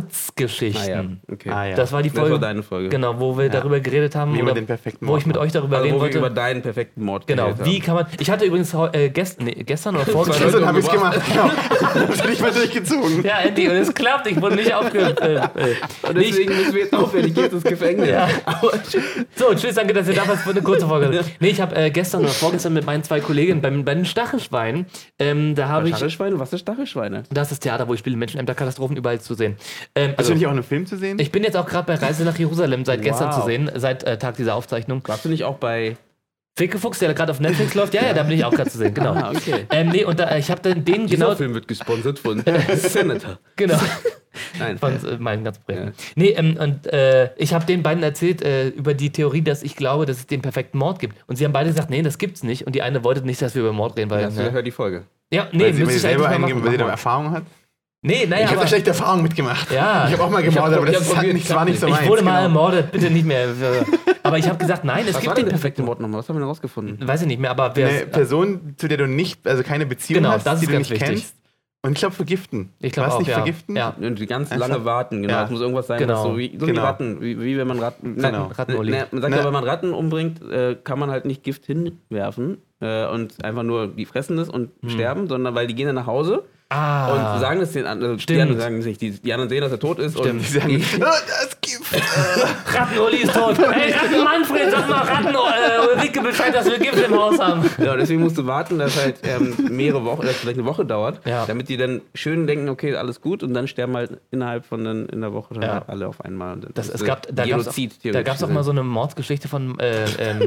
Speaker 2: Ah, ja.
Speaker 1: Mordsgeschichten.
Speaker 2: Okay.
Speaker 3: Ah, ja.
Speaker 1: Das war die
Speaker 2: Das war
Speaker 1: Folge,
Speaker 2: deine Folge.
Speaker 1: genau, wo wir darüber geredet haben,
Speaker 3: Wie man
Speaker 1: oder,
Speaker 3: den perfekten
Speaker 1: wo ich
Speaker 3: Mord
Speaker 1: mit
Speaker 3: macht.
Speaker 1: euch darüber
Speaker 2: Also,
Speaker 1: reden
Speaker 2: wo wir
Speaker 1: wollte.
Speaker 2: über deinen perfekten Mord
Speaker 1: Genau,
Speaker 2: geredet
Speaker 1: wie
Speaker 2: haben. Also,
Speaker 1: kann man. Ich hatte übrigens heu- äh, gest, nee, gestern oder vorgestern.
Speaker 3: Gestern habe ich es
Speaker 2: Gebracht.
Speaker 3: gemacht. Genau. Hab's nicht mal durchgezogen.
Speaker 1: Ja, endlich, und es klappt, ich wurde nicht aufgehört. Äh, äh,
Speaker 2: Und
Speaker 1: nicht.
Speaker 2: deswegen müssen wir jetzt aufhören. Ich gehe jetzt ins Gefängnis.
Speaker 1: Ja.
Speaker 2: Aber
Speaker 1: So, tschüss, danke, dass ihr da wart. Es wurde eine kurze Folge. Nee, ich habe äh, gestern oder vorgestern gestern mit meinen zwei Kolleginnen bei, bei den Stachelschweinen. Ähm, da habe ich,
Speaker 2: Stachelschweine? Was ist Stachelschweine?
Speaker 1: das ist Theater, wo ich spiele, Menschenämter, Katastrophen überall zu sehen. Ähm,
Speaker 3: Hast du
Speaker 1: also,
Speaker 3: nicht auch einen Film zu sehen?
Speaker 1: ich bin jetzt auch gerade bei Reise nach Jerusalem seit gestern
Speaker 2: Wow.
Speaker 1: zu sehen, seit äh, Tag dieser Aufzeichnung.
Speaker 2: Warst du nicht auch bei.
Speaker 1: Finke Fuchs, der gerade auf Netflix läuft, ja, ja, da bin ich auch gerade zu sehen, genau.
Speaker 2: Ah, okay.
Speaker 1: Ähm, nee, und da, äh, ich habe dann den genau,
Speaker 2: Film wird gesponsert von Senator.
Speaker 1: genau,
Speaker 2: Nein.
Speaker 1: von äh, meinen ganzen Projekten. Nee, ähm, und äh, ich habe den beiden erzählt äh, über die Theorie, dass ich glaube, dass es den perfekten Mord gibt. Und sie haben beide gesagt, nee, das gibt's nicht. Und die eine wollte nicht, dass wir über Mord reden, weil,
Speaker 2: Ja,
Speaker 1: ne?
Speaker 2: hör die Folge.
Speaker 1: ja,
Speaker 3: Weil
Speaker 1: nee,
Speaker 3: sie, weil
Speaker 1: müsste
Speaker 3: sie
Speaker 1: ich eigentlich
Speaker 3: selber
Speaker 1: mal
Speaker 3: eingeben,
Speaker 1: machen.
Speaker 3: weil sie da Erfahrung hat.
Speaker 1: Nee, naja,
Speaker 3: Ich habe
Speaker 1: aber,
Speaker 3: da schlechte Erfahrungen mitgemacht.
Speaker 1: Ja.
Speaker 3: Ich habe auch mal gemordet, aber das ist halt nicht, war nicht so
Speaker 1: ich
Speaker 3: meins.
Speaker 1: wurde mal
Speaker 3: genau.
Speaker 1: ermordet, bitte nicht mehr. Aber ich habe gesagt, nein, es
Speaker 2: Was war
Speaker 1: gibt
Speaker 2: denn
Speaker 1: den
Speaker 2: der
Speaker 1: perfekten
Speaker 2: perfekte
Speaker 1: Mord.
Speaker 2: Mord nochmal? Was haben wir denn rausgefunden?
Speaker 1: Weiß ich nicht mehr, aber wer,
Speaker 3: Eine Person, zu der du nicht, also keine Beziehung
Speaker 1: Genau,
Speaker 3: hast,
Speaker 1: das
Speaker 3: die
Speaker 1: ist
Speaker 3: du
Speaker 1: ganz
Speaker 3: nicht
Speaker 1: wichtig.
Speaker 3: kennst. Und ich glaube, vergiften.
Speaker 1: ich glaube
Speaker 3: War's
Speaker 1: auch,
Speaker 3: nicht
Speaker 1: ja.
Speaker 3: vergiften?
Speaker 1: Ja,
Speaker 2: Und die ganz
Speaker 3: Ernsthaft?
Speaker 2: lange warten, genau.
Speaker 3: Ja.
Speaker 2: Es muss irgendwas sein,
Speaker 1: Genau.
Speaker 2: was so wie, so
Speaker 3: Genau.
Speaker 2: wie Ratten, wie, wie wenn man Ratten.
Speaker 3: Genau.
Speaker 1: Rattenoli.
Speaker 2: Ne, man sagt
Speaker 3: Ne.
Speaker 2: ja, wenn man Ratten umbringt, äh, kann man halt nicht Gift hinwerfen äh, und einfach nur die fressen das und sterben, sondern weil die gehen dann nach Hause
Speaker 1: Hm. Ah.
Speaker 2: und sagen das den anderen. Also
Speaker 1: Stimmt.
Speaker 2: die anderen sagen es nicht, die, die anderen sehen, dass er tot ist
Speaker 3: Die
Speaker 2: und
Speaker 3: sagen, oh, das Gift.
Speaker 1: Rattenoli ist tot. Hey, Ratten Manfred, sag mal Ratten äh, Ulrike Bescheid, dass wir Gift im Haus haben.
Speaker 2: ja, genau, deswegen musst du warten, dass halt ähm, mehrere Wochen, dass vielleicht eine Woche dauert,
Speaker 1: Ja.
Speaker 2: damit die dann schön denken, okay, alles gut und dann sterben halt innerhalb von dann in der Woche dann
Speaker 1: Ja.
Speaker 2: halt alle auf einmal. Und dann
Speaker 1: Das,
Speaker 2: ist
Speaker 1: es
Speaker 2: das
Speaker 1: gab, da gab es
Speaker 2: Genozid
Speaker 1: auch, da
Speaker 2: theoretisch
Speaker 1: gab's auch
Speaker 2: gesehen.
Speaker 1: mal so eine Mordgeschichte von, äh, ähm, äh,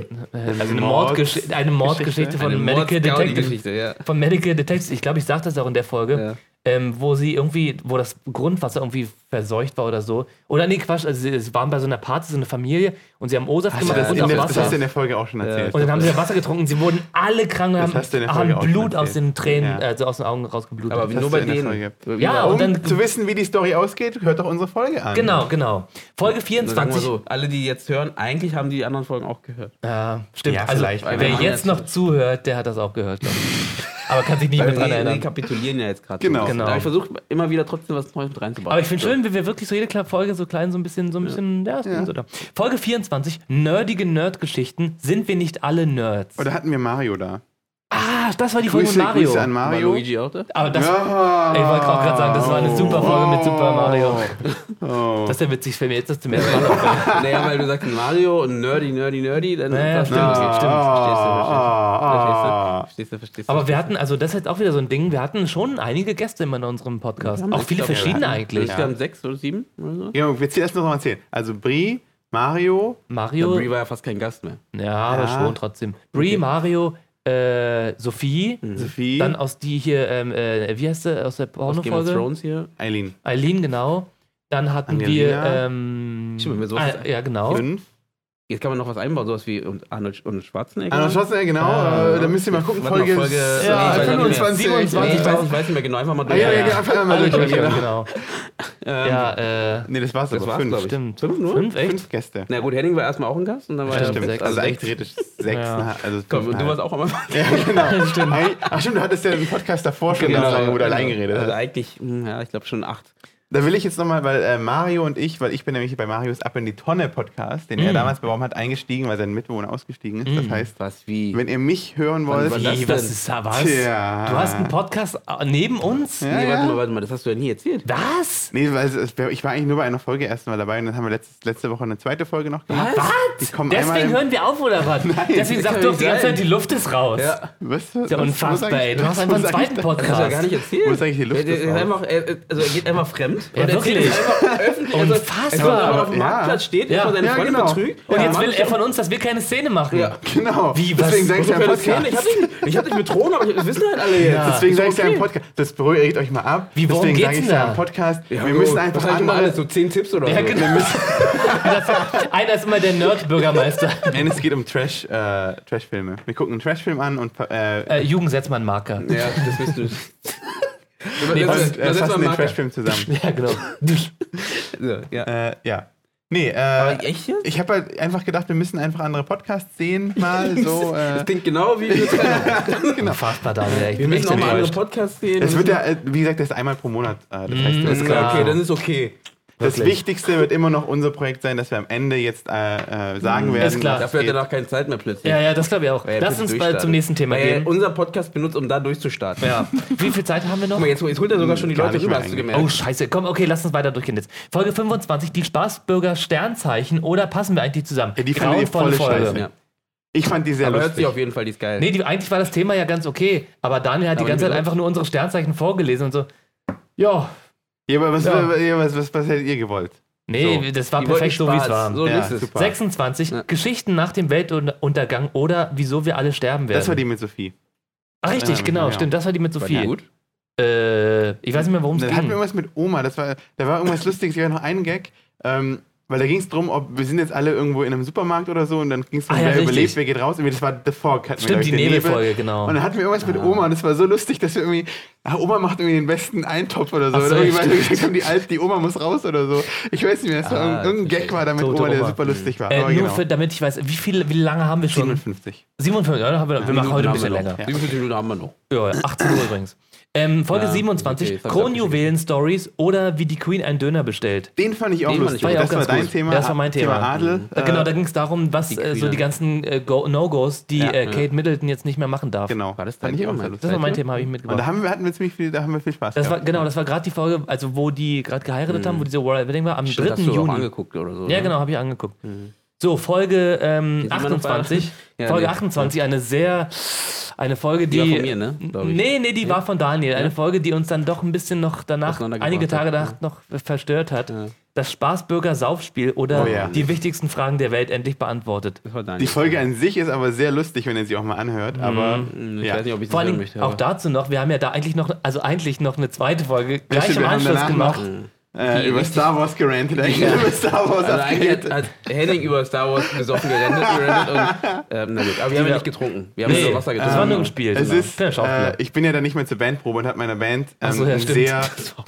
Speaker 1: also eine,
Speaker 3: Mords-
Speaker 1: Mordgesch eine Mordgeschichte von
Speaker 2: Eine
Speaker 1: Medical Detective.
Speaker 2: Mord-Gaudi-Geschichte, ja.
Speaker 1: Von Medical Detectives, ich glaube, ich sagte das auch in der Folge,
Speaker 2: Ja.
Speaker 1: ähm, wo sie irgendwie, wo das Grundwasser irgendwie verseucht war oder so. Oder nee, Quatsch, also sie es waren bei so einer Party, so eine Familie und sie haben O-Saft
Speaker 3: Das,
Speaker 1: gemacht
Speaker 3: das,
Speaker 1: und
Speaker 3: in
Speaker 1: auch
Speaker 3: der, das
Speaker 1: Wasser.
Speaker 3: hast du in der Folge auch schon erzählt.
Speaker 1: und dann haben sie Wasser getrunken, sie wurden alle krank und
Speaker 3: Das
Speaker 1: haben,
Speaker 3: hast du in der Folge auch
Speaker 1: haben
Speaker 3: schon
Speaker 1: Blut aus
Speaker 3: erzählt.
Speaker 1: den Tränen,
Speaker 3: Ja.
Speaker 1: also aus den Augen rausgeblutet.
Speaker 2: Aber
Speaker 3: hast
Speaker 2: nur
Speaker 3: du
Speaker 2: bei
Speaker 3: in der
Speaker 2: denen.
Speaker 3: Folge.
Speaker 1: Ja,
Speaker 2: und
Speaker 3: um
Speaker 1: und dann-
Speaker 3: zu wissen, wie die Story ausgeht, hört doch unsere Folge an.
Speaker 1: Genau, genau. Folge
Speaker 2: sagen
Speaker 1: 24.
Speaker 2: wir so, alle, die jetzt hören, eigentlich haben die anderen Folgen auch gehört.
Speaker 1: Ja, stimmt.
Speaker 3: Ja,
Speaker 1: also,
Speaker 3: vielleicht, weil
Speaker 1: wer
Speaker 2: wir machen
Speaker 1: jetzt
Speaker 2: ja
Speaker 1: noch zuhört, der hat das auch gehört, glaub ich. Aber kann sich nicht mehr
Speaker 2: Wir
Speaker 1: dran erinnern.
Speaker 2: rekapitulieren ja jetzt gerade.
Speaker 3: Genau.
Speaker 1: Genau.
Speaker 2: Aber ich versuche immer wieder trotzdem was Neues mit reinzubauen.
Speaker 1: Aber ich finde schön, wie wir wirklich so jede kleine Folge so klein so ein bisschen, so ein bisschen, ja, ist gut so da. Folge 24, nerdige Nerdgeschichten, sind wir nicht alle Nerds?
Speaker 3: Oder hatten wir Mario da?
Speaker 1: Ah, das war die Folge mit
Speaker 3: Grüße,
Speaker 1: Mario.
Speaker 3: Grüße an
Speaker 2: War
Speaker 3: Mario.
Speaker 2: Luigi auch da?
Speaker 1: Aber das,
Speaker 3: Ja.
Speaker 1: Ey, ich wollte auch gerade sagen, das war eine super Folge mit Super Mario.
Speaker 3: Oh.
Speaker 1: das ist ja witzig, wenn mir jetzt das zum ersten Mal auffällt.
Speaker 2: naja, weil du sagst Mario und Nerdy, Nerdy, Nerdy. Dann
Speaker 1: Naja,
Speaker 2: verstehst
Speaker 1: stimmt,
Speaker 2: du,
Speaker 1: stimmt.
Speaker 3: Ah, ah,
Speaker 2: Verstehst du, verstehst du, verstehst du.
Speaker 1: Aber wir hatten, also das ist jetzt auch wieder so ein Ding, wir hatten schon einige Gäste immer in unserem Podcast. Auch viele verschiedene eigentlich.
Speaker 2: Wir haben Also sechs oder sieben oder so.
Speaker 3: ah. Ja, wir ziehen das noch mal erzählen. Also Brie, Mario,
Speaker 1: Mario,
Speaker 2: Brie war ja fast kein Gast mehr.
Speaker 1: Ja, aber
Speaker 3: Ja.
Speaker 1: schon trotzdem. Brie, Mario, äh, Sophie,
Speaker 3: Sophie,
Speaker 1: dann aus die hier, ähm, äh, wie heißt sie, aus der
Speaker 2: Game of
Speaker 1: Pornofolge?
Speaker 2: Thrones hier.
Speaker 3: Eileen.
Speaker 1: Eileen, genau. Dann hatten wir,
Speaker 3: Angelina.
Speaker 1: ähm,
Speaker 2: Stimmt, wenn wir sowas-
Speaker 1: ah, ja genau.
Speaker 3: Fünf.
Speaker 2: Jetzt kann man noch was einbauen, sowas wie und Arnold und Schwarzenegger.
Speaker 3: Arnold Schwarzenegger, genau.
Speaker 1: Ah.
Speaker 3: äh, da müsst ihr mal gucken.
Speaker 2: Warte
Speaker 3: Folge, äh,
Speaker 2: mal, Folge-
Speaker 3: ja,
Speaker 1: Ja,
Speaker 3: 25.
Speaker 1: 27.
Speaker 2: Nee, ich, weiß, ich weiß nicht mehr genau, einfach mal
Speaker 3: Ah, ja, ja, ja, einfach mal
Speaker 1: Alle durch,
Speaker 3: durch. Genau. Ähm,
Speaker 1: genau. ja, äh,
Speaker 3: Nee, das war's
Speaker 2: Das
Speaker 3: aber.
Speaker 2: war's,
Speaker 3: Fünf.
Speaker 2: glaube ich.
Speaker 1: stimmt.
Speaker 2: Fünf nur?
Speaker 1: Fünf, echt?
Speaker 3: Fünf Gäste.
Speaker 2: Na gut, Henning war erstmal auch ein Gast und dann war er
Speaker 1: Stimmt,
Speaker 2: sechs,
Speaker 1: sechs.
Speaker 3: Also
Speaker 2: sechs.
Speaker 3: eigentlich theoretisch sechs.
Speaker 1: Ja.
Speaker 3: na, Also
Speaker 2: Komm, und du warst auch einmal.
Speaker 3: Ja, genau. Eigentlich- Ach stimmt, du hattest ja den Podcast davor schon
Speaker 1: Genau,
Speaker 3: ganz lange, Genau, wo du allein geredet
Speaker 2: Also
Speaker 3: hast.
Speaker 2: eigentlich, hm, ja, ich glaube schon acht.
Speaker 3: Da will ich jetzt nochmal, weil äh, Mario und ich, weil ich bin nämlich bei Marios Ab in die Tonne
Speaker 1: Mm.
Speaker 3: Podcast, den er damals beworben hat, eingestiegen, weil sein Mitbewohner ausgestiegen ist. Das heißt,
Speaker 2: Was wie?
Speaker 3: wenn ihr mich hören wollt,
Speaker 2: war
Speaker 1: Wie,
Speaker 2: das
Speaker 1: was
Speaker 2: denn?
Speaker 1: ist da was?
Speaker 3: Tja.
Speaker 1: Du hast einen Podcast äh, neben uns?
Speaker 3: Ja,
Speaker 2: nee,
Speaker 3: ja.
Speaker 2: warte mal, warte mal, das hast du ja nie erzählt.
Speaker 1: Was?
Speaker 3: Nee, weil es- es, wär- ich war eigentlich nur bei einer Folge erstmal dabei und dann haben wir letztes, letzte Woche eine zweite Folge noch gemacht.
Speaker 1: Was?
Speaker 3: Die kommen einmal
Speaker 1: Ah, Deswegen
Speaker 3: im-
Speaker 1: hören wir auf, oder was? Deswegen
Speaker 2: das
Speaker 1: sagt
Speaker 2: kann
Speaker 1: doch
Speaker 2: nicht
Speaker 1: die ganze
Speaker 2: sein.
Speaker 1: Zeit, die Luft ist raus. Ja.
Speaker 3: Was?
Speaker 1: Ist ja unfassbar, ey. Du hast einfach einen zweiten
Speaker 2: Das hast du ja
Speaker 1: Podcast.
Speaker 2: gar nicht erzählt.
Speaker 3: Wo ist eigentlich die Luft
Speaker 2: Er, er,
Speaker 3: raus?
Speaker 2: ist einfach, er, er- also er geht einfach fremd.
Speaker 1: Ja,
Speaker 2: und erzählt
Speaker 1: wirklich.
Speaker 2: es einfach öffentlich.
Speaker 1: Unfassbar.
Speaker 2: Also, er auf dem
Speaker 3: Ja.
Speaker 2: Marktplatz steht,
Speaker 1: Ja.
Speaker 2: ja. seine
Speaker 3: Ja,
Speaker 2: Freunde
Speaker 3: genau.
Speaker 2: betrügt.
Speaker 1: Und
Speaker 2: Ja,
Speaker 1: jetzt
Speaker 2: Mann,
Speaker 1: will er von uns, dass wir keine Szene machen.
Speaker 2: Ja.
Speaker 3: Genau.
Speaker 1: Wie, was?
Speaker 3: Deswegen
Speaker 2: was
Speaker 3: sagst
Speaker 2: ist
Speaker 3: du ja
Speaker 2: das
Speaker 3: im
Speaker 2: für eine Szene? Ich hab
Speaker 3: Podcast.
Speaker 2: dich, ich hab dich betrogen, aber ich- das wissen halt alle jetzt.
Speaker 1: Ja.
Speaker 3: Deswegen sage ich ja im
Speaker 2: okay.
Speaker 3: Podcast. Das beruhigt euch mal ab.
Speaker 1: Wie, worum
Speaker 3: Deswegen
Speaker 1: geht's
Speaker 3: sag ich's
Speaker 1: denn
Speaker 3: ja
Speaker 1: da?
Speaker 3: im Podcast.
Speaker 2: Ja,
Speaker 3: wir
Speaker 2: so,
Speaker 3: müssen
Speaker 2: was
Speaker 3: einfach
Speaker 2: hab ich immer
Speaker 3: andere.
Speaker 2: alles, so zehn Tipps oder
Speaker 1: Ja,
Speaker 2: so.
Speaker 1: genau. Das- Einer ist immer der Nerd-Bürgermeister.
Speaker 3: Nein, es geht um Trash, äh, Trashfilme. Wir gucken einen Trashfilm an und äh,
Speaker 1: Äh, Jugend, setz mal einen Marker.
Speaker 2: Ja, das bist du.
Speaker 1: Nee,
Speaker 2: das,
Speaker 1: was-
Speaker 2: das,
Speaker 3: und, äh,
Speaker 2: das, das
Speaker 3: fassen
Speaker 2: war
Speaker 3: den
Speaker 2: Marker.
Speaker 3: Trashfilm zusammen.
Speaker 1: Ja, genau.
Speaker 2: So, ja.
Speaker 3: äh, ja. Nee,
Speaker 2: Aber
Speaker 3: äh,
Speaker 2: echt jetzt?
Speaker 3: ich habe halt einfach gedacht, wir müssen einfach andere Podcasts sehen, mal so. Äh,
Speaker 2: das klingt genau wie wir es kennen.
Speaker 1: Genau. Unfassbar, Daniel. Ich
Speaker 2: Wir
Speaker 1: bin echt
Speaker 2: müssen auch mal andere
Speaker 1: enttäuscht.
Speaker 2: Podcasts sehen.
Speaker 3: es wird ja, äh, wie gesagt, das ist einmal pro Monat. Äh, das heißt, das,
Speaker 2: Mhm, ist klar,
Speaker 1: Ja.
Speaker 2: okay, dann ist okay.
Speaker 3: das
Speaker 1: wirklich.
Speaker 3: Wichtigste wird immer noch unser Projekt sein, dass wir am Ende jetzt äh, äh, sagen werden.
Speaker 1: klar.
Speaker 3: was
Speaker 2: Mhm, Dafür hat er
Speaker 3: geht.
Speaker 2: danach keine Zeit mehr plötzlich.
Speaker 1: Ja, ja, das glaube ich auch.
Speaker 2: Weil er
Speaker 1: Lass
Speaker 2: plötzlich
Speaker 1: uns bald
Speaker 2: durchstartet.
Speaker 1: zum nächsten Thema
Speaker 2: Weil er
Speaker 1: gehen.
Speaker 2: unser Podcast benutzt, um da durchzustarten.
Speaker 1: Ja. Hm, Wie viel Zeit haben wir noch?
Speaker 2: Guck mal, jetzt, jetzt holt er sogar schon die
Speaker 3: Gar
Speaker 2: Leute
Speaker 3: nicht
Speaker 2: rüber,
Speaker 3: mehr
Speaker 2: hast du
Speaker 3: eigentlich.
Speaker 2: gemerkt.
Speaker 1: Oh, scheiße. Komm, okay, lass uns weiter durchgehen jetzt. Folge 25, die Spaßbürger Sternzeichen oder passen wir eigentlich zusammen? Oh,
Speaker 3: Ja, die findet ihr volle Scheiße.
Speaker 2: ja.
Speaker 3: Ich fand die sehr
Speaker 2: Aber hört
Speaker 3: lustig.
Speaker 2: sich auf jeden Fall, die ist geil.
Speaker 1: Nee, die, eigentlich war das Thema ja ganz okay, aber Daniel hat die
Speaker 2: Aber
Speaker 1: ganze Zeit
Speaker 2: wieso?
Speaker 1: einfach nur unsere Sternzeichen vorgelesen und so. Ja,
Speaker 3: Ja, aber was,
Speaker 1: Ja.
Speaker 3: ja, was, was, was hättet ihr gewollt?
Speaker 1: nee,
Speaker 2: So.
Speaker 1: das war
Speaker 2: Die wollten
Speaker 1: perfekt so, wie es
Speaker 2: Spaß.
Speaker 1: war.
Speaker 2: So
Speaker 3: Ja,
Speaker 2: ist es.
Speaker 3: super.
Speaker 1: 26
Speaker 2: Ja.
Speaker 1: Geschichten nach dem Weltuntergang oder wieso wir alle sterben werden.
Speaker 3: Das war die mit Sophie.
Speaker 1: Ach, richtig,
Speaker 3: Ja,
Speaker 1: genau,
Speaker 3: ja.
Speaker 1: stimmt. Das war die mit
Speaker 2: War
Speaker 1: Sophie.
Speaker 2: die gut?
Speaker 1: Äh, ich weiß nicht mehr, worum es
Speaker 3: Da hatten wir
Speaker 1: ging.
Speaker 3: irgendwas mit Oma. Das war, da war irgendwas Lustiges. Ich habe noch einen Gag. Ähm, weil da ging es darum, ob wir sind jetzt alle irgendwo in einem Supermarkt oder so und dann ging es
Speaker 1: Ah,
Speaker 3: darum,
Speaker 1: ja,
Speaker 3: wer
Speaker 1: richtig.
Speaker 3: überlebt, wer geht raus. Irgendwie, Das war The Fog. Hatten
Speaker 1: Stimmt,
Speaker 3: wir, glaub ich,
Speaker 1: die
Speaker 3: den
Speaker 1: Nebelfolge,
Speaker 3: Nebel.
Speaker 1: genau.
Speaker 3: Und dann hatten wir irgendwas mit Oma und es war so lustig, dass wir irgendwie, ah, Oma macht irgendwie den besten Eintopf oder so.
Speaker 1: Ach so,
Speaker 3: oder irgendwie weil wir
Speaker 1: stimmt.
Speaker 3: gesagt haben, die, Alt, die Oma muss raus oder so. Ich weiß nicht mehr, es war
Speaker 2: Ah,
Speaker 3: irgendein- irgendein Gag
Speaker 2: verstehe.
Speaker 3: war da mit
Speaker 1: Tote
Speaker 3: Oma, der
Speaker 1: Oma.
Speaker 3: super lustig war.
Speaker 1: Äh,
Speaker 3: Aber
Speaker 1: nur
Speaker 3: genau.
Speaker 1: für, damit ich weiß, wie, viele, wie lange haben wir schon?
Speaker 3: 57.
Speaker 1: 57, ja, dann haben wir, wir machen heute ein bisschen länger.
Speaker 2: Ja. Wie viele Minuten haben wir noch?
Speaker 1: Ja, 18 Uhr übrigens. Ähm, Folge
Speaker 2: Ja,
Speaker 1: 27,
Speaker 2: okay, das hab ich auch
Speaker 1: Kronjuwelen-Stories oder wie die Queen einen Döner bestellt.
Speaker 3: Den fand ich auch
Speaker 2: Den fand
Speaker 3: lustig.
Speaker 2: ich auch
Speaker 3: das war
Speaker 1: ganz
Speaker 3: dein
Speaker 1: gut.
Speaker 3: Thema.
Speaker 1: Das war mein Thema.
Speaker 3: Adel.
Speaker 1: Äh,
Speaker 3: Äh,
Speaker 1: genau, da ging es darum, was
Speaker 2: die
Speaker 1: äh, so
Speaker 2: Queen.
Speaker 1: die ganzen äh, Go- No-Gos, die
Speaker 3: Ja,
Speaker 1: äh,
Speaker 2: ja.
Speaker 1: Kate Middleton jetzt nicht mehr machen darf.
Speaker 3: genau.
Speaker 2: War das
Speaker 3: Fand
Speaker 2: dein
Speaker 3: ich auch
Speaker 2: Thema?
Speaker 3: sehr
Speaker 1: Das
Speaker 3: lustig.
Speaker 1: war mein
Speaker 2: Seid ihr?
Speaker 1: Thema, habe ich
Speaker 3: Und da
Speaker 1: mitgebracht.
Speaker 3: haben wir, hatten wir ziemlich viel, da haben wir viel Spaß
Speaker 1: Das war,
Speaker 3: gehabt.
Speaker 1: genau, das war gerade die Folge, also wo die gerade geheiratet haben, wo diese Royal Wedding war, am
Speaker 2: Mhm. Stimmt,
Speaker 1: 3.
Speaker 2: hast du auch
Speaker 1: Juni.
Speaker 2: angeguckt oder so.
Speaker 1: Ja,
Speaker 2: ne?
Speaker 1: genau, habe ich angeguckt. So, Folge ähm,
Speaker 2: Jetzt sind wir noch bei-
Speaker 1: 28.
Speaker 2: Ja,
Speaker 1: Folge
Speaker 2: nee.
Speaker 1: 28, eine sehr. Eine Folge, die.
Speaker 2: Die war von mir, ne? Glaub ich.
Speaker 1: Nee, nee, die war von Daniel. Eine Folge, die uns dann doch ein bisschen noch danach,
Speaker 2: Auseinandergebracht
Speaker 1: einige Tage
Speaker 2: hat,
Speaker 1: danach noch verstört hat.
Speaker 2: Ja.
Speaker 1: Das Spaßbürger-Saufspiel oder
Speaker 3: Oh ja.
Speaker 1: die wichtigsten Fragen der Welt endlich beantwortet.
Speaker 2: Das war dein
Speaker 3: Die Folge an sich ist aber sehr lustig, wenn ihr sie auch mal anhört. Aber
Speaker 2: Ich
Speaker 3: ja.
Speaker 2: weiß nicht, ob ich sie
Speaker 1: Vor
Speaker 2: hören
Speaker 1: allem
Speaker 2: möchte.
Speaker 1: auch dazu noch, wir haben ja da eigentlich noch, also eigentlich noch eine zweite Folge gleich
Speaker 3: stimmt,
Speaker 1: im
Speaker 3: wir haben
Speaker 1: Anschluss
Speaker 3: danach
Speaker 1: gemacht.
Speaker 3: äh,
Speaker 2: Die
Speaker 3: über
Speaker 2: richtig-
Speaker 3: Star Wars gerantet. Eigentlich über Star Wars
Speaker 2: Also eigentlich hat,
Speaker 3: abgehatet.
Speaker 2: hat Henning über Star Wars gesoffen, gerendet, gerendet und, ähm, na gut, aber wir haben ja nicht getrunken. Wir haben
Speaker 1: Nee,
Speaker 2: nur Wasser
Speaker 1: das war
Speaker 2: getrunken.
Speaker 1: nur gespielt.
Speaker 3: Es
Speaker 1: genau.
Speaker 3: ist,
Speaker 1: Ja, Schauspieler.
Speaker 3: äh, ich bin ja dann nicht mehr zur Bandprobe und hat meiner Band ähm,
Speaker 1: so, ja,
Speaker 3: eine
Speaker 1: stimmt.
Speaker 3: sehr,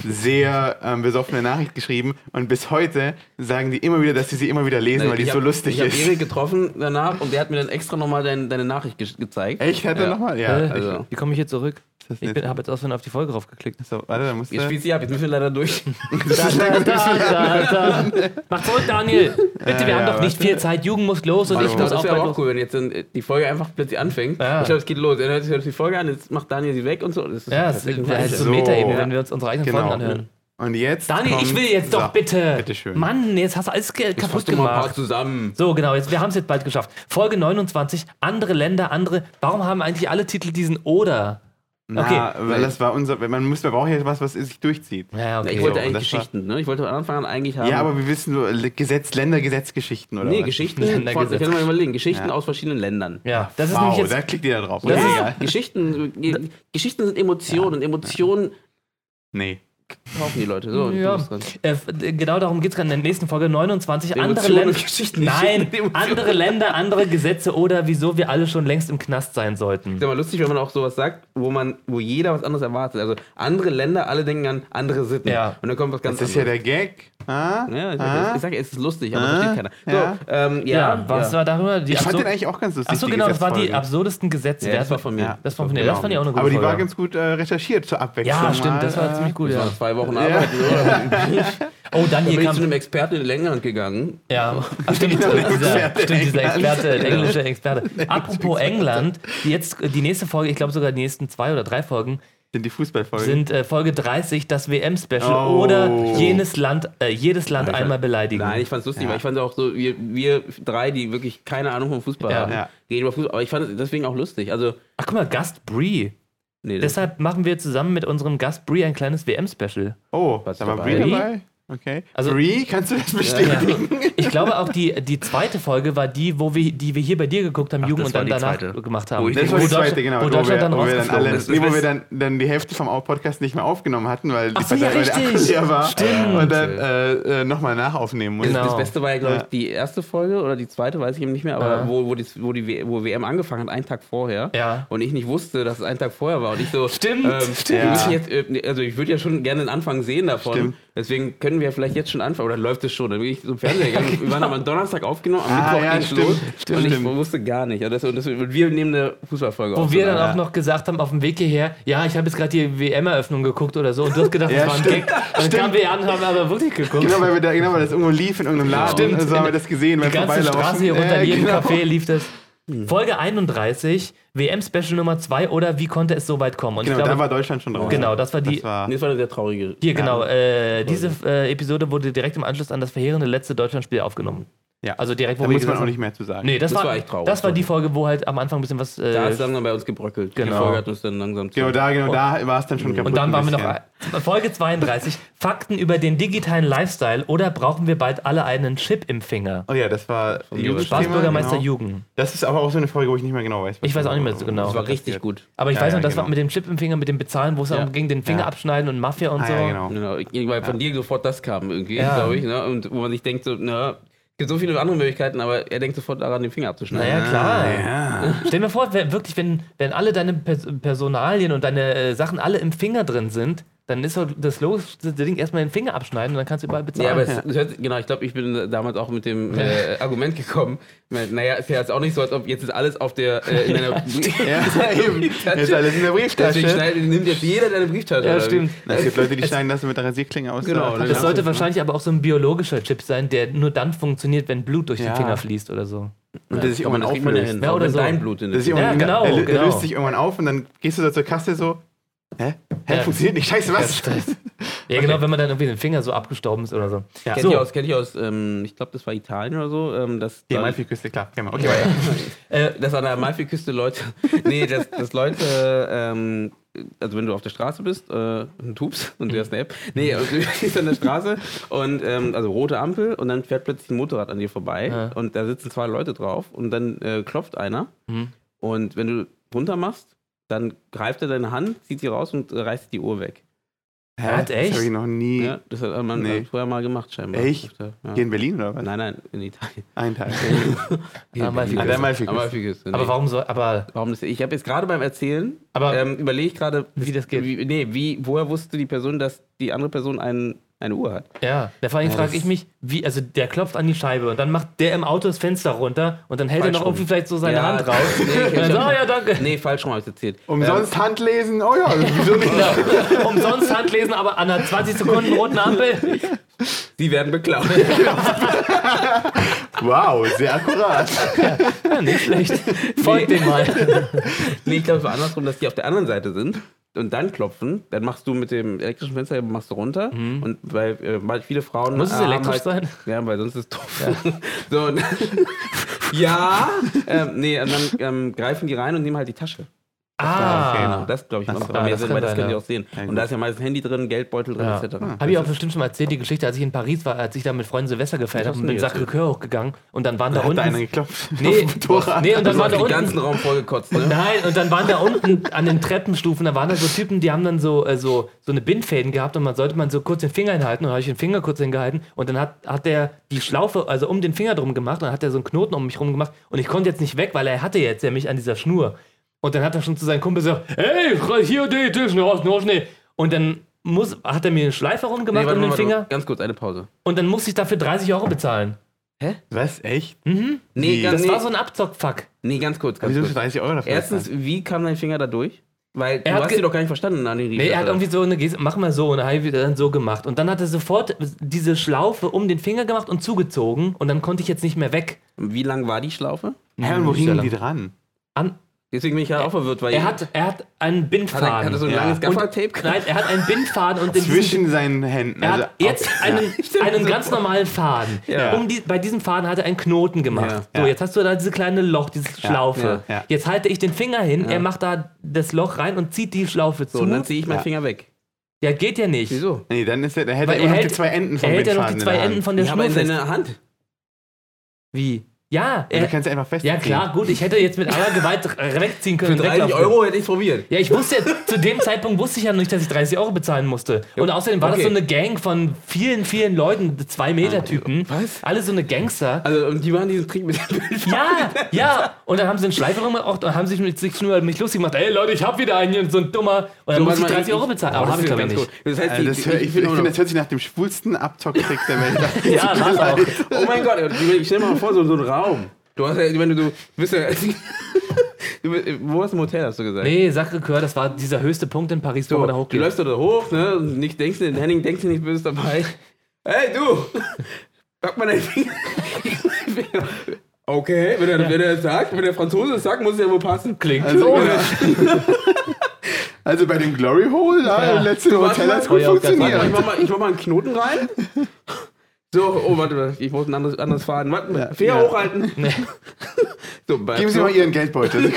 Speaker 3: sehr ähm, besoffene Nachricht geschrieben. Und bis heute sagen die immer wieder, dass sie sie immer wieder lesen, weil die
Speaker 2: ich
Speaker 3: so
Speaker 2: hab-
Speaker 3: lustig
Speaker 2: ich hab
Speaker 3: ist.
Speaker 2: Erik getroffen danach und der hat mir dann extra nochmal dein, deine Nachricht ge gezeigt.
Speaker 3: Echt? Hat er
Speaker 2: Ja.
Speaker 3: nochmal? Ja.
Speaker 1: Äh,
Speaker 3: Also,
Speaker 1: Wie komme ich hier zurück?
Speaker 3: das
Speaker 1: Ich
Speaker 3: nicht-
Speaker 1: habe jetzt auswendig auf die Folge draufgeklickt.
Speaker 3: so, warte, da musst
Speaker 2: Jetzt
Speaker 3: du.
Speaker 2: spielt sie ab, jetzt müssen wir leider durch.
Speaker 1: Da, da, da, da, da. Mach zurück, Daniel. Bitte, wir
Speaker 3: ja,
Speaker 1: haben doch nicht viel Zeit. Jugend muss los und ich
Speaker 2: Ich glaub,
Speaker 1: muss
Speaker 2: das
Speaker 1: auch
Speaker 2: wäre
Speaker 1: bald
Speaker 2: auch
Speaker 1: los.
Speaker 2: cool, wenn jetzt dann, äh, die Folge einfach plötzlich anfängt.
Speaker 1: Ja.
Speaker 2: Ich glaube, es geht los. Er hört sich hört sich die Folge an, jetzt macht Daniel sie weg und so. Das ist
Speaker 1: Ja, es
Speaker 2: perfekt.
Speaker 1: wäre halt so
Speaker 3: So.
Speaker 1: Metaebene, wenn wir uns unsere eigenen
Speaker 3: Genau.
Speaker 1: Folgen anhören.
Speaker 3: Und jetzt.
Speaker 1: Daniel, ich
Speaker 3: kommt-
Speaker 1: will jetzt doch
Speaker 3: So,
Speaker 1: bitte.
Speaker 3: bitteschön.
Speaker 1: Mann, jetzt hast du alles ge- kaputt
Speaker 2: Fass doch mal ein paar
Speaker 1: gemacht.
Speaker 2: zusammen.
Speaker 1: So, genau, jetzt, wir haben es jetzt bald geschafft. Folge 29, andere Länder, andere. Warum haben eigentlich alle Titel diesen Oder?
Speaker 3: Na,
Speaker 1: Okay.
Speaker 3: weil das war unser. wenn Man, muss, man braucht ja was, was sich durchzieht.
Speaker 1: Ja,
Speaker 2: Ja,
Speaker 1: okay.
Speaker 2: ich wollte
Speaker 3: So,
Speaker 2: eigentlich
Speaker 3: das war-
Speaker 2: Geschichten, ne? Ich wollte am Anfang an eigentlich haben.
Speaker 1: Ähm,
Speaker 3: Ja, aber wir wissen nur Le- Gesetz, Ländergesetzgeschichten oder
Speaker 2: nee,
Speaker 3: was?
Speaker 2: Geschichten.
Speaker 1: Länder
Speaker 2: Von, ich
Speaker 1: gesetzt.
Speaker 2: kann mal überlegen. Geschichten
Speaker 3: Ja.
Speaker 2: aus verschiedenen Ländern.
Speaker 1: ja, das ist
Speaker 3: Wow,
Speaker 1: nämlich
Speaker 3: da
Speaker 1: jetzt.
Speaker 3: klickt ihr da drauf.
Speaker 1: Das
Speaker 3: Oder?
Speaker 1: ist-
Speaker 3: Egal.
Speaker 2: Geschichten, Ge- Geschichten sind Emotionen und Emotionen
Speaker 3: Nee.
Speaker 2: kaufen die Leute. So,
Speaker 1: Ja.
Speaker 2: du bist dran.
Speaker 1: Äh, f- äh, genau darum geht es gerade in der nächsten Folge. 29 andere
Speaker 2: Emotionen
Speaker 1: Länder.
Speaker 2: und Geschichten.
Speaker 1: Nein,
Speaker 2: Geschichten, Emotionen.
Speaker 1: andere Länder, andere Gesetze oder wieso wir alle schon längst im Knast sein sollten.
Speaker 2: Ist ja mal lustig, wenn man auch sowas sagt, wo man, wo jeder was anderes erwartet. Also andere Länder, alle denken an andere Sitten.
Speaker 1: Ja.
Speaker 2: Und dann kommt was ganz
Speaker 3: Das ist ja
Speaker 2: anderes.
Speaker 3: der Gag. Ah?
Speaker 2: ja, ich sag,
Speaker 3: ah?
Speaker 2: ich sag, es ist lustig, aber
Speaker 3: Ah?
Speaker 2: versteht keiner. So,
Speaker 3: Ja.
Speaker 2: ähm, ja,
Speaker 1: Ja, was war darüber? Die
Speaker 3: ich fand
Speaker 1: absur-
Speaker 3: den eigentlich auch ganz lustig.
Speaker 1: Achso,
Speaker 3: die
Speaker 1: genau, das war die
Speaker 3: Gesetzfolge.
Speaker 1: absurdesten Gesetze.
Speaker 2: ja,
Speaker 1: Wer
Speaker 2: das
Speaker 1: hat-
Speaker 2: war von mir.
Speaker 3: Ja. genau.
Speaker 1: das war von mir. Das fand ich auch eine gute
Speaker 3: Aber die war
Speaker 1: Folge.
Speaker 3: ganz gut äh, recherchiert zur Abwechslung.
Speaker 1: Ja, stimmt, das war
Speaker 3: mal,
Speaker 1: ziemlich gut.
Speaker 2: Das
Speaker 1: Ja.
Speaker 2: waren zwei Wochen Arbeit. So.
Speaker 1: Oh, dann
Speaker 2: Dann
Speaker 1: hier
Speaker 2: bin ich zu
Speaker 1: kam.
Speaker 2: einem Experten in England gegangen.
Speaker 1: Ja, Ach, stimmt,
Speaker 3: Genau, der
Speaker 1: dieser,
Speaker 3: Experte
Speaker 1: stimmt, dieser
Speaker 3: in England.
Speaker 1: Experte, der englische Experte. Apropos England, die jetzt die nächste Folge, ich glaube sogar die nächsten zwei oder drei Folgen,
Speaker 3: Sind die Fußballfolgen.
Speaker 1: sind äh, Folge 30, das WM-Special
Speaker 3: Oh.
Speaker 1: oder jenes Land, äh, jedes Land einmal beleidigen.
Speaker 2: Nein, ich fand's lustig,
Speaker 3: Ja.
Speaker 2: weil ich fand's auch so, wir, wir drei, die wirklich keine Ahnung vom Fußball
Speaker 1: Ja.
Speaker 2: haben,
Speaker 3: Ja.
Speaker 2: reden über Fußball. Aber ich fand es deswegen auch lustig. Also,
Speaker 1: Ach, guck mal, Gast Bree.
Speaker 2: nee, das
Speaker 1: Deshalb machen wir zusammen mit unserem Gast Bree ein kleines WM-Special.
Speaker 3: oh,
Speaker 2: Was
Speaker 3: da war
Speaker 2: dabei?
Speaker 3: Brie dabei. Okay.
Speaker 1: Also-
Speaker 3: Brie, kannst du das bestätigen?
Speaker 1: Ich glaube auch die, die zweite Folge war die, wo wir, die wir hier bei dir geguckt haben, Jugend
Speaker 2: das
Speaker 1: und
Speaker 2: war
Speaker 1: dann
Speaker 2: die
Speaker 1: danach
Speaker 2: zweite.
Speaker 1: gemacht haben.
Speaker 2: Wo ich-
Speaker 3: Das war die
Speaker 1: Deutschland-
Speaker 3: zweite, genau.
Speaker 1: Wo Deutschland dann
Speaker 3: wo wir dann alle,
Speaker 1: rausgeflogen ist.
Speaker 3: nee, wo wir dann, dann die Hälfte vom Podcast nicht mehr aufgenommen hatten, weil,
Speaker 1: Ach so,
Speaker 3: die,
Speaker 1: ja,
Speaker 3: weil der Akku
Speaker 1: richtig.
Speaker 3: leer war.
Speaker 1: Stimmt.
Speaker 3: Und dann äh, äh, nochmal nachaufnehmen mussten.
Speaker 1: Genau.
Speaker 2: Das Beste war ja, glaube ich,
Speaker 3: Ja.
Speaker 2: die erste Folge oder die zweite, weiß ich eben nicht mehr, aber
Speaker 1: Ja.
Speaker 2: wo, wo, die, wo die W- wo WM angefangen hat, einen Tag vorher.
Speaker 1: Ja.
Speaker 2: Und ich nicht wusste, dass es einen Tag vorher war. Und ich so. ähm,
Speaker 1: Stimmt, stimmt.
Speaker 2: Wir
Speaker 3: Ja.
Speaker 2: müssen jetzt, äh, also ich würde ja schon gerne den Anfang sehen davon.
Speaker 3: Stimmt.
Speaker 2: Deswegen können wir vielleicht jetzt schon anfangen. Oder läuft es schon? Dann bin ich zum Fernseher gegangen. Wir waren aber am Donnerstag aufgenommen, am
Speaker 3: Ah,
Speaker 2: Mittwoch
Speaker 3: ja,
Speaker 2: ging's
Speaker 3: stimmt,
Speaker 2: los.
Speaker 3: stimmt,
Speaker 2: und ich
Speaker 3: stimmt.
Speaker 2: wusste gar nicht. Und, das, und, das, und wir nehmen eine Fußballfolge
Speaker 1: Wo
Speaker 2: auf.
Speaker 1: wir dann
Speaker 3: Ja.
Speaker 1: auch noch gesagt haben, auf dem Weg hierher, ja, ich habe jetzt gerade die WM-Eröffnung geguckt oder so und du hast gedacht, das
Speaker 3: Ja,
Speaker 1: war ein
Speaker 3: stimmt.
Speaker 1: Gag. Und dann kamen wir an, haben aber wirklich geguckt.
Speaker 3: Genau, weil wir da, genau, weil das irgendwo lief in irgendeinem Laden.
Speaker 1: Stimmt.
Speaker 3: Also haben wir das gesehen,
Speaker 1: Die
Speaker 3: weil
Speaker 1: ganze
Speaker 3: vorbeilaufen.
Speaker 1: Straße hier runter, in
Speaker 3: Äh,
Speaker 1: jedem
Speaker 3: genau. Hm.
Speaker 1: Café lief das. Folge 31, WM-Special Nummer 2 oder wie konnte es so weit kommen? Und
Speaker 3: Genau,
Speaker 1: ich
Speaker 3: da
Speaker 1: glaube,
Speaker 3: war Deutschland schon drauf.
Speaker 1: genau, das war die.
Speaker 3: Das war,
Speaker 2: Das war eine sehr traurige.
Speaker 1: hier, genau. Äh, diese äh, Episode wurde direkt im Anschluss an das verheerende letzte Deutschlandspiel aufgenommen.
Speaker 3: Ja.
Speaker 1: Also direkt, wo
Speaker 3: da
Speaker 1: wir
Speaker 3: muss man
Speaker 1: gesagt
Speaker 3: auch
Speaker 1: haben-
Speaker 3: nicht mehr zu sagen.
Speaker 1: Nee, das,
Speaker 2: Das
Speaker 1: war,
Speaker 2: war echt traurig.
Speaker 1: Das war die Folge, wo halt am Anfang ein bisschen was. Äh,
Speaker 2: Da ist dann bei uns gebröckelt.
Speaker 1: Genau.
Speaker 2: Die Folge hat uns dann langsam zu.
Speaker 3: Genau, da, genau, da war es dann schon kaputt.
Speaker 1: und dann
Speaker 3: ein
Speaker 1: waren wir noch.
Speaker 3: bisschen.
Speaker 1: ein- Folge 32. Fakten über den digitalen Lifestyle oder brauchen wir bald alle einen Chip im Finger?
Speaker 3: Oh ja, das war
Speaker 2: mir
Speaker 3: Jugend-
Speaker 2: war es
Speaker 3: Thema,
Speaker 1: Spaßbürgermeister
Speaker 3: genau.
Speaker 1: Jugend.
Speaker 3: Das ist aber auch so eine Folge, wo ich nicht mehr genau weiß. was
Speaker 1: Ich weiß auch nicht mehr so genau.
Speaker 2: Das war richtig gut.
Speaker 1: Aber ich
Speaker 3: Ja,
Speaker 1: weiß
Speaker 3: ja,
Speaker 1: noch, das
Speaker 3: genau.
Speaker 1: war mit dem Chip im Finger, mit dem Bezahlen, wo es
Speaker 2: Ja.
Speaker 1: dann ging, den Finger
Speaker 3: Ja.
Speaker 1: abschneiden und Mafia und
Speaker 3: Ah,
Speaker 1: so.
Speaker 3: ja, genau.
Speaker 2: Genau, weil von dir sofort das kam irgendwie,
Speaker 1: Ja.
Speaker 2: glaube ich. Ne? Und wo man sich denkt, so, na, es gibt so viele andere Möglichkeiten, aber er denkt sofort daran, den Finger abzuschneiden. Ne?
Speaker 1: Naja, klar.
Speaker 3: Ah, Ja.
Speaker 1: Stell mir vor, wenn, wirklich, wenn, wenn alle deine Pers Personalien und deine äh, Sachen alle im Finger drin sind, dann ist doch das logischste Ding erstmal den Finger abschneiden und dann kannst du überall bezahlen.
Speaker 2: Ja, aber es, es hört, genau, ich glaube, ich bin damals auch mit dem äh, Argument gekommen. weil, Naja, ist ja jetzt auch nicht so, als ob jetzt ist alles auf der äh, in einer
Speaker 3: Ja, eben. Ist alles in der
Speaker 2: Deswegen
Speaker 3: Brieftasche.
Speaker 2: schneidet, nimmt jetzt jeder deine Brieftasche.
Speaker 1: Ja,
Speaker 2: oder wie?
Speaker 1: stimmt.
Speaker 3: Es gibt Leute, die schneiden das mit der Rasierklinge aus.
Speaker 2: Genau,
Speaker 3: der
Speaker 2: das
Speaker 1: das
Speaker 3: Tasche.
Speaker 1: sollte wahrscheinlich aber auch so ein biologischer Chip sein, der nur dann funktioniert, wenn Blut durch
Speaker 3: Ja.
Speaker 1: den Finger fließt oder so.
Speaker 3: Und das sich
Speaker 2: Aber
Speaker 3: irgendwann
Speaker 2: das kriegt man ja
Speaker 3: auflöst.
Speaker 2: hin.
Speaker 1: Ja,
Speaker 2: Auch
Speaker 1: oder
Speaker 2: wenn
Speaker 1: so.
Speaker 2: dein Blut in
Speaker 3: Das
Speaker 2: den
Speaker 3: ist irgendwann,
Speaker 1: Ja, genau,
Speaker 3: er, er
Speaker 1: genau.
Speaker 3: löst sich irgendwann auf und dann gehst du da zur Kasse so, hä? Hä,
Speaker 1: Ja.
Speaker 3: funktioniert nicht, scheiße, was?
Speaker 1: Ja, genau, wenn man dann irgendwie den Finger so abgestorben ist oder so. Ja.
Speaker 2: Kennt ihr
Speaker 1: So,
Speaker 2: aus, kennt ihr aus ähm, ich glaube, das war Italien oder so, ähm, dass,
Speaker 3: Die
Speaker 2: da-
Speaker 3: Amalfi-Küste, klar, kennen wir. Okay, weiter.
Speaker 2: äh, dass an der Amalfi-Küste Leute, nee, dass, dass Leute, ähm, also wenn du auf der Straße bist äh, und tubst und du hast eine App,
Speaker 1: Mhm.
Speaker 2: nee, und du stehst an der Straße und, ähm, also rote Ampel und dann fährt plötzlich ein Motorrad an dir vorbei
Speaker 1: Ja.
Speaker 2: und da sitzen zwei Leute drauf und dann äh, klopft einer
Speaker 1: Mhm.
Speaker 2: und wenn du runter machst, dann greift er deine Hand, zieht sie raus und äh, reißt die Uhr weg.
Speaker 3: Hä?
Speaker 1: Hat echt?
Speaker 3: Das habe ich noch nie.
Speaker 2: Ja, das hat man
Speaker 3: Nee.
Speaker 2: vorher mal gemacht scheinbar.
Speaker 3: Echt?
Speaker 2: Auf der- Ja.
Speaker 3: Hier in Berlin oder was?
Speaker 2: Nein, nein, in Italien.
Speaker 3: Ein Teil.
Speaker 1: Amalfiküste.
Speaker 3: An
Speaker 2: Also
Speaker 3: der Amalfiküste.
Speaker 2: Amalfiküste, nee.
Speaker 1: Ah, aber warum soll, aber
Speaker 2: Warum das? Ich habe jetzt gerade beim Erzählen,
Speaker 1: Aber-
Speaker 2: ähm, überlege ich gerade,
Speaker 1: Wie das geht.
Speaker 2: Wie, nee, wie, woher wusste die Person, dass die andere Person ein, eine Uhr hat?
Speaker 1: Ja, da vor allem
Speaker 3: Ja,
Speaker 1: frage
Speaker 3: das-
Speaker 1: ich mich, wie, also der klopft an die Scheibe und dann macht der im Auto das Fenster runter und dann hält er
Speaker 2: Falsch
Speaker 1: noch
Speaker 2: rum.
Speaker 1: irgendwie vielleicht so seine
Speaker 2: Ja,
Speaker 1: Hand raus.
Speaker 2: nee, ich
Speaker 1: und dann
Speaker 2: hab-
Speaker 1: so, ah ja, danke.
Speaker 2: Nee, falsch rum habe ich erzählt.
Speaker 3: Umsonst Handlesen? Oh ja, wieso nicht?
Speaker 1: Genau. Umsonst Handlesen, aber an einer 20 Sekunden roten Ampel.
Speaker 2: Sie werden beklaut.
Speaker 3: Wow, sehr akkurat.
Speaker 1: Ja, nicht schlecht. Folgt dem mal.
Speaker 2: nee, ich glaube, es war andersrum, dass die auf der anderen Seite sind und dann klopfen. Dann machst du mit dem elektrischen Fenster machst du runter. Und weil äh, mal viele Frauen.
Speaker 1: Mhm. Muss es
Speaker 2: haben
Speaker 1: elektrisch
Speaker 2: halt,
Speaker 1: sein?
Speaker 2: Ja, weil sonst ist es doof. so, und ja. Ähm, nee, und dann ähm, greifen die rein und nehmen halt die Tasche.
Speaker 1: Ah.
Speaker 2: Genau, das glaube ich
Speaker 3: Ach
Speaker 2: macht
Speaker 3: so,
Speaker 2: auch
Speaker 1: ah,
Speaker 2: mehr
Speaker 1: das
Speaker 2: Sinn,
Speaker 1: kann
Speaker 2: weil das
Speaker 1: sein,
Speaker 2: könnt
Speaker 1: ja.
Speaker 2: ihr auch sehen.
Speaker 3: Ja,
Speaker 2: und
Speaker 3: gut.
Speaker 2: da ist ja meistens Handy drin, Geldbeutel drin,
Speaker 1: Ja. Ah.
Speaker 2: etc.
Speaker 1: Habe ich auch bestimmt schon mal erzählt, die Geschichte, als ich in Paris war, als ich da mit Freunden Silvester gefeiert habe
Speaker 2: hast
Speaker 1: und
Speaker 2: du
Speaker 1: bin
Speaker 2: nie
Speaker 1: Sacré-Cœur hochgegangen und dann waren da
Speaker 3: Hat da einer
Speaker 1: unten.
Speaker 3: geklopft?
Speaker 1: Nee,
Speaker 3: auf dem Motorrad?
Speaker 1: nee, und dann
Speaker 2: Du
Speaker 1: waren
Speaker 2: hast
Speaker 1: da
Speaker 2: den
Speaker 1: unten
Speaker 2: ganzen Raum vollgekotzt, ne?
Speaker 1: Nein, und dann waren da unten an den Treppenstufen, da waren da so Typen, die haben dann so, äh, so, so eine Bindfäden gehabt und man sollte man so kurz den Finger hinhalten und habe ich den Finger kurz hingehalten und dann hat, hat der die Schlaufe, also um den Finger drum gemacht und dann hat er so einen Knoten um mich rum gemacht und ich konnte jetzt nicht weg, weil er hatte jetzt ja mich an dieser Schnur. Und dann hat er schon zu seinem Kumpel gesagt, hey, hier, die, die, Schnur, Schnur, Schnee. Und dann muss, hat er mir eine Schleife rumgemacht
Speaker 2: warte,
Speaker 1: um den
Speaker 2: warte,
Speaker 1: Finger
Speaker 2: Ganz kurz, eine Pause.
Speaker 1: und dann musste ich dafür 30 Euro bezahlen.
Speaker 3: Was, echt?
Speaker 1: Hm?
Speaker 2: Nee,
Speaker 3: Wie?
Speaker 2: ganz,
Speaker 1: Das
Speaker 2: nee,
Speaker 1: war so ein Abzockfuck.
Speaker 2: nee, ganz kurz. Ganz
Speaker 3: Wieso für
Speaker 2: kurz.
Speaker 3: 30 Euro dafür?
Speaker 2: Erstens, wie kam dein Finger da durch? Weil
Speaker 1: Er
Speaker 2: du
Speaker 1: hat
Speaker 2: hast
Speaker 1: ge-
Speaker 2: sie doch gar nicht verstanden, an den
Speaker 1: Nee, er hat irgendwie so eine Geste, mach mal so, und dann habe ich dann so gemacht. Und dann hat er sofort diese Schlaufe um den Finger gemacht und zugezogen und dann konnte ich jetzt nicht mehr weg.
Speaker 2: Wie lang war die Schlaufe?
Speaker 3: Hä, und wo
Speaker 1: Ist ja
Speaker 3: hingen
Speaker 1: lang.
Speaker 3: die dran?
Speaker 1: An,
Speaker 2: Deswegen bin ich ja auch verwirrt, weil
Speaker 1: er, hat, er hat einen
Speaker 2: hat, er,
Speaker 1: Bindfaden.
Speaker 2: hat er so ein
Speaker 3: Ja.
Speaker 2: langes
Speaker 3: Und-
Speaker 2: Gaffertape gehabt.
Speaker 1: Nein, er hat einen Bindfaden und den
Speaker 3: Zwischen seinen Händen.
Speaker 1: er
Speaker 3: Also,
Speaker 1: hat jetzt einen, einen ganz normalen Faden.
Speaker 2: Ja.
Speaker 1: Um die, bei diesem Faden hat er einen Knoten gemacht.
Speaker 3: Ja.
Speaker 1: So,
Speaker 3: Ja.
Speaker 1: jetzt hast du da diese kleine Loch, diese Schlaufe.
Speaker 3: Ja. Ja.
Speaker 1: Jetzt halte ich den Finger hin, er macht da das Loch rein und zieht die Schlaufe zu.
Speaker 2: So, und dann ziehe ich meinen
Speaker 3: Ja.
Speaker 2: Finger weg.
Speaker 1: ja, geht ja nicht.
Speaker 2: Wieso?
Speaker 3: nee, dann ist er, er hält
Speaker 1: Weil
Speaker 3: er
Speaker 1: er
Speaker 3: immer noch die
Speaker 1: hält-
Speaker 3: zwei Enden
Speaker 1: Er
Speaker 3: vom
Speaker 1: hält ja noch
Speaker 3: Bindfaden
Speaker 1: die zwei
Speaker 3: in der Hand.
Speaker 1: Enden von der
Speaker 2: Ich habe
Speaker 1: Schnur
Speaker 2: in
Speaker 1: fest.
Speaker 2: seiner Also Hand.
Speaker 1: Wie? Ja,
Speaker 3: Also Du
Speaker 1: er,
Speaker 3: kannst einfach festziehen.
Speaker 1: Ja, klar, gut, ich hätte jetzt mit aller Gewalt r- wegziehen können. und
Speaker 2: 30
Speaker 1: weglaufen können.
Speaker 2: Euro hätte ich probiert.
Speaker 1: Ja, ich wusste ja, zu dem Zeitpunkt wusste ich ja noch nicht, dass ich 30 Euro bezahlen musste. Und außerdem war
Speaker 2: Okay.
Speaker 1: das so eine Gang von vielen, vielen Leuten, zwei Meter-Typen.
Speaker 2: Ah, Was?
Speaker 1: Alle so eine Gangster.
Speaker 2: Also, und die machen diesen Trick mit dem Bild.
Speaker 1: Ja, ja. Und dann haben sie einen Schleifer gemacht und haben sich mit sich nur über mich lustig gemacht. Ey Leute, ich hab wieder einen, hier, so ein dummer. Und dann muss ich 30 Euro bezahlen. Aber hab ich glaube ich nicht.
Speaker 2: Oh, Äh, Das heißt,
Speaker 3: Also
Speaker 2: die-
Speaker 3: das,
Speaker 2: die-
Speaker 3: hör- ich
Speaker 2: die-
Speaker 3: ich finde, das hört sich nach dem schwulsten Abzock-Trick der Welt an.
Speaker 1: Ja, war's auch.
Speaker 2: Oh mein Gott, ich stell mal vor, so, so einen Raum. Du hast ja, wenn du, du bist ja. Du bist, wo hast du ein Hotel, hast du gesagt?
Speaker 1: Nee, Sacre-Cœur, das war dieser höchste Punkt in Paris, wo
Speaker 2: so,
Speaker 1: man da
Speaker 2: du
Speaker 1: hochgeht.
Speaker 2: läufst da hoch, ne? Und nicht denkst du, Henning denkst du nicht böse dabei. Hey du! Pack mal deinen Finger. Okay, wenn er, wenn er das sagt, wenn der Franzose das sagt, muss es ja wohl passen.
Speaker 1: Klingt
Speaker 3: Also,
Speaker 1: so.
Speaker 3: also bei dem Glory Hole, da
Speaker 1: Ja.
Speaker 3: im letzten
Speaker 2: Warte
Speaker 3: Hotel
Speaker 2: mal,
Speaker 3: hat es gut
Speaker 1: Feuer auf der
Speaker 2: Warte mal, ich
Speaker 3: funktioniert.
Speaker 2: mach mal, ich mach mal einen Knoten rein. So, oh, warte mal, ich muss ein anderes, anderes fahren. Warte mal, Finger
Speaker 3: Ja.
Speaker 2: hochhalten. So, bei-
Speaker 3: Geben Sie mal Ihren Geldbeutel.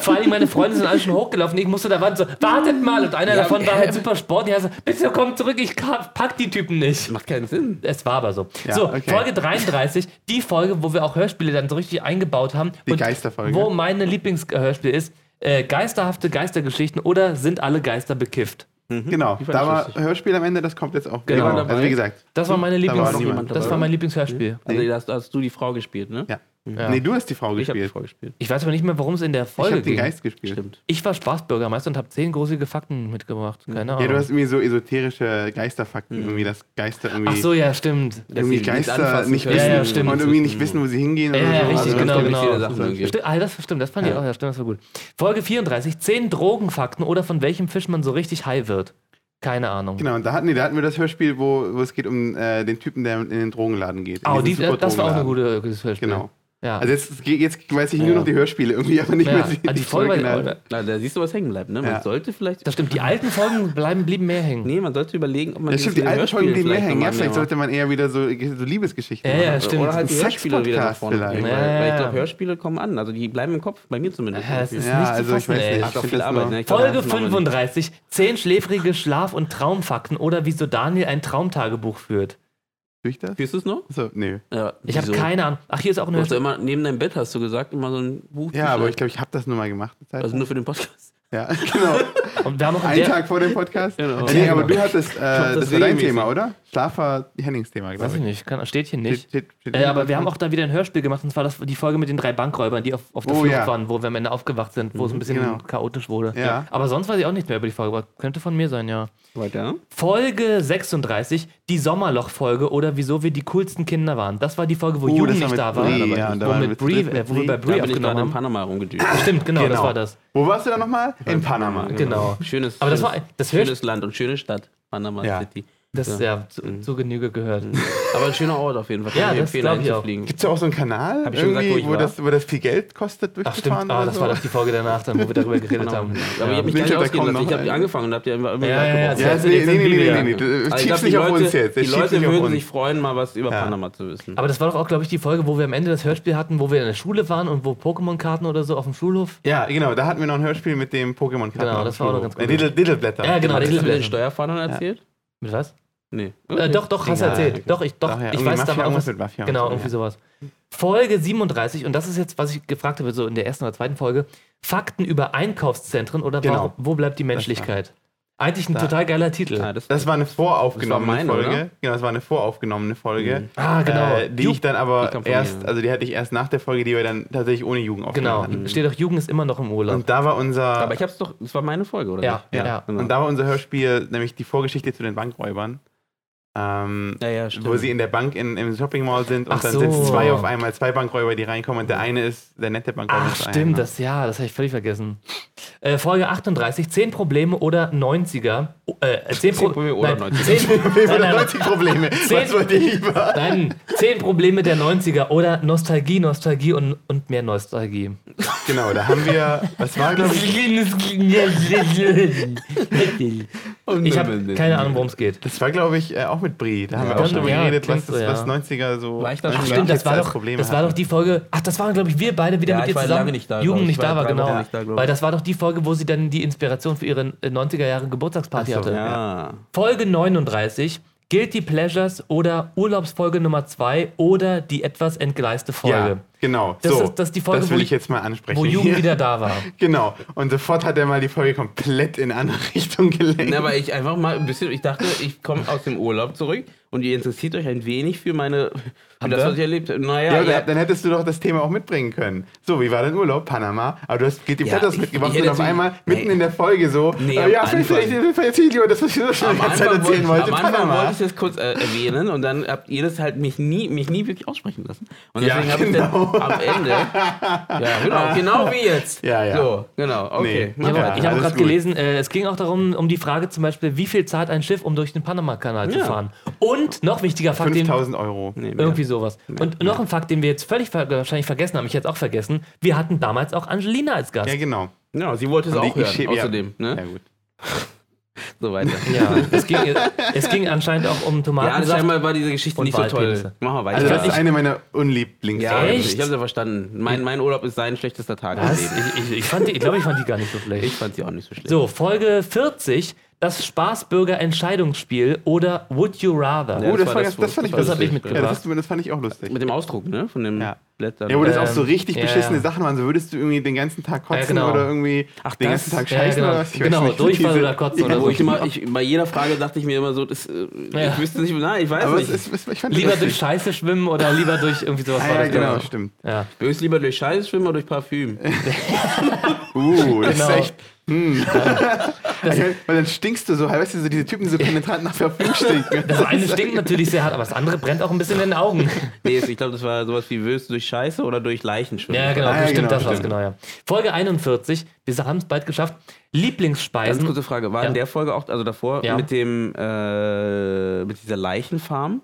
Speaker 1: Vor allem meine Freunde sind alle schon hochgelaufen. Ich musste da warten, so, wartet mal. Und einer davon war halt super sportlich. Also, bitte komm zurück, ich ka- pack die Typen nicht.
Speaker 2: Macht keinen Sinn.
Speaker 1: Es war aber so. so,
Speaker 3: okay.
Speaker 1: Folge 33, die Folge, wo wir auch Hörspiele dann so richtig eingebaut haben.
Speaker 3: Die Geisterfolge.
Speaker 1: Wo meine Lieblingshörspiel ist, äh, geisterhafte Geistergeschichten oder sind alle Geister bekifft?
Speaker 3: genau. Da war Hörspiel am Ende, das kommt jetzt auch. wieder.
Speaker 1: Genau.
Speaker 3: Also wie gesagt.
Speaker 1: Das war meine
Speaker 3: Da war
Speaker 1: Lieblings
Speaker 3: noch
Speaker 2: jemand
Speaker 1: das
Speaker 2: dabei,
Speaker 1: war mein
Speaker 2: oder?
Speaker 3: Hm.
Speaker 1: Lieblingshörspiel.
Speaker 2: Also, da hast, hast du die Frau gespielt, ne?
Speaker 3: Ja.
Speaker 1: Ja.
Speaker 3: Nee, du hast die Frau
Speaker 2: Ich habe die
Speaker 3: gespielt.
Speaker 2: Frau gespielt.
Speaker 1: Ich weiß aber nicht mehr, warum es in der
Speaker 3: Ich
Speaker 1: Folge
Speaker 3: habe den
Speaker 1: ging.
Speaker 3: Geist gespielt.
Speaker 2: Stimmt.
Speaker 1: Ich war Spaßbürgermeister und habe zehn gruselige Fakten mitgebracht. Keine Ahnung.
Speaker 3: Hm. Ja, du hast irgendwie so esoterische Geisterfakten, irgendwie, dass Geister irgendwie,
Speaker 1: Ach so, ja, stimmt.
Speaker 3: irgendwie
Speaker 2: sie nichts
Speaker 3: Geister
Speaker 2: anfassen
Speaker 3: nicht
Speaker 2: können.
Speaker 3: wissen
Speaker 1: Ja, ja, stimmt.
Speaker 3: und irgendwie nicht wissen, wo sie hingehen.
Speaker 1: Ja,
Speaker 3: oder
Speaker 1: ja,
Speaker 3: so.
Speaker 1: richtig,
Speaker 3: Also, das
Speaker 1: genau,
Speaker 3: ist
Speaker 1: genau.
Speaker 2: viele Sachen irgendwie.
Speaker 1: Stimmt, ah, das stimmt, das fand ich auch, ja, stimmt, das war gut. Folge 34, 10 Drogenfakten oder von welchem Fisch man so richtig high wird. Keine Ahnung.
Speaker 3: Genau, und da hatten, nee, da hatten wir das Hörspiel, wo, wo es geht um äh, den Typen, der in den Drogenladen geht. in
Speaker 1: Oh, die,
Speaker 3: diesen
Speaker 1: das war auch eine
Speaker 3: Superdrogenladen.
Speaker 1: gute äh, gutes Hörspiel.
Speaker 3: Genau.
Speaker 1: Ja.
Speaker 3: Also jetzt, jetzt weiß ich nur noch die Hörspiele irgendwie, aber nicht
Speaker 1: ja.
Speaker 3: mehr
Speaker 1: also die Folge,
Speaker 3: originalen.
Speaker 1: war-
Speaker 2: Na, da siehst du, was hängen bleibt, ne? Man
Speaker 3: Ja.
Speaker 2: sollte vielleicht.
Speaker 1: das stimmt, die alten Folgen bleiben, blieben mehr hängen.
Speaker 2: Nee, man sollte überlegen, ob man
Speaker 3: Ja, stimmt, die
Speaker 2: dieses
Speaker 3: alten Folgen, die
Speaker 2: Hörspiel
Speaker 3: mehr hängen. Ja,
Speaker 2: nochmal
Speaker 3: vielleicht
Speaker 2: annehmen.
Speaker 3: sollte man eher wieder so, so Liebesgeschichten
Speaker 1: Ja, ja,
Speaker 3: machen.
Speaker 1: stimmt.
Speaker 2: Oder halt die
Speaker 3: Ein
Speaker 2: Hörspiele wieder nach
Speaker 3: Sexpodcast
Speaker 2: vorne bringen.
Speaker 3: vielleicht.
Speaker 2: Weil, weil ich glaube,
Speaker 1: Ja.
Speaker 2: Hörspiele kommen an. Also die bleiben im Kopf, bei mir zumindest.
Speaker 1: Ja, das ist
Speaker 3: Ja,
Speaker 1: nicht zu
Speaker 3: also ich
Speaker 1: fassen,
Speaker 3: weiß
Speaker 1: ey.
Speaker 3: nicht.
Speaker 2: Hat auch
Speaker 3: find
Speaker 2: viel
Speaker 3: das
Speaker 2: Arbeit.
Speaker 3: nur-
Speaker 2: Ne? Ich glaub,
Speaker 1: Folge
Speaker 2: das machen wir nicht.
Speaker 1: 35, 10 schläfrige Schlaf- und Traumfakten oder wieso Daniel ein Traumtagebuch führt.
Speaker 3: Durch das?
Speaker 2: Fühlst du es noch?
Speaker 3: Achso, nee.
Speaker 2: Ja.
Speaker 1: Ich habe keine Ahnung. Ach, hier ist auch ein
Speaker 2: Du hast ja
Speaker 1: Hörspiel.
Speaker 2: immer neben deinem Bett, hast du gesagt, immer so ein Buch.
Speaker 3: Ja, aber ich glaube, ich habe das nur mal gemacht. eine Zeit
Speaker 2: Also
Speaker 3: lang.
Speaker 2: nur für den Podcast.
Speaker 3: ja, genau.
Speaker 1: Und wir haben noch in
Speaker 3: Einen
Speaker 1: der,
Speaker 3: Tag vor dem Podcast.
Speaker 2: Genau.
Speaker 3: Nee, aber du hattest, äh, das,
Speaker 2: das
Speaker 3: war dein
Speaker 2: regelmäßig.
Speaker 3: Thema, oder? Schlaf war Hennings Thema,
Speaker 1: Weiß
Speaker 3: glaube
Speaker 1: ich
Speaker 3: ich.
Speaker 1: nicht, kann, steht hier
Speaker 3: Steht-
Speaker 1: nicht.
Speaker 3: steht- steht
Speaker 1: Äh,
Speaker 3: hier
Speaker 1: aber
Speaker 3: was
Speaker 1: wir haben
Speaker 3: drin?
Speaker 1: auch da wieder ein Hörspiel gemacht, und zwar das, die Folge mit den drei Bankräubern, die auf, auf der
Speaker 3: Oh,
Speaker 1: Flucht
Speaker 3: ja.
Speaker 1: waren, wo wir am Ende aufgewacht sind, wo es ein bisschen
Speaker 3: genau.
Speaker 1: chaotisch wurde.
Speaker 3: Ja.
Speaker 1: Aber sonst weiß ich auch nicht mehr über die Folge, aber könnte von mir sein, ja.
Speaker 2: Weiter.
Speaker 1: Folge 36, die Sommerloch-Folge oder wieso wir die coolsten Kinder waren. Das war die Folge, wo
Speaker 3: Oh,
Speaker 1: Jugend
Speaker 3: das war
Speaker 1: nicht
Speaker 3: mit
Speaker 1: da war.
Speaker 3: Brie,
Speaker 1: wo
Speaker 3: ja, da
Speaker 1: wir
Speaker 3: waren
Speaker 1: mit
Speaker 3: wir zu
Speaker 1: Brie,
Speaker 3: dritt
Speaker 1: äh,
Speaker 3: mit
Speaker 1: wo wir bei
Speaker 2: Da
Speaker 1: Brie
Speaker 2: bin ich gerade in
Speaker 1: aufgenommen haben.
Speaker 2: Panama rumgedüst.
Speaker 1: Stimmt, genau, das
Speaker 3: Genau.
Speaker 1: war das.
Speaker 3: Wo warst du da nochmal? In Panama.
Speaker 1: Genau.
Speaker 2: Schönes,
Speaker 1: Aber das
Speaker 2: schönes,
Speaker 1: war- das hört-
Speaker 2: schönes Land und schöne Stadt. Panama
Speaker 3: Ja.
Speaker 2: City.
Speaker 1: Das ist ja
Speaker 3: Mhm.
Speaker 1: zu, zu Genüge gehört.
Speaker 2: Aber ein schöner Ort auf jeden Fall.
Speaker 1: Ja,
Speaker 2: Kann ich
Speaker 1: das
Speaker 2: empfehlen,
Speaker 1: glaub ich auch.
Speaker 2: einzufliegen.
Speaker 3: Gibt es da auch so einen Kanal,
Speaker 2: Hab ich schon gesagt,
Speaker 3: irgendwie,
Speaker 2: wo ich
Speaker 3: wo,
Speaker 2: war?
Speaker 3: das, wo das viel Geld
Speaker 1: Ach
Speaker 3: kostet,
Speaker 1: stimmt,
Speaker 3: durchzufahren?
Speaker 1: ah,
Speaker 3: oder
Speaker 1: das
Speaker 3: so?
Speaker 1: war doch die Folge danach, dann, wo wir darüber
Speaker 3: Genau.
Speaker 1: geredet haben.
Speaker 2: Aber ihr habt mich
Speaker 3: Ja.
Speaker 2: gar nicht
Speaker 3: Ninja, da
Speaker 2: ausgehen
Speaker 3: kommen
Speaker 2: lassen. Ich
Speaker 3: noch
Speaker 2: habe die
Speaker 3: eine.
Speaker 2: angefangen und habt ihr immer immer
Speaker 1: Ja, ja,
Speaker 2: nachgebrochen.
Speaker 1: ja,
Speaker 3: Ja,
Speaker 1: Jetzt-
Speaker 3: nee,
Speaker 1: jetzt
Speaker 3: nee,
Speaker 1: sind
Speaker 3: nee,
Speaker 1: wir
Speaker 3: nee,
Speaker 1: wieder.
Speaker 3: nee, nee.
Speaker 2: Also
Speaker 3: Du
Speaker 2: ich glaub,
Speaker 3: schiebst
Speaker 2: die
Speaker 3: nicht auf
Speaker 2: Leute-
Speaker 3: uns jetzt.
Speaker 2: Die
Speaker 3: Jetzt schiebst
Speaker 2: Leute
Speaker 3: nicht auf
Speaker 2: würden sich
Speaker 3: uns.
Speaker 2: freuen, mal was über
Speaker 3: Ja.
Speaker 2: Panama zu wissen.
Speaker 1: Aber das war doch auch, glaube ich, die Folge, wo wir am Ende das Hörspiel hatten, wo wir in der Schule waren und wo Pokémon-Karten oder so auf dem Schulhof.
Speaker 3: Ja, genau, da hatten wir noch ein Hörspiel mit dem Pokémon-Karten.
Speaker 1: Genau, das war auch noch ganz gut.
Speaker 3: Äh, Diddle- Diddleblätter.
Speaker 1: Ja, genau,
Speaker 2: Hast du mir den
Speaker 1: Mit
Speaker 2: Steuerfahndern erzählt?
Speaker 1: was?
Speaker 2: Nee.
Speaker 1: Äh, doch, doch, hast du
Speaker 3: Ja,
Speaker 1: erzählt.
Speaker 3: okay.
Speaker 1: Doch, ich, doch,
Speaker 3: Ach ja,
Speaker 1: ich
Speaker 3: irgendwie
Speaker 1: weiß,
Speaker 3: Mafia,
Speaker 1: da war auch
Speaker 3: irgendwas
Speaker 1: was.
Speaker 3: mit Mafia und
Speaker 1: Genau,
Speaker 3: so,
Speaker 1: irgendwie
Speaker 3: ja.
Speaker 1: sowas. Folge 37, und das ist jetzt, was ich gefragt habe, so in der ersten oder zweiten Folge. Fakten über Einkaufszentren oder
Speaker 3: Genau.
Speaker 1: warum, wo bleibt die Menschlichkeit? Eigentlich ein total geiler Titel.
Speaker 2: Ah, das,
Speaker 3: Das war eine voraufgenommene
Speaker 2: Das war meine,
Speaker 3: Folge.
Speaker 2: oder?
Speaker 3: Genau, das war eine voraufgenommene Folge.
Speaker 1: Ah, genau.
Speaker 3: Äh, die
Speaker 1: Ju-
Speaker 3: ich dann
Speaker 2: Die kam
Speaker 3: aber
Speaker 2: von
Speaker 3: erst,
Speaker 2: mir, ja.
Speaker 3: also die hatte ich erst nach der Folge, die wir dann tatsächlich ohne Jugend
Speaker 1: genau, Mhm.
Speaker 3: aufgenommen hatten.
Speaker 1: steht doch, Jugend ist immer noch im Urlaub.
Speaker 3: Und da war unser.
Speaker 2: aber ich hab's doch, das war meine Folge, oder?
Speaker 1: Ja,
Speaker 2: nicht?
Speaker 1: ja. genau.
Speaker 3: ja. Und da war unser Hörspiel, nämlich die Vorgeschichte zu den Bankräubern. Ähm,
Speaker 2: Ja, ja, stimmt.
Speaker 3: wo sie in der Bank in, im Shopping Mall sind und
Speaker 1: Ach
Speaker 3: dann
Speaker 1: so.
Speaker 3: sind zwei auf einmal, zwei Bankräuber, die reinkommen und der eine ist der nette Bankräuber.
Speaker 1: Ach,
Speaker 3: ist einer.
Speaker 1: stimmt, das ja, das habe ich völlig vergessen. Äh, Folge 38, 10 Probleme oder 90er. Oh, Äh, 10 Pro
Speaker 2: 10 Probleme oder 90er.
Speaker 1: 10,
Speaker 3: Wir
Speaker 1: nein,
Speaker 3: haben
Speaker 1: nein,
Speaker 3: 90 Probleme. Was wollt ihr lieber?
Speaker 1: nein, 10 Probleme der 90er oder Nostalgie, Nostalgie und, und mehr Nostalgie.
Speaker 3: Genau, da haben wir, was war, glaube ich,
Speaker 1: Ich habe keine Ahnung, worum es geht.
Speaker 3: das war, glaube ich, äh, auch mit Brie. Da haben wir
Speaker 1: Dann-
Speaker 3: auch schon drüber
Speaker 1: ja,
Speaker 3: geredet,
Speaker 1: klingt
Speaker 3: was,
Speaker 1: so,
Speaker 3: das, was
Speaker 1: ja.
Speaker 3: 90er so.
Speaker 2: War ich da schon?
Speaker 1: Ach,
Speaker 3: 90er
Speaker 1: stimmt, das war,
Speaker 3: als
Speaker 1: doch,
Speaker 3: Probleme
Speaker 1: das war doch die Folge. Ach, das waren, glaube ich, wir beide wieder
Speaker 2: Ja,
Speaker 1: mit
Speaker 2: ich
Speaker 1: dir
Speaker 2: war
Speaker 1: zusammen.
Speaker 2: lange nicht da, glaub
Speaker 1: Jugend
Speaker 2: ich.
Speaker 1: nicht
Speaker 2: Ich war
Speaker 1: da war,
Speaker 2: drei
Speaker 1: genau.
Speaker 2: Wochen nicht da, glaub ich.
Speaker 1: Weil das war doch die Folge, wo sie dann die Inspiration für ihre äh, 90er Jahre Geburtstagsparty
Speaker 3: Ach so,
Speaker 1: hatte.
Speaker 2: Ja.
Speaker 1: Folge 39, Guilty Pleasures oder Urlaubsfolge Nummer 2 oder die etwas entgleiste
Speaker 3: Ja,
Speaker 1: Folge.
Speaker 3: genau.
Speaker 1: Das
Speaker 3: so,
Speaker 1: ist- das ist die Folge,
Speaker 3: das will
Speaker 1: wo-
Speaker 3: ich jetzt mal ansprechen.
Speaker 1: Wo Jugend
Speaker 3: hier.
Speaker 1: wieder da war.
Speaker 3: Genau. Und sofort hat er mal die Folge komplett in eine andere Richtung gelenkt.
Speaker 2: Na, aber ich einfach mal ein bisschen, ich dachte, ich komme aus dem Urlaub zurück und ihr interessiert euch ein wenig für meine, für das,
Speaker 1: wir?
Speaker 2: was ich erlebt habe. Naja,
Speaker 3: ja, aber
Speaker 2: ihr
Speaker 3: dann-
Speaker 2: habt-
Speaker 3: dann hättest du doch das Thema auch mitbringen können. So, wie war dein Urlaub? Panama. Aber du hast geht die
Speaker 2: Ja,
Speaker 3: Blätter
Speaker 2: ich-
Speaker 3: mitgebracht
Speaker 2: ich hätte
Speaker 3: und auf
Speaker 2: natürlich-
Speaker 3: einmal
Speaker 2: Nee.
Speaker 3: mitten in der Folge so.
Speaker 2: Nee,
Speaker 3: äh,
Speaker 2: am
Speaker 3: ja, vielleicht,
Speaker 2: Anfang.
Speaker 3: vielleicht, vielleicht erzähl ich lieber das, was ich so schon
Speaker 2: am
Speaker 3: die ganze Zeit
Speaker 2: Anfang wollte
Speaker 3: erzählen
Speaker 2: ich,
Speaker 3: wollte.
Speaker 2: am Anfang wollte
Speaker 3: Panama.
Speaker 2: ich das kurz äh, erwähnen und dann habt ihr das halt mich nie, mich nie wirklich aussprechen lassen. Und
Speaker 3: Ja,
Speaker 2: deswegen habe ich
Speaker 3: genau.
Speaker 2: dann am Ende. Ja, genau, genau wie jetzt.
Speaker 3: Ja, ja.
Speaker 2: So, genau, okay.
Speaker 3: Nee.
Speaker 1: Ich
Speaker 2: Mach
Speaker 1: habe
Speaker 3: Ja,
Speaker 2: weiter.
Speaker 1: auch- ich habe
Speaker 3: alles
Speaker 1: gerade
Speaker 3: gut.
Speaker 1: gelesen, äh, es ging auch darum, um die Frage zum Beispiel, wie viel zahlt ein Schiff, um durch den Panamakanal zu
Speaker 2: Ja.
Speaker 1: fahren? Und noch wichtiger Fakt, den,
Speaker 3: 5000 Euro.
Speaker 2: Nee, mehr.
Speaker 1: irgendwie sowas. Und noch ein Fakt, den wir jetzt völlig ver wahrscheinlich vergessen haben, ich jetzt auch vergessen, wir hatten damals auch Angelina als Gast.
Speaker 3: Ja, genau.
Speaker 2: Ja, sie wollte es auch
Speaker 3: ich- ich
Speaker 2: hören, ne?
Speaker 3: schäme- ja.
Speaker 2: außerdem.
Speaker 3: Ja,
Speaker 2: Ne?
Speaker 3: gut.
Speaker 2: so weiter.
Speaker 1: Ja, es ging, es ging anscheinend auch um
Speaker 2: Ja,
Speaker 1: Tomatensaft.
Speaker 2: scheinbar war diese Geschichte
Speaker 1: Und
Speaker 2: nicht so
Speaker 1: Walpilze.
Speaker 2: toll. Machen wir weiter.
Speaker 3: Also das
Speaker 1: ich-
Speaker 3: ist eine meiner unlieblings
Speaker 2: ja,
Speaker 1: Echt?
Speaker 2: ich hab's ja verstanden. Mein, mein Urlaub ist sein schlechtester Tag im
Speaker 1: Was?
Speaker 2: Leben.
Speaker 1: Ich, ich, ich, fand die- ich glaube, ich fand die gar nicht so schlecht.
Speaker 2: Ich fand sie auch nicht so schlecht.
Speaker 1: So, Folge 40, das Spaßbürger Entscheidungsspiel oder Would You Rather?
Speaker 2: Ja.
Speaker 3: Oh,
Speaker 2: das
Speaker 3: das,
Speaker 2: war
Speaker 3: war,
Speaker 2: das-
Speaker 3: das, das fand ich
Speaker 2: das
Speaker 1: hab ich
Speaker 3: lustig.
Speaker 1: mitgebracht.
Speaker 3: ja, das, ist- das fand ich auch lustig.
Speaker 2: Mit dem Ausdruck, ne? Von dem
Speaker 3: Ja.
Speaker 2: Blättern.
Speaker 3: Ja, wo das auch
Speaker 1: Ähm,
Speaker 3: so richtig
Speaker 1: ja,
Speaker 3: beschissene
Speaker 1: ja.
Speaker 3: Sachen waren. So würdest du irgendwie den ganzen Tag kotzen
Speaker 1: Ja, genau.
Speaker 3: oder irgendwie
Speaker 2: Ach,
Speaker 3: den
Speaker 2: das-
Speaker 3: ganzen Tag
Speaker 1: ja,
Speaker 3: scheißen
Speaker 1: genau.
Speaker 3: oder was? weiß
Speaker 1: Genau,
Speaker 3: nicht.
Speaker 1: Durchfall oder Kotzen oder
Speaker 2: Ja,
Speaker 1: so.
Speaker 2: wo ich immer, ich, bei jeder Frage dachte ich mir immer so, das, äh,
Speaker 1: Ja.
Speaker 2: ich wüsste nicht, nein, ich weiß
Speaker 3: Aber
Speaker 2: nicht.
Speaker 3: es ist, es, ich fand
Speaker 1: Lieber
Speaker 3: das
Speaker 1: durch
Speaker 3: lustig.
Speaker 1: Scheiße schwimmen oder lieber durch irgendwie sowas? war
Speaker 3: Ah, ja,
Speaker 1: das,
Speaker 3: genau,
Speaker 1: glaub ich.
Speaker 3: stimmt.
Speaker 1: Ja.
Speaker 2: Bös lieber durch Scheiß schwimmen oder durch Parfüm?
Speaker 3: Uh, das
Speaker 1: Genau.
Speaker 3: ist echt. Hm. Ja, weil dann stinkst du so, halt, weißt du, so diese Typen, die so penetrant nach Parfüm stinken.
Speaker 1: Das eine stinkt natürlich sehr hart, aber das andere brennt auch ein bisschen in den Augen.
Speaker 2: nee, ich glaube, das war sowas wie Wös durch Scheiße oder durch Leichen schwimmen.
Speaker 1: Ja, genau,
Speaker 3: Ah, ja,
Speaker 1: stimmt,
Speaker 3: genau,
Speaker 1: das war's,
Speaker 3: stimmt.
Speaker 1: genau, ja. Folge 41, wir haben es bald geschafft.
Speaker 2: Ganz
Speaker 1: Lieblingsspeisen.
Speaker 2: kurze Frage, war
Speaker 1: Ja.
Speaker 2: in der Folge auch, also davor,
Speaker 1: Ja.
Speaker 2: mit dem, äh, mit dieser Leichenfarm?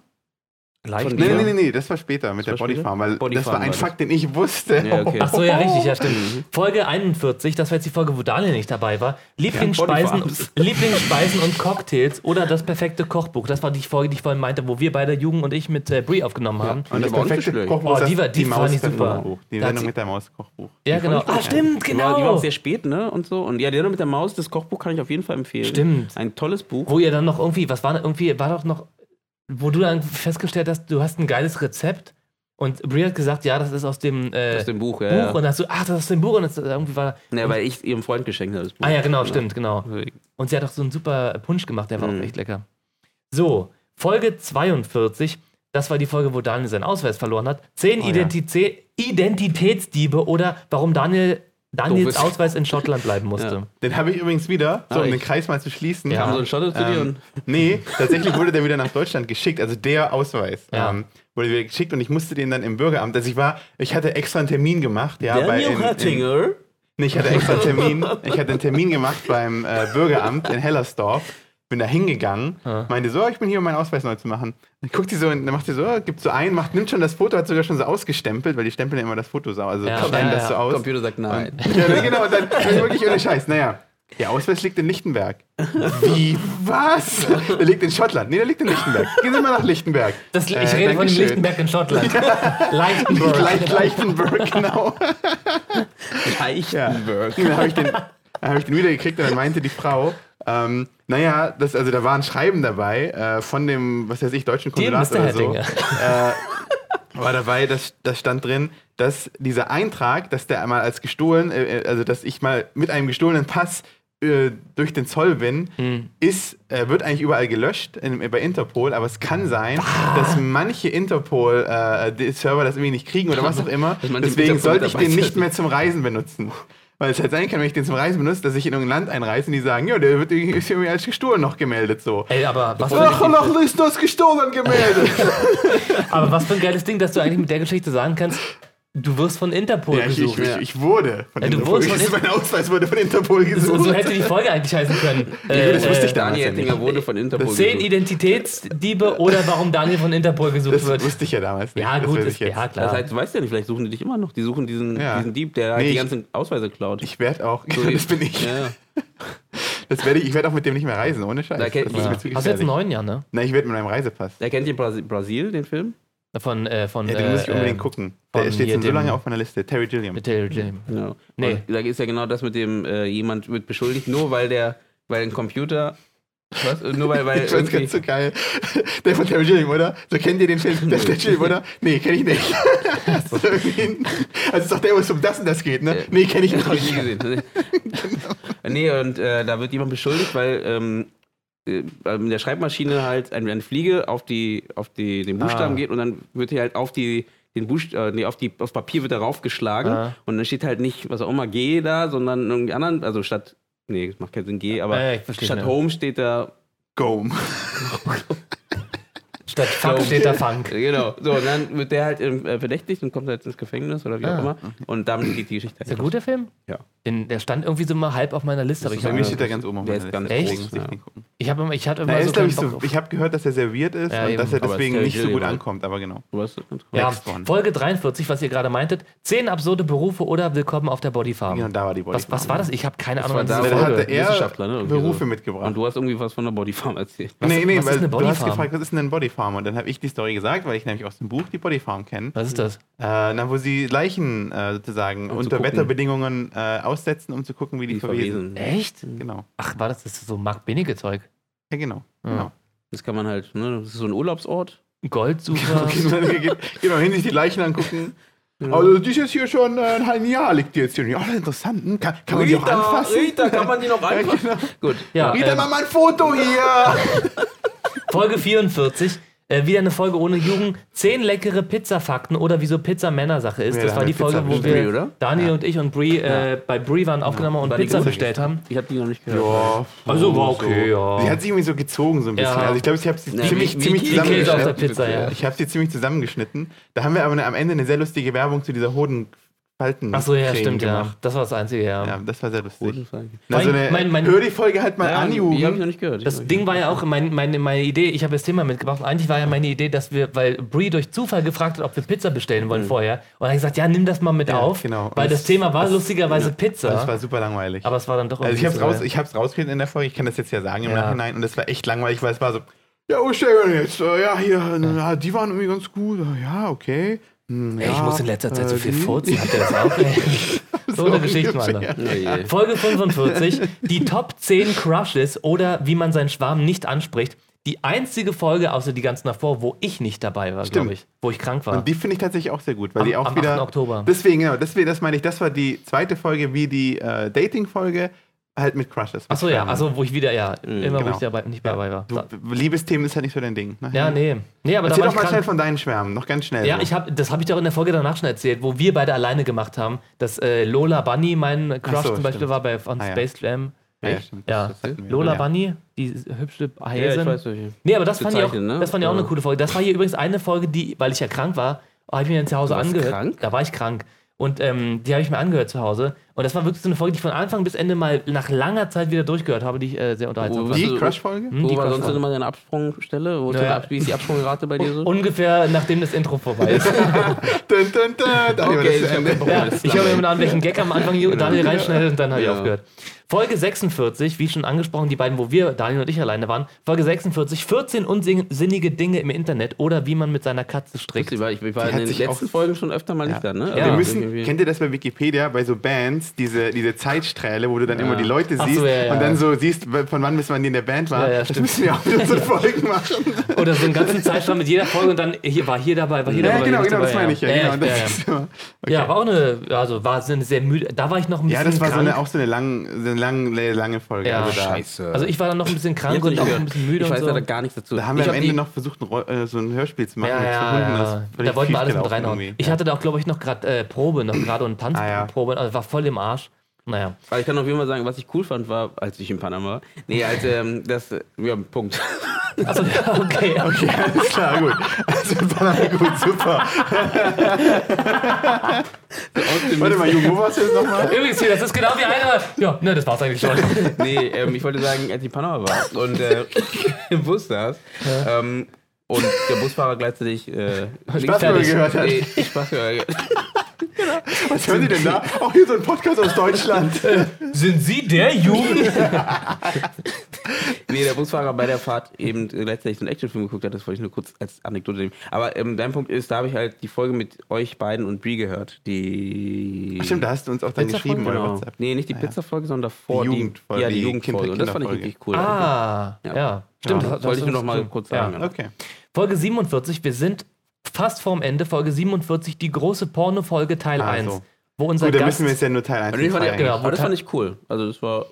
Speaker 1: Leichen-
Speaker 3: Nee, nee, nee, nee, das war später mit der
Speaker 2: war später?
Speaker 3: Bodyfarm, weil
Speaker 2: Body
Speaker 3: das war
Speaker 2: Farm
Speaker 3: ein
Speaker 2: war
Speaker 3: Fakt, den ich wusste.
Speaker 2: Ja, okay.
Speaker 1: Ach so, ja, richtig, ja, stimmt.
Speaker 3: Mhm.
Speaker 1: Folge 41, das war jetzt die Folge, wo Daniel nicht dabei war. Lieblingsspeisen,
Speaker 2: Bodyfarms.
Speaker 1: Lieblingsspeisen und Cocktails oder das perfekte Kochbuch. Das war die Folge, die ich vorhin meinte, wo wir beide Jugend und ich mit äh, Brie aufgenommen haben.
Speaker 3: Und das
Speaker 2: war auch nicht
Speaker 3: perfekte
Speaker 2: schlecht.
Speaker 3: Kochbuch
Speaker 1: Oh,
Speaker 3: das-
Speaker 1: die war- die fand ich
Speaker 3: das
Speaker 1: super.
Speaker 3: Kochbuch. Die
Speaker 1: Da hat
Speaker 3: Sendung
Speaker 1: sie-
Speaker 3: mit der Maus Kochbuch.
Speaker 1: Ja, genau.
Speaker 2: fand ich
Speaker 1: Ah,
Speaker 2: gut.
Speaker 1: stimmt,
Speaker 2: Die war, die war
Speaker 1: genau.
Speaker 2: auch sehr spät, ne? Und so. Und ja, die mit der Maus, das Kochbuch kann ich auf jeden Fall empfehlen.
Speaker 1: Stimmt.
Speaker 2: Ein tolles Buch.
Speaker 1: Wo ihr dann noch irgendwie, was war denn irgendwie, war doch noch, wo du dann festgestellt hast, du hast ein geiles Rezept und Brie hat gesagt, ja, das ist aus dem, äh,
Speaker 2: Aus dem Buch, ja.
Speaker 1: Buch
Speaker 2: ja.
Speaker 1: und dann hast du, ach, das ist aus dem Buch und das, äh, irgendwie war,
Speaker 2: Ja, weil ich ihrem Freund geschenkt habe, das Buch.
Speaker 1: ah ja, genau, stimmt, genau.
Speaker 2: Deswegen.
Speaker 1: Und sie hat auch so einen super Punsch gemacht, der war
Speaker 2: Mhm.
Speaker 1: auch echt lecker. So, Folge 42. Das war die Folge, wo Daniel seinen Ausweis verloren hat. Zehn
Speaker 2: Ah,
Speaker 1: Identitä Identitätsdiebe oder warum Daniel Daniels
Speaker 2: Doof ist.
Speaker 1: Ausweis in Schottland bleiben musste.
Speaker 3: Den habe ich übrigens wieder, so
Speaker 2: Ah,
Speaker 3: um den
Speaker 2: echt?
Speaker 3: Kreis mal zu schließen.
Speaker 1: Ja.
Speaker 2: Kam so ein Schotte zu dir
Speaker 3: Ähm,
Speaker 2: und
Speaker 3: nee, tatsächlich wurde der wieder nach Deutschland geschickt, also der Ausweis
Speaker 1: Ja.
Speaker 3: ähm, wurde wieder geschickt und ich musste den dann im Bürgeramt. Also ich war, ich hatte extra einen Termin gemacht, ja, bei in, in, nee, ich hatte extra einen Termin, ich hatte einen Termin gemacht beim äh, Bürgeramt in Hellersdorf. Bin da hingegangen, meinte so, ich bin hier, um meinen Ausweis neu zu machen. Dann guckt sie so, und dann macht sie so, gibt so ein, macht, nimmt schon das Foto, hat sogar schon so ausgestempelt, weil die stempeln ja immer das Foto so, also
Speaker 1: Ja,
Speaker 3: schneiden
Speaker 1: ja,
Speaker 3: das
Speaker 1: ja.
Speaker 3: so aus.
Speaker 2: Computer sagt nein.
Speaker 3: Ja, ne, genau, dann dann wirklich ohne Scheiß. Naja, der Ausweis liegt in Lichtenberg. Wie? Was? Der liegt in Schottland. Nee, der liegt in Lichtenberg. Gehen Sie mal nach Lichtenberg.
Speaker 1: Das, ich
Speaker 3: Äh,
Speaker 1: rede von dem
Speaker 3: Dankeschön.
Speaker 1: Lichtenberg in Schottland. Leichtenberg.
Speaker 3: Leicht, Leichtenberg, genau. Ja.
Speaker 2: Leichenberg.
Speaker 3: Dann habe ich, den- dann hab ich den wieder gekriegt und dann meinte die Frau, ähm, naja, das, also da war ein Schreiben dabei äh, von dem, was weiß ich, deutschen
Speaker 1: Dem
Speaker 3: Konsulat
Speaker 1: Mr.
Speaker 3: oder so.
Speaker 1: Hettinger.
Speaker 3: war dabei, das, das stand drin, dass dieser Eintrag, dass der einmal als gestohlen, äh, also dass ich mal mit einem gestohlenen Pass äh, durch den Zoll bin, ist, äh, wird eigentlich überall gelöscht in, bei Interpol, aber es kann sein, dass manche Interpol-Server das irgendwie nicht kriegen oder was auch immer.
Speaker 2: Dass manche
Speaker 3: Deswegen sollte ich den
Speaker 2: Interpol-Mitarbeiter-
Speaker 3: nicht mehr zum Reisen benutzen. Weil es halt sein kann, wenn ich den zum Reisen benutze, dass ich in irgendein Land einreise und die sagen, ja, der wird irgendwie- ist irgendwie als gestohlen noch gemeldet so.
Speaker 1: Ey, aber was,
Speaker 3: Ach,
Speaker 1: für,
Speaker 3: noch ist das gestohlen gemeldet.
Speaker 1: aber was für ein geiles Ding, dass du eigentlich mit der Geschichte sagen kannst, du wirst von Interpol
Speaker 3: Ja, ich, ich,
Speaker 1: gesucht.
Speaker 3: ich, ich wurde von
Speaker 1: Ja, du
Speaker 3: Interpol
Speaker 1: wurdest von
Speaker 3: gesucht. Mein Ausweis wurde von Interpol
Speaker 1: Und so
Speaker 3: gesucht.
Speaker 1: hätte die Folge eigentlich heißen können.
Speaker 3: Ja, das wusste ich
Speaker 1: äh,
Speaker 3: damals
Speaker 2: Daniel
Speaker 3: ja nicht.
Speaker 2: Hettinger wurde von Interpol
Speaker 1: Zehn
Speaker 2: gesucht.
Speaker 1: Identitätsdiebe oder warum Daniel von Interpol gesucht
Speaker 3: Das
Speaker 1: wird.
Speaker 3: wusste ich ja damals nicht.
Speaker 1: Ja,
Speaker 3: das
Speaker 1: gut,
Speaker 3: weiß
Speaker 1: ist,
Speaker 3: ich jetzt.
Speaker 1: ja, klar.
Speaker 2: Das heißt, du weißt ja nicht, vielleicht suchen die dich immer noch. Die suchen diesen,
Speaker 3: Ja.
Speaker 2: diesen Dieb, der halt
Speaker 3: Nee,
Speaker 2: die
Speaker 3: ich-
Speaker 2: ganzen Ausweise klaut.
Speaker 3: Ich werde auch,
Speaker 2: So,
Speaker 3: das bin ich.
Speaker 2: Ja, ja.
Speaker 3: Das werde ich, ich werde auch mit dem nicht mehr reisen, ohne Scheiß.
Speaker 2: Da kennt-
Speaker 3: das ist
Speaker 2: ja.
Speaker 3: mir
Speaker 1: Hast du
Speaker 3: zu
Speaker 1: jetzt einen
Speaker 3: gefährlich.
Speaker 1: neuen Jahr, ne?
Speaker 3: Nein, ich werde mit meinem Reisepass.
Speaker 2: Er kennt ihr Brasi Brasil, den Film?
Speaker 1: Von, äh, von,
Speaker 3: Ja, den
Speaker 1: äh,
Speaker 3: muss ich unbedingt
Speaker 1: äh,
Speaker 3: gucken.
Speaker 1: von
Speaker 3: Der steht
Speaker 1: hier
Speaker 3: schon so
Speaker 1: dem-
Speaker 3: lange auf meiner Liste. Terry Gilliam.
Speaker 1: Mit Taylor Jim.
Speaker 2: Ja.
Speaker 1: Nee.
Speaker 2: Und Da ist ja genau das mit dem, äh, jemand wird beschuldigt, nur weil der, weil ein Computer, was, nur weil, weil
Speaker 3: Ich fand's
Speaker 2: irgendwie-
Speaker 3: ganz so geil. Der von Terry Gilliam, oder? So kennt ihr den Film der Terry Gilliam, oder? Nee, kenn ich nicht. so irgendwie ein- also ist doch der, wo es um das und das geht, ne? Nee, kenn ich
Speaker 1: Genau.
Speaker 2: Hab ich nie
Speaker 3: nicht.
Speaker 2: gesehen. Nee, und äh, da wird jemand beschuldigt, weil ähm, äh, mit der Schreibmaschine halt ein- eine Fliege auf, die, auf die, den Buchstaben
Speaker 1: Ah.
Speaker 2: geht und dann wird hier halt auf die den Buchst äh, nee, auf die aufs Papier wird darauf geschlagen
Speaker 1: Ah.
Speaker 2: und dann steht halt nicht was auch immer G da, sondern irgendwie anderen, also statt nee, das macht keinen Sinn G, aber
Speaker 1: Ja, ja, ich versteh
Speaker 2: statt
Speaker 1: schon.
Speaker 2: Home steht da
Speaker 3: Gome.
Speaker 1: Statt Funk steht da Funk.
Speaker 2: genau. So und dann wird der halt ähm, äh, verdächtigt und kommt halt ins Gefängnis oder wie auch
Speaker 1: Ah.
Speaker 2: immer und damit geht die Geschichte.
Speaker 1: Ist der gut, der Film?
Speaker 2: Ja.
Speaker 1: Den, der stand irgendwie so mal halb auf meiner Liste. Aber ich
Speaker 3: Bei mir
Speaker 1: hab,
Speaker 3: steht der ganz oben auf
Speaker 2: Der
Speaker 3: meiner
Speaker 2: ist gar
Speaker 3: Liste.
Speaker 2: nicht
Speaker 1: Echt?
Speaker 2: groß,
Speaker 3: Muss ich
Speaker 2: ja.
Speaker 3: den gucken.
Speaker 1: Ich habe ich hatte immer
Speaker 3: Na, er
Speaker 1: so
Speaker 3: ist,
Speaker 1: Also
Speaker 3: glaub
Speaker 1: keinen
Speaker 3: ich,
Speaker 1: Bock
Speaker 3: so,
Speaker 1: drauf.
Speaker 3: ich habe gehört, dass er serviert ist
Speaker 1: Ja,
Speaker 3: und
Speaker 1: eben.
Speaker 3: dass er
Speaker 2: Aber es
Speaker 3: deswegen
Speaker 2: ist
Speaker 3: nicht so
Speaker 2: Gary
Speaker 3: gut
Speaker 2: Gilmore.
Speaker 3: ankommt, aber genau.
Speaker 2: Du hast ganz cool.
Speaker 1: ja,
Speaker 3: Next one.
Speaker 1: Folge 43, was ihr gerade meintet. Zehn absurde Berufe oder Willkommen auf der Bodyfarm.
Speaker 3: Genau, da war die Body
Speaker 1: was, was war das? Ich habe keine
Speaker 2: Das
Speaker 1: Ahnung.
Speaker 2: war
Speaker 1: wann diese
Speaker 2: da-
Speaker 3: Da
Speaker 1: Folge-
Speaker 3: hatte er
Speaker 2: Wissenschaftler, ne? Irgendwie
Speaker 3: Berufe
Speaker 2: so.
Speaker 3: mitgebracht.
Speaker 2: Und du hast irgendwie was von der Bodyfarm erzählt.
Speaker 3: nee, nee,
Speaker 1: was ist
Speaker 3: weil
Speaker 1: eine
Speaker 3: du hast
Speaker 1: Bodyfarm?
Speaker 3: gefragt, was ist denn ein Bodyfarm? Und dann habe ich die Story gesagt, weil ich nämlich aus dem Buch die Bodyfarm kenne.
Speaker 1: Was ist das?
Speaker 3: Äh, na, wo sie Leichen äh, sozusagen
Speaker 2: Um zu
Speaker 3: unter
Speaker 2: gucken.
Speaker 3: Wetterbedingungen äh, aussetzen, um zu gucken, wie die,
Speaker 2: Die
Speaker 3: verwesen.
Speaker 2: verwesen.
Speaker 1: Echt?
Speaker 3: Genau.
Speaker 1: Ach, war das, das ist so Mark Benecke Zeug?
Speaker 3: Ja, genau.
Speaker 1: Ja.
Speaker 3: genau.
Speaker 2: Das kann man halt, ne? Das ist so ein Urlaubsort.
Speaker 1: Goldsucher.
Speaker 3: Okay, dann geht, geht mal hin, sich die Leichen angucken. Also, die ist jetzt hier schon äh, ein halbes Jahr, liegt die jetzt hier. Ja, interessant. Hm? Kann, kann man die auch anfassen? genau.
Speaker 2: Rita, kann man die noch anfassen? genau. Gut.
Speaker 1: Ja,
Speaker 3: Rita,
Speaker 1: ähm,
Speaker 3: mach mal ein Foto hier!
Speaker 1: Folge 44. Äh, wieder eine Folge ohne Jugend. Zehn leckere Pizzafakten oder wieso Pizza Männersache ist.
Speaker 3: Ja,
Speaker 1: das
Speaker 3: da
Speaker 1: war
Speaker 3: haben
Speaker 1: die
Speaker 3: wir Pizza
Speaker 1: Folge, wo
Speaker 3: bestellt.
Speaker 1: wir
Speaker 2: Brie, oder?
Speaker 1: Daniel und ich und Brie äh, bei Brie waren aufgenommen und
Speaker 2: War die
Speaker 1: Pizza
Speaker 2: gut?
Speaker 1: bestellt haben.
Speaker 2: Ich habe die noch nicht gehört.
Speaker 3: Ja,
Speaker 1: Also, war okay, ja.
Speaker 3: Sie hat sie irgendwie so gezogen, so ein bisschen.
Speaker 1: Ja.
Speaker 3: Also, ich glaube, ich habe sie
Speaker 2: Ja,
Speaker 3: ziemlich,
Speaker 2: wie-
Speaker 3: ziemlich
Speaker 2: wie die
Speaker 1: Käse auf der
Speaker 3: zusammengeschnitten.
Speaker 1: Pizza, ja.
Speaker 3: Ich habe sie ziemlich zusammengeschnitten. Da haben wir aber am Ende eine sehr lustige Werbung zu dieser Hodenfalten.
Speaker 1: Ach so, ja, stimmt, ja.
Speaker 3: gemacht.
Speaker 1: Das war das Einzige, ja.
Speaker 3: Ja, das war sehr lustig.
Speaker 2: Ja,
Speaker 3: Na, so eine,
Speaker 1: Mein- mein-
Speaker 3: hör die Folge halt mal an,
Speaker 2: die habe ich noch
Speaker 3: Jugend.
Speaker 2: nicht gehört.
Speaker 1: Das
Speaker 2: Ich-
Speaker 1: Ding war ja auch mein, meine, meine Idee, ich habe das Thema mitgebracht. Eigentlich war ja meine Idee, dass wir, weil Brie durch Zufall gefragt hat, ob wir Pizza bestellen wollen vorher. Und dann hab ich gesagt, ja, nimm das mal mit
Speaker 3: Mhm. Ja,
Speaker 1: auf.
Speaker 3: genau. Und
Speaker 1: Weil das,
Speaker 3: das-
Speaker 1: Thema war lustigerweise Pizza.
Speaker 3: Das also war super langweilig.
Speaker 1: aber es war dann doch
Speaker 3: Also ich hab's,
Speaker 1: irgendwie
Speaker 3: raus,
Speaker 1: so,
Speaker 3: ich hab's rausgehört in der Folge, ich kann das jetzt ja sagen im
Speaker 1: Ja.
Speaker 3: Nachhinein und das war echt langweilig, weil es war so, ja, wo stehen wir denn jetzt? Äh, Ja, hier, na, die waren irgendwie ganz gut, Äh, ja, okay. Hm,
Speaker 1: Ey, ich
Speaker 3: ja,
Speaker 1: muss in letzter Zeit so
Speaker 3: äh,
Speaker 1: viel
Speaker 3: die-
Speaker 1: furzen, habt ihr das auch? Ey. so eine Geschichte, Mann.
Speaker 3: ungefähr.
Speaker 2: Ja, Oh ja, ja.
Speaker 1: Folge 45, die Top 10 Crushes oder wie man seinen Schwarm nicht anspricht. Die einzige Folge, außer die ganzen davor, wo ich nicht dabei war, glaube
Speaker 3: Stimmt.
Speaker 1: ich. Wo ich krank war.
Speaker 3: Und die finde ich tatsächlich auch sehr gut, weil
Speaker 1: Am-
Speaker 3: die auch
Speaker 1: am
Speaker 3: wieder.
Speaker 1: 8. Oktober.
Speaker 3: Deswegen, genau, deswegen, das meine ich, das war die zweite Folge wie die äh, Dating-Folge, halt mit Crushes. mit
Speaker 1: Achso, ja,
Speaker 3: Frauen.
Speaker 1: also wo ich wieder, ja, immer wo
Speaker 3: genau.
Speaker 1: ich dabei, nicht dabei war.
Speaker 3: Du, Liebesthemen ist halt nicht so dein Ding. Ne?
Speaker 1: Ja, nee. Nee, aber da
Speaker 3: Erzähl
Speaker 1: war
Speaker 3: doch
Speaker 1: ich
Speaker 3: mal schnell
Speaker 1: krank.
Speaker 3: von deinen Schwärmen, noch ganz schnell.
Speaker 1: Ja,
Speaker 3: so.
Speaker 1: ich hab, das habe ich doch in der Folge danach schon erzählt, wo wir beide alleine gemacht haben, dass äh, Lola Bunny mein Crush
Speaker 3: Ach so,
Speaker 1: zum Beispiel
Speaker 3: stimmt.
Speaker 1: war bei von
Speaker 3: Ah, ja.
Speaker 1: Space Jam.
Speaker 3: Ja, ja, stimmt,
Speaker 1: Ja,
Speaker 3: das- das hatten wir.
Speaker 1: Lola
Speaker 3: Ja.
Speaker 1: Bunny, die hübsche
Speaker 2: Ja,
Speaker 1: Häsin.
Speaker 2: ich weiß welche.
Speaker 1: Nee, aber das fand, ich auch,
Speaker 2: Gezeichnet, ne?
Speaker 1: das fand ich auch
Speaker 2: Ja.
Speaker 1: eine coole Folge. Das war hier übrigens eine Folge, die, weil ich ja krank war, habe ich mir dann zu Hause
Speaker 2: warst
Speaker 1: angehört.
Speaker 2: krank?
Speaker 1: Da war ich krank. Und ähm, die habe ich mir angehört zu Hause. Und das war wirklich so eine Folge, die ich von Anfang bis Ende mal nach langer Zeit wieder durchgehört habe, die ich äh, sehr unterhaltsam
Speaker 2: Wo
Speaker 1: fand.
Speaker 3: die
Speaker 2: also-
Speaker 3: Crush-Folge?
Speaker 1: Hm, die
Speaker 2: Wo war
Speaker 1: Kopfhörer.
Speaker 2: sonst immer deine Absprungstelle? Wo
Speaker 1: Naja.
Speaker 2: Wie ist die Absprungrate bei dir so?
Speaker 1: Ungefähr nachdem das Intro vorbei ist.
Speaker 3: Dun, dun, dun. Daniel, das ist-
Speaker 1: ja, ich höre mir immer an, welchen Gag am Anfang hier Daniel reinschneidet und dann habe ich
Speaker 2: Ja.
Speaker 1: aufgehört. Folge 46, wie schon angesprochen, die beiden, wo wir, Daniel und ich alleine waren. Folge 46, 14 unsinnige Dinge im Internet oder wie man mit seiner Katze strickt.
Speaker 2: Ich war, ich war
Speaker 3: Die
Speaker 2: in
Speaker 3: hat
Speaker 2: den
Speaker 3: sich
Speaker 2: letzten
Speaker 3: auch-
Speaker 2: Folgen schon öfter mal nicht da, ne?
Speaker 1: Ja.
Speaker 3: Wir
Speaker 2: Also
Speaker 3: müssen,
Speaker 2: irgendwie-
Speaker 3: kennt ihr das bei Wikipedia, bei so Bands, diese, diese Zeitsträhle, wo du dann immer die Leute
Speaker 1: Ach so,
Speaker 3: siehst
Speaker 1: ja, ja.
Speaker 3: und dann so siehst, von wann bis wann die in der Band waren.
Speaker 1: Ja, ja,
Speaker 3: das
Speaker 1: stimmt.
Speaker 3: müssen wir auch wieder so Folgen machen.
Speaker 1: Oder so einen ganzen Zeitstrahl mit jeder Folge und dann hier, war hier dabei, war hier
Speaker 3: Ja,
Speaker 1: dabei.
Speaker 3: genau,
Speaker 1: hier
Speaker 3: genau, das
Speaker 1: dabei,
Speaker 3: meine ich ja.
Speaker 1: Ja,
Speaker 3: genau, das
Speaker 1: ja, ja.
Speaker 3: ist immer-
Speaker 1: ja, war auch eine, also war so eine sehr müde, da war ich noch ein bisschen
Speaker 3: ja, das war so
Speaker 1: krank.
Speaker 3: eine, auch so eine lange, so eine lange, lange Folge.
Speaker 1: Ja.
Speaker 3: Also da,
Speaker 1: also ich war dann noch ein bisschen krank
Speaker 2: Jetzt
Speaker 1: und
Speaker 2: nicht
Speaker 1: auch
Speaker 2: mehr.
Speaker 1: ein bisschen müde
Speaker 2: Ich
Speaker 1: und
Speaker 2: weiß
Speaker 1: so.
Speaker 2: leider gar nichts dazu.
Speaker 3: da haben wir
Speaker 2: ich
Speaker 3: am Ende
Speaker 2: die-
Speaker 3: noch versucht, ein, Roll- äh, so ein Hörspiel zu machen.
Speaker 1: Ja,
Speaker 3: mit
Speaker 1: ja,
Speaker 3: Hunden. Das
Speaker 1: ja.
Speaker 3: ist völlig
Speaker 1: Da wollten wir
Speaker 3: schief
Speaker 1: alles mit
Speaker 3: gelaufen
Speaker 1: reinhauen.
Speaker 3: irgendwie.
Speaker 1: Ich hatte da auch, glaube ich, noch gerade äh, Probe, noch gerade und
Speaker 3: Ah, ja.
Speaker 1: Tanzprobe. Also war voll im Arsch. Naja.
Speaker 2: Also ich kann auf jeden Fall sagen, was ich cool fand, war, als ich in Panama war. Nee, als ähm, das. äh, Ja, Punkt.
Speaker 1: Achso, okay.
Speaker 3: Okay, alles klar, gut. Also, war dann gut, super. Warte mal, Junge, wo warst du jetzt nochmal?
Speaker 1: Übrigens hier, das ist genau wie einer. Ja, ne, das war's eigentlich schon.
Speaker 2: Nee, ähm, ich wollte sagen, als ich in Panama war und äh, im Bus saß. Ähm, und der Busfahrer gleichzeitig äh, links-
Speaker 3: Spaß gehört hat.
Speaker 2: Nee, Spaß gehört.
Speaker 3: Was hören Sie denn da? Auch hier so ein Podcast aus Deutschland.
Speaker 1: Sind Sie der Jugend?
Speaker 2: Nee, der Busfahrer bei der Fahrt eben letztendlich so einen Actionfilm geguckt hat, das wollte ich nur kurz als Anekdote nehmen. Aber ähm, dein Punkt ist, da habe ich halt die Folge mit euch beiden und Brie gehört. Die.
Speaker 3: Ach Stimmt, da hast du uns auch dann
Speaker 1: Pizza
Speaker 3: geschrieben bei
Speaker 2: genau.
Speaker 3: WhatsApp. Ah,
Speaker 2: Nee, nicht die Pizza-Folge, sondern davor
Speaker 3: Die Jugendfolge,
Speaker 2: Ja, die
Speaker 3: die
Speaker 2: Jugendfolge.
Speaker 3: Kinder-
Speaker 2: Und das fand ich
Speaker 3: Kinderfolge.
Speaker 2: richtig cool.
Speaker 1: Ah, ja. Stimmt,
Speaker 2: Ja,
Speaker 1: das- das
Speaker 2: wollte ich nur noch mal
Speaker 1: stimmt.
Speaker 2: kurz
Speaker 1: Ja.
Speaker 2: sagen.
Speaker 3: Okay.
Speaker 1: Folge 47, wir sind fast vorm Ende. Folge 47, die große Porno-Folge Teil
Speaker 3: Ah,
Speaker 1: 1.
Speaker 3: so.
Speaker 1: Wo unser
Speaker 3: Gut, dann
Speaker 1: Gast.
Speaker 3: müssen wir jetzt ja nur Teil 1
Speaker 2: Und den fand ich,
Speaker 1: genau.
Speaker 2: aber das fand ich cool. Also das war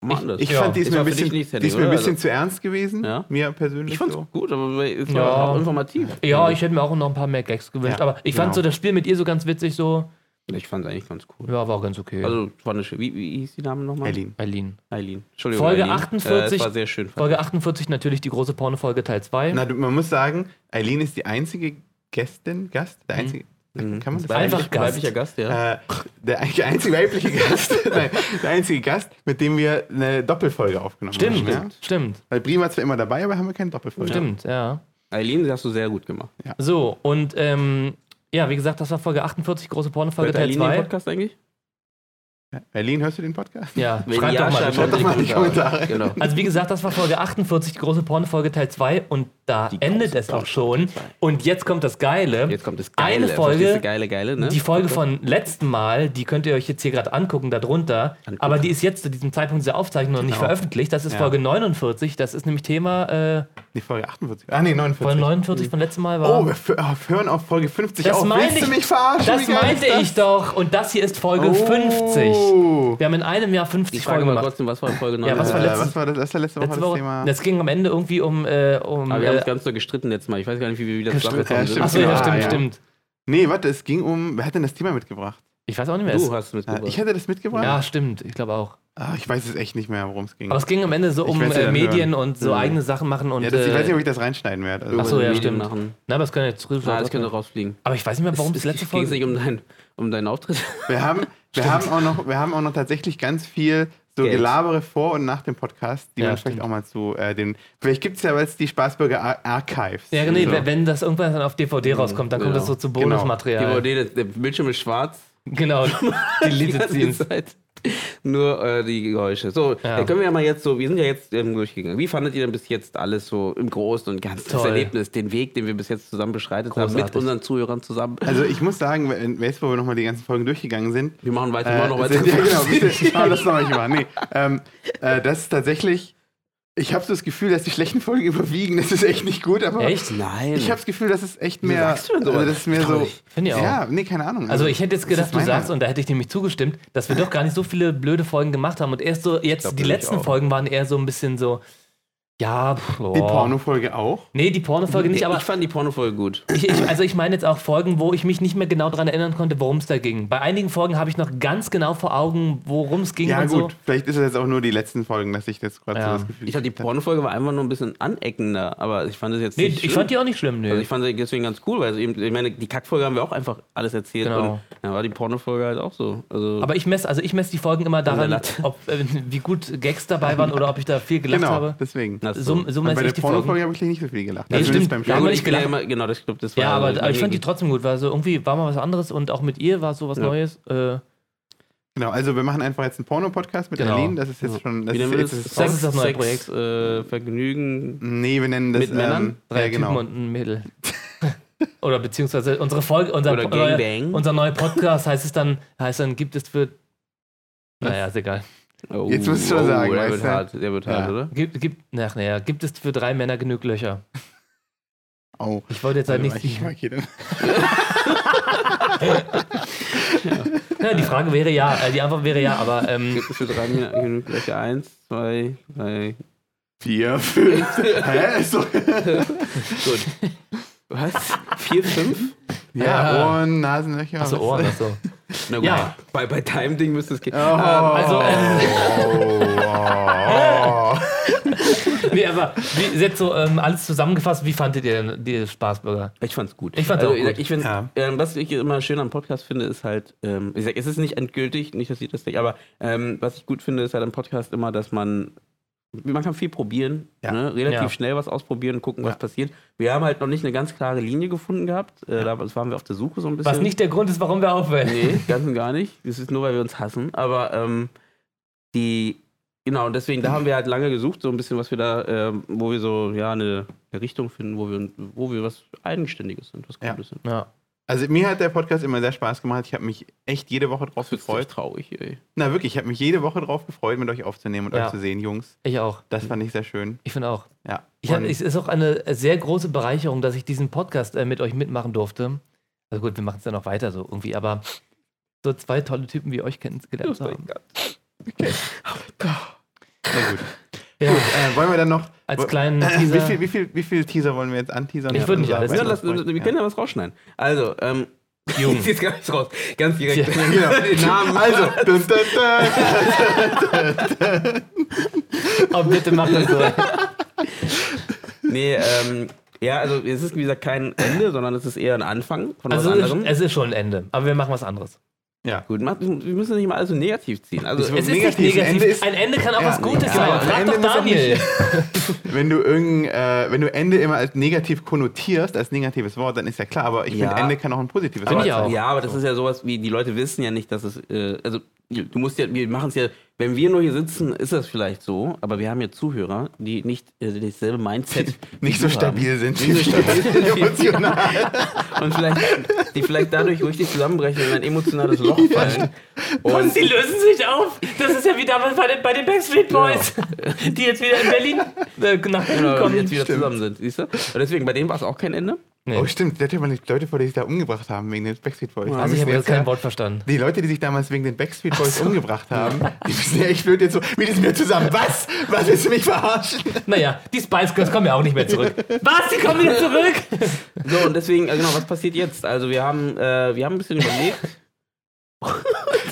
Speaker 2: mal anders.
Speaker 3: Ich
Speaker 1: Ja.
Speaker 3: fand, die ist
Speaker 2: Das
Speaker 3: mir
Speaker 2: war
Speaker 3: ein
Speaker 2: für
Speaker 3: bisschen,
Speaker 2: dich nicht,
Speaker 3: die ist mir ein
Speaker 2: oder?
Speaker 3: bisschen zu ernst gewesen.
Speaker 2: Ja.
Speaker 3: Mir persönlich.
Speaker 2: ich fand's
Speaker 3: so.
Speaker 2: gut, aber es
Speaker 1: Ja.
Speaker 2: war auch informativ.
Speaker 1: ja, ich hätte mir auch noch ein paar mehr Gags gewünscht,
Speaker 3: Ja,
Speaker 1: aber ich fand
Speaker 3: genau.
Speaker 1: so das Spiel mit ihr so ganz witzig, so.
Speaker 2: Ich fand's eigentlich ganz cool.
Speaker 1: Ja, war ganz okay.
Speaker 2: Also fand ich, wie, wie hieß die Name nochmal?
Speaker 3: Eileen.
Speaker 1: Eileen.
Speaker 2: Eileen. Entschuldigung.
Speaker 1: Folge
Speaker 2: Eileen.
Speaker 1: 48.
Speaker 2: Äh, das war sehr schön.
Speaker 1: Folge 48, natürlich die große Porno-Folge Teil 2.
Speaker 3: Na, du, man muss sagen, Eileen ist die einzige Gästin, Gast, der einzige Kann man das
Speaker 1: Einfach
Speaker 3: eigentlich-
Speaker 1: Gast.
Speaker 2: Weiblicher Gast, ja.
Speaker 3: Äh, der ein- der einzige weibliche Gast, nein, der einzige Gast, mit dem wir eine Doppelfolge aufgenommen
Speaker 1: Stimmt,
Speaker 3: haben. Ja?
Speaker 1: stimmt,
Speaker 3: Weil Brie war zwar immer dabei, aber haben wir keine Doppelfolge.
Speaker 1: stimmt, ja.
Speaker 2: Eileen, das hast du sehr gut gemacht.
Speaker 1: So, und ähm, ja, wie gesagt, das war Folge 48, große Pornofolge
Speaker 2: Hört
Speaker 1: Teil
Speaker 2: Eileen den
Speaker 1: 2.
Speaker 2: Podcast eigentlich?
Speaker 3: Eileen, hörst du den Podcast?
Speaker 1: Ja,
Speaker 2: Wenn
Speaker 1: schreibt
Speaker 2: ja,
Speaker 1: doch mal.
Speaker 2: schreibt
Speaker 1: bitte.
Speaker 3: doch mal in die Kommentare.
Speaker 2: Genau.
Speaker 1: Also wie gesagt, das war Folge 48, die große Pornofolge Teil 2 und da
Speaker 2: Die
Speaker 1: endet
Speaker 2: große
Speaker 1: es auch schon.
Speaker 2: Pornofolge Teil zwei.
Speaker 1: Und jetzt kommt das Geile.
Speaker 2: Jetzt kommt das Geile.
Speaker 1: Eine
Speaker 2: verstehst du,
Speaker 1: Folge,
Speaker 2: Geile, geile, ne?
Speaker 1: die Folge von letzten Mal, die könnt ihr euch jetzt hier gerade angucken, da drunter.
Speaker 2: Angucken.
Speaker 1: Aber die ist jetzt zu diesem Zeitpunkt dieser Aufzeichnung noch nicht
Speaker 3: Genau.
Speaker 1: veröffentlicht. Das ist
Speaker 3: Ja.
Speaker 1: Folge 49, das ist nämlich Thema äh,
Speaker 3: Die Folge 48. Ah, nee, 49.
Speaker 1: Folge
Speaker 2: Mhm.
Speaker 1: 49 von letztem Mal war.
Speaker 3: Oh, wir f- ah, wir hören auf Folge 50
Speaker 1: Das
Speaker 3: auf.
Speaker 1: meine
Speaker 3: Willst du
Speaker 1: ich-
Speaker 3: mich verarschen?
Speaker 1: das
Speaker 3: Wie geil
Speaker 1: meinte
Speaker 3: ist das?
Speaker 1: ich doch und das hier ist Folge 50.
Speaker 3: Oh.
Speaker 1: Wir haben in einem Jahr 50
Speaker 2: Oh. ich frage
Speaker 1: Folgen
Speaker 2: mal
Speaker 1: gemacht.
Speaker 2: trotzdem, was war in Folge 9?
Speaker 1: Ja, was war
Speaker 3: Äh,
Speaker 1: letzte-
Speaker 3: was war das, das war letzte Woche
Speaker 1: Letzte
Speaker 3: das
Speaker 1: Woche,
Speaker 3: Thema?
Speaker 1: das ging am Ende irgendwie um, äh, um
Speaker 2: Aber Ah, wir haben
Speaker 1: äh,
Speaker 2: uns ganz so gestritten letztes Mal. Ich weiß gar nicht, wie wir wieder
Speaker 3: Gestimmt,
Speaker 2: zusammengekommen
Speaker 3: ja,
Speaker 2: sind.
Speaker 1: Achso, ja,
Speaker 3: Ah,
Speaker 1: stimmt,
Speaker 3: ja.
Speaker 1: stimmt.
Speaker 3: nee, warte, es ging um. Wer hat denn das Thema mitgebracht?
Speaker 1: Ich weiß auch nicht mehr. es-
Speaker 2: Du hast es
Speaker 3: Äh,
Speaker 2: mitgebracht.
Speaker 3: Ich hatte das mitgebracht?
Speaker 1: Ja, stimmt, ich glaube auch.
Speaker 3: Ah, ich weiß es echt nicht mehr, worum es ging.
Speaker 1: Aber es ging am Ende so
Speaker 3: Ich
Speaker 1: um
Speaker 3: werd's ja
Speaker 1: äh,
Speaker 3: dann
Speaker 1: Medien und so
Speaker 2: Mhm.
Speaker 1: eigene Sachen machen und.
Speaker 3: ja, das, ich weiß nicht,
Speaker 1: äh,
Speaker 3: ob ich das reinschneiden werde. Also,
Speaker 1: Ach so, ja,
Speaker 2: Medien
Speaker 1: stimmt.
Speaker 2: Machen.
Speaker 1: na, aber das können wir jetzt drüber.
Speaker 2: Ah, das könnte rausfliegen.
Speaker 1: aber ich weiß nicht mehr, warum das letzte
Speaker 2: Ging es
Speaker 1: Folge.
Speaker 2: nicht um, dein, um deinen Auftritt?
Speaker 3: Wir haben, wir, haben auch noch, wir haben auch noch tatsächlich ganz viel so
Speaker 2: Geld.
Speaker 3: Gelabere vor und nach dem Podcast, die
Speaker 1: Ja,
Speaker 3: man vielleicht
Speaker 1: stimmt.
Speaker 3: auch mal zu äh, den. Vielleicht gibt es ja jetzt die Spaßbürger Ar Archives.
Speaker 1: Ja, genau. nee,
Speaker 3: so.
Speaker 1: wenn- wenn das irgendwann dann auf DVD rauskommt, dann kommt
Speaker 2: Genau.
Speaker 1: das so zu
Speaker 3: Genau.
Speaker 1: Bonusmaterial.
Speaker 2: DVD, der, der Bildschirm ist schwarz.
Speaker 1: Genau, deleted
Speaker 2: ganze
Speaker 1: scenes.
Speaker 2: Zeit. Nur äh, die Geräusche. So,
Speaker 1: Ja.
Speaker 2: dann können wir ja mal jetzt so, wir sind ja jetzt ähm, durchgegangen. Wie fandet ihr denn bis jetzt alles so im Großen und Ganzen das
Speaker 1: Toll.
Speaker 2: Erlebnis, den Weg, den wir bis jetzt zusammen beschreitet haben, mit
Speaker 1: Großartig.
Speaker 2: unseren Zuhörern zusammen?
Speaker 3: Also ich muss sagen, wenn- jetzt wo wir nochmal die ganzen Folgen durchgegangen sind,
Speaker 2: Wir machen weiter, wir
Speaker 3: Äh,
Speaker 2: machen noch
Speaker 1: Also,
Speaker 2: weiter.
Speaker 3: sind- ja, genau, bitte, schau das noch nicht mal. Nee, ähm, äh, das ist tatsächlich, ich habe so das Gefühl, dass die schlechten Folgen überwiegen. Das ist echt nicht gut, aber
Speaker 1: Echt?
Speaker 2: Nein.
Speaker 3: ich habe das Gefühl, dass es echt mehr.
Speaker 2: sagst du denn sowas?
Speaker 3: also, das ist mehr so.
Speaker 2: Traurig.
Speaker 1: Finde ich auch.
Speaker 3: Ja, nee, keine Ahnung.
Speaker 1: Also ich hätte jetzt
Speaker 3: das ist
Speaker 1: gedacht, du
Speaker 3: meine-
Speaker 1: sagst, und da hätte ich nämlich zugestimmt, dass wir doch gar nicht so viele blöde Folgen gemacht haben. Und erst so, jetzt
Speaker 2: glaub,
Speaker 1: die
Speaker 2: ich
Speaker 1: letzten
Speaker 2: auch.
Speaker 1: Folgen waren eher so ein bisschen so, ja, pff,
Speaker 3: Die
Speaker 1: boah.
Speaker 3: Pornofolge auch.
Speaker 1: Nee, die Pornofolge nicht, aber
Speaker 2: ich fand die Pornofolge gut.
Speaker 1: Ich, ich, also ich meine jetzt auch Folgen, wo ich mich nicht mehr genau daran erinnern konnte, worum es da ging. Bei einigen Folgen habe ich noch ganz genau vor Augen, worum es ging
Speaker 3: Ja,
Speaker 1: und so.
Speaker 3: gut. Vielleicht ist es jetzt auch nur die letzten Folgen, dass ich das gerade
Speaker 1: Ja.
Speaker 3: so das Gefühl
Speaker 2: Ich fand die
Speaker 3: gekriegt hab.
Speaker 2: Pornofolge war einfach nur ein bisschen aneckender, aber ich fand es jetzt
Speaker 1: Nee,
Speaker 2: nicht
Speaker 1: ich
Speaker 2: schlimm.
Speaker 1: fand die auch nicht schlimm, nö.
Speaker 2: also ich fand sie deswegen ganz cool, weil sie eben, ich meine, die Kackfolge haben wir auch einfach alles erzählt.
Speaker 1: Genau.
Speaker 2: Und dann war die Pornofolge halt auch so. Also
Speaker 1: aber ich messe, also ich messe die Folgen immer
Speaker 2: der
Speaker 1: daran,
Speaker 2: Latte.
Speaker 1: ob, äh, wie gut Gags dabei waren oder ob ich da viel gelacht
Speaker 3: Genau,
Speaker 1: habe.
Speaker 3: deswegen.
Speaker 2: Na,
Speaker 1: So, so
Speaker 3: Und bei
Speaker 1: messe
Speaker 3: der
Speaker 1: ich die Folgen.
Speaker 3: Pornofolge habe ich nicht so viel gelacht.
Speaker 1: Nee,
Speaker 3: Zumindest
Speaker 1: stimmt.
Speaker 3: beim
Speaker 1: Ja,
Speaker 3: Schauen.
Speaker 1: aber
Speaker 2: gut,
Speaker 1: ich
Speaker 2: ich bin ja
Speaker 1: gelacht-
Speaker 2: immer, genau, das stimmt. Das war
Speaker 1: Ja, aber aber ich
Speaker 2: mir
Speaker 1: fand die
Speaker 2: gut.
Speaker 1: trotzdem gut, weil so irgendwie war mal was anderes und auch mit ihr war so was
Speaker 2: Ja.
Speaker 1: Neues. Äh,
Speaker 3: Genau, also wir machen einfach jetzt einen Porno-Podcast mit
Speaker 1: Genau.
Speaker 3: Aline. Das ist jetzt schon. Das
Speaker 2: Wie
Speaker 3: ist,
Speaker 2: nennen wir
Speaker 3: jetzt
Speaker 2: das?
Speaker 3: ist es
Speaker 1: Sex
Speaker 3: raus.
Speaker 1: ist das neue
Speaker 2: Sex,
Speaker 1: Projekt.
Speaker 2: Äh, Vergnügen.
Speaker 3: Nee, wir nennen das.
Speaker 2: Mit Männern?
Speaker 1: drei
Speaker 3: ja, genau.
Speaker 1: Typen und ein Mädel. oder beziehungsweise unsere Folge, unser,
Speaker 2: Oder
Speaker 1: neuer-
Speaker 2: Gangbang.
Speaker 1: unser neuer Podcast heißt es dann, heißt dann, gibt es für. Naja, ist egal.
Speaker 2: Oh,
Speaker 3: Jetzt musst du schon sagen,
Speaker 2: Der
Speaker 3: weißt
Speaker 2: wird
Speaker 3: du?
Speaker 2: hart, der wird hart,
Speaker 3: Ja.
Speaker 2: oder?
Speaker 1: Gibt, gibt, ach, naja, gibt es für drei Männer genug Löcher?
Speaker 3: Oh.
Speaker 1: Ich wollte jetzt halt nicht.
Speaker 3: Ich mag hier den-
Speaker 1: Ja, die Frage wäre ja, äh, die Antwort wäre ja, aber ähm,
Speaker 2: Gibt es für drei Minuten genug Löcher? Eins, zwei, drei.
Speaker 3: Vier, fünf. Hä? Ist doch-
Speaker 2: Gut. Was? Vier, fünf?
Speaker 3: Ja, Ohren, Nasenlöcher.
Speaker 1: achso, Ohren, achso.
Speaker 2: Na gut.
Speaker 1: Ja.
Speaker 2: Bei, bei Time Ding müsste es gehen. Ähm,
Speaker 3: Oh.
Speaker 1: Also, äh,
Speaker 3: oh, oh, oh.
Speaker 1: nee, aber wie, jetzt so ähm, alles zusammengefasst, wie fandet ihr denn die Spaßbürger?
Speaker 2: Ich fand's gut. Also,
Speaker 1: Ich fand's auch
Speaker 2: ich-
Speaker 1: gut.
Speaker 2: Ich find's,
Speaker 3: Ja.
Speaker 2: ähm, was ich immer schön am Podcast finde, ist halt, ähm, ich sag, es ist nicht endgültig, nicht, dass ich das nicht, aber ähm, was ich gut finde, ist halt am Podcast immer, dass man, man kann viel probieren,
Speaker 3: Ja.
Speaker 2: ne? relativ
Speaker 1: Ja.
Speaker 2: schnell was ausprobieren und gucken, was
Speaker 3: Ja.
Speaker 2: passiert. Wir haben halt noch nicht eine ganz klare Linie gefunden gehabt, äh, da waren wir auf der Suche so ein bisschen.
Speaker 1: Was nicht der Grund ist, warum wir aufhören.
Speaker 2: Nee, ganz und gar nicht. Das ist nur, weil wir uns hassen. Aber ähm, die, genau, und deswegen, da haben wir halt lange gesucht, so ein bisschen, was wir da, ähm, wo wir so, ja, eine, eine Richtung finden, wo wir, wo wir was Eigenständiges sind, was
Speaker 3: Ja.
Speaker 2: Gutes sind.
Speaker 1: Ja.
Speaker 3: Also mir hat der Podcast immer sehr Spaß gemacht. Ich habe mich echt jede Woche drauf
Speaker 2: Das ist voll
Speaker 3: gefreut.
Speaker 2: traurig, ey.
Speaker 3: Na wirklich, ich habe mich jede Woche drauf gefreut, mit euch aufzunehmen und
Speaker 1: Ja.
Speaker 3: euch zu sehen, Jungs.
Speaker 1: Ich auch.
Speaker 3: Das fand ich sehr schön.
Speaker 1: Ich finde auch.
Speaker 3: Ja.
Speaker 1: Ich hab,
Speaker 3: Und-
Speaker 1: es ist auch eine sehr große Bereicherung, dass ich diesen Podcast äh, mit euch mitmachen durfte. Also gut, wir machen es dann noch weiter so irgendwie, aber so zwei tolle Typen wie euch kennengelernt haben.
Speaker 3: na gut.
Speaker 1: Ja,
Speaker 3: Äh, wollen wir dann noch.
Speaker 1: als
Speaker 3: wo-
Speaker 1: kleinen
Speaker 3: Wie
Speaker 1: Teaser.
Speaker 3: viel, wie, viel, wie viel Teaser wollen wir jetzt anteasern?
Speaker 1: Ich
Speaker 3: Ja, also,
Speaker 1: würde nicht
Speaker 3: unser
Speaker 1: alles-
Speaker 2: Ja,
Speaker 1: Weißt
Speaker 2: lass, wir
Speaker 3: Weihnachtsfolge.
Speaker 2: können ja was rausschneiden. Also, ähm,
Speaker 1: Jung.
Speaker 2: ich zieh's gar nicht raus. Ganz direkt. Genau,
Speaker 1: Ja.
Speaker 3: Ja.
Speaker 2: Den Namen.
Speaker 3: Also, dun, dun, dun.
Speaker 1: Oh, bitte mach das so.
Speaker 2: Nee, ähm, Ja, also es ist wie gesagt kein Ende, sondern es ist eher ein Anfang von
Speaker 1: Also
Speaker 2: was
Speaker 1: es
Speaker 2: anderem.
Speaker 1: ist, es ist schon ein Ende, aber wir machen was anderes.
Speaker 3: Ja.
Speaker 2: Gut, macht, wir müssen nicht mal alles so negativ ziehen. Also,
Speaker 3: Ich-
Speaker 1: Es ist
Speaker 3: Negativ,
Speaker 1: nicht
Speaker 3: ein
Speaker 1: negativ.
Speaker 3: Ende ist-
Speaker 1: ein Ende kann auch
Speaker 3: Ja,
Speaker 1: was Gutes
Speaker 3: ja,
Speaker 1: sein.
Speaker 3: aber ein
Speaker 1: Frag
Speaker 3: Ende
Speaker 1: doch
Speaker 3: muss auch
Speaker 1: Daniel.
Speaker 3: Wenn du irgendein, äh, wenn du Ende immer als negativ konnotierst, als negatives Wort, dann ist ja klar, aber ich
Speaker 2: Ja.
Speaker 3: finde, Ende kann auch ein positives
Speaker 1: Find
Speaker 3: Wort
Speaker 1: ich auch.
Speaker 3: sein.
Speaker 2: ja, aber das ist ja sowas wie, die Leute wissen ja nicht, dass es, äh, also du musst ja, wir machen es ja, wenn wir nur hier sitzen, ist das vielleicht so, aber wir haben ja Zuhörer, die nicht äh, dasselbe Mindset wie
Speaker 3: Nicht so
Speaker 2: du
Speaker 3: stabil sind
Speaker 2: Nicht so stabil.
Speaker 3: emotional.
Speaker 2: haben. Und vielleicht, die vielleicht dadurch richtig zusammenbrechen und in ein emotionales Loch fallen.
Speaker 1: Und
Speaker 2: Und genau.
Speaker 1: sie lösen sich auf. Das ist ja wie damals bei den, bei den Backstreet Boys, die jetzt wieder in Berlin äh, nach Berlin
Speaker 2: genau,
Speaker 1: kommen.
Speaker 2: jetzt wieder
Speaker 3: Stimmt.
Speaker 2: zusammen sind, siehst du? Und deswegen, bei denen war es auch kein Ende.
Speaker 1: Nee.
Speaker 3: Oh, stimmt, da hat ja mal die Leute vor, die sich da umgebracht haben wegen den Backstreet Boys. Die
Speaker 1: also ich
Speaker 3: müssen
Speaker 1: habe jetzt
Speaker 3: jetzt
Speaker 1: kein
Speaker 3: ja-
Speaker 1: Wort verstanden.
Speaker 3: Die Leute, die sich damals wegen den Backstreet Boys umgebracht haben, die müssen ja echt blöd jetzt so, wie sind wir zusammen? Was? Was willst du mich verarschen?
Speaker 1: Naja, die Spice Girls kommen ja auch nicht mehr zurück. Ähm, Was? Die kommen wieder zurück?
Speaker 2: So, und deswegen, äh, genau, was passiert jetzt? Also wir haben, äh, wir haben ein bisschen überlegt.